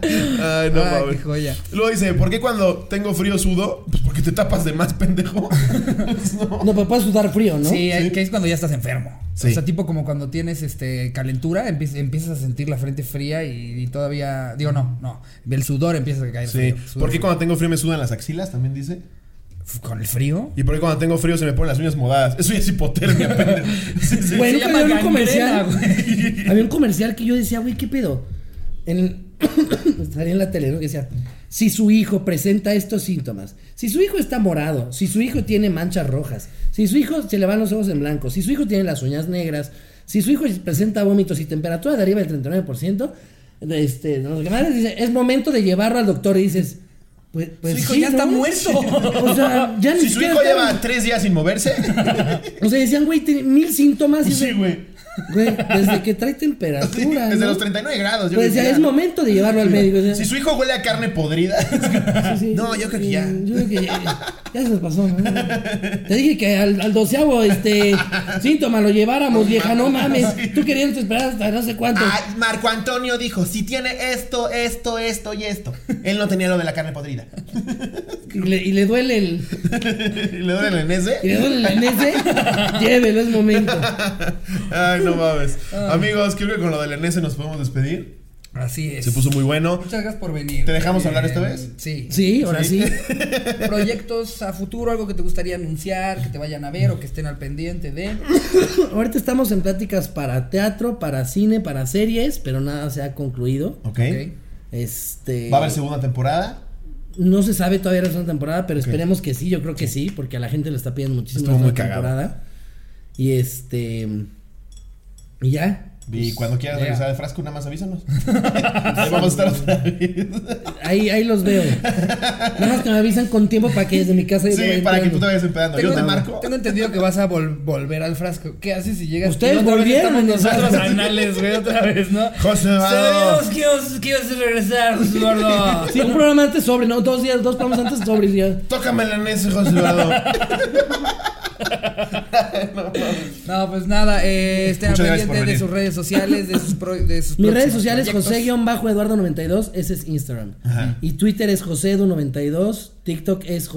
Speaker 2: Ay, no
Speaker 1: Ah,
Speaker 2: mames.
Speaker 1: qué joya.
Speaker 2: Luego dice, ¿por qué cuando tengo frío sudo? Pues porque te tapas de más, pendejo. Pues no.
Speaker 3: No, pero puedes sudar frío, ¿no?
Speaker 1: Sí, hay- que es cuando ya estás enfermo.
Speaker 2: Sí.
Speaker 1: O sea, tipo como cuando tienes este calentura, empie- empiezas a sentir la frente fría y, y todavía. Digo, no, no. El sudor empieza a caer.
Speaker 2: Sí.
Speaker 1: frío, sudor
Speaker 2: ¿Por qué
Speaker 1: frío.
Speaker 2: cuando tengo frío me sudan las axilas? También dice.
Speaker 1: ¿Con el frío?
Speaker 2: ¿Y por qué cuando tengo frío se me ponen las uñas modadas? Eso ya es hipotermia, pendejo. Sí, sí.
Speaker 3: Güey,
Speaker 1: Se
Speaker 3: nunca
Speaker 1: llama
Speaker 3: había un
Speaker 1: gangrena,
Speaker 3: comercial. Había un comercial que yo decía, güey, ¿qué pedo? En, estaría en la tele, ¿no? Que decía, si su hijo presenta estos síntomas, si su hijo está morado, si su hijo tiene manchas rojas, si su hijo se le van los ojos en blanco, si su hijo tiene las uñas negras, si su hijo presenta vómitos y temperatura de arriba del 39%, este, no sé qué madre, dice, es momento de llevarlo al doctor y dices, pues, pues
Speaker 1: hijo
Speaker 3: sí,
Speaker 1: ya está muerto.
Speaker 3: O sea, ya ni
Speaker 2: Si su
Speaker 3: siquiera
Speaker 2: hijo
Speaker 3: está-
Speaker 2: lleva tres días sin moverse.
Speaker 3: O sea, decían, güey, tiene mil síntomas. y
Speaker 2: sí,
Speaker 3: dice,
Speaker 2: güey.
Speaker 3: Güey, desde que trae
Speaker 2: Sí,
Speaker 3: temperatura.
Speaker 2: desde
Speaker 3: ¿no?
Speaker 2: los 39 grados. yo
Speaker 3: Pues
Speaker 2: creo
Speaker 3: ya
Speaker 2: que
Speaker 3: es
Speaker 2: ya, ¿no?
Speaker 3: momento de llevarlo al médico. o sea,
Speaker 2: Si su hijo huele a carne podrida.
Speaker 3: sí, sí,
Speaker 2: No, yo creo que ya.
Speaker 3: Yo creo que ya, ya se nos pasó. ¿no? Te dije que al, al doceavo este, síntoma lo lleváramos, vieja. No mames. Tú querías esperar hasta no sé cuánto.
Speaker 2: Ah, Marco Antonio dijo, si tiene esto, esto, esto y esto. Él no tenía lo de la carne podrida.
Speaker 3: Y le, y le duele el.
Speaker 2: ¿Y ¿Le duele en
Speaker 3: Y le
Speaker 2: ese?
Speaker 3: duele el enese. Llévelo, es momento.
Speaker 2: Ay, no mames.
Speaker 3: Ah.
Speaker 2: Amigos, creo que con lo del enese nos podemos despedir.
Speaker 1: Así es.
Speaker 2: Se puso muy bueno.
Speaker 1: Muchas gracias por venir.
Speaker 2: ¿Te dejamos hablar esta
Speaker 1: Eh,
Speaker 2: vez?
Speaker 1: Sí.
Speaker 3: Sí, ahora sí.
Speaker 1: Proyectos a futuro, algo que te gustaría anunciar, que te vayan a ver o que estén al pendiente de.
Speaker 3: Ahorita estamos en pláticas para teatro, para cine, para series, pero nada se ha concluido.
Speaker 2: Ok.
Speaker 1: Ok.
Speaker 3: Este.
Speaker 2: ¿Va a haber segunda temporada?
Speaker 3: No se sabe todavía la segunda temporada, pero esperemos que sí, yo creo que sí, porque a la gente le está pidiendo muchísimo
Speaker 2: Estuvo
Speaker 3: la
Speaker 2: muy
Speaker 3: segunda
Speaker 2: cagado.
Speaker 3: temporada. Y este. Y ya.
Speaker 1: Pues,
Speaker 2: Y cuando quieras
Speaker 1: ya.
Speaker 2: regresar de frasco, nada más avísanos. Ahí vamos a estar otra vez.
Speaker 3: Ahí, ahí los veo. Nada más que me avisan con tiempo para que desde mi casa yo te
Speaker 2: Sí,
Speaker 3: vaya
Speaker 2: para que tú te
Speaker 3: entrando.
Speaker 2: vayas empedando. Yo te marco.
Speaker 1: tengo entendido que vas a vol- volver al frasco. ¿Qué haces si llegas?
Speaker 3: Ustedes
Speaker 1: Y otra vez
Speaker 3: volvieron
Speaker 1: estamos
Speaker 3: en el
Speaker 1: nosotros
Speaker 3: frasco.
Speaker 1: anales, güey, otra vez, ¿no?
Speaker 2: José Eduardo.
Speaker 1: Sabíamos que ibas, que ibas a regresar, José Eduardo.
Speaker 3: Sí, un programa antes sobre, ¿no? Dos días, dos programas antes sobre. y Ya.
Speaker 2: Tócame el enese, José Eduardo.
Speaker 1: No, pues nada, eh, estén al
Speaker 2: Muchas gracias
Speaker 1: pendiente
Speaker 2: por
Speaker 1: de
Speaker 2: venir.
Speaker 1: sus redes sociales, de sus, pro- de sus
Speaker 3: Mis redes
Speaker 1: próximos
Speaker 3: sociales,
Speaker 1: proyectos.
Speaker 3: José-Eduardo92, ese es Instagram.
Speaker 2: Ajá.
Speaker 3: Y Twitter es José-Edu92, TikTok es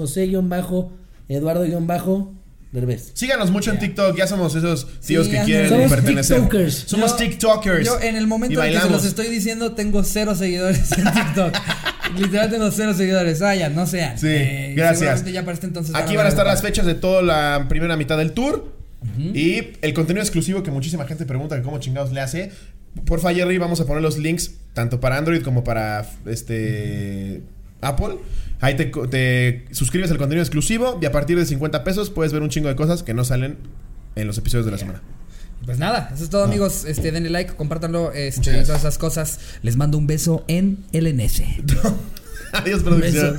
Speaker 3: José-Eduardo-Derbez.
Speaker 2: Síganos mucho en TikTok, ya somos esos tíos que
Speaker 1: ya
Speaker 2: quieren
Speaker 3: somos
Speaker 2: pertenecer.
Speaker 3: tiktokers.
Speaker 2: Somos
Speaker 1: Yo-
Speaker 2: TikTokers.
Speaker 1: Yo en el
Speaker 2: Y
Speaker 1: momento en que se
Speaker 2: bailamos.
Speaker 1: los estoy diciendo tengo cero seguidores en TikTok. Literal tengo cero seguidores. Ah, ya, no sean.
Speaker 2: Sí,
Speaker 1: Eh,
Speaker 2: gracias.
Speaker 1: seguramente ya para este entonces
Speaker 2: Aquí van a estar
Speaker 1: ver-
Speaker 2: las fechas de toda la primera mitad del tour. Y el contenido exclusivo que muchísima gente pregunta que cómo chingados le hace. Por Jerry, vamos a poner los links tanto para Android como para este Apple. Ahí te, co- te suscribes al contenido exclusivo y a partir de 50 pesos puedes ver un chingo de cosas que no salen en los episodios de la semana.
Speaker 1: Pues nada, eso es todo, amigos. Este, denle like, compártanlo,
Speaker 2: Muchas
Speaker 1: este, y
Speaker 2: gracias.
Speaker 1: todas esas cosas. Les mando un beso en LNS.
Speaker 2: Adiós, producción.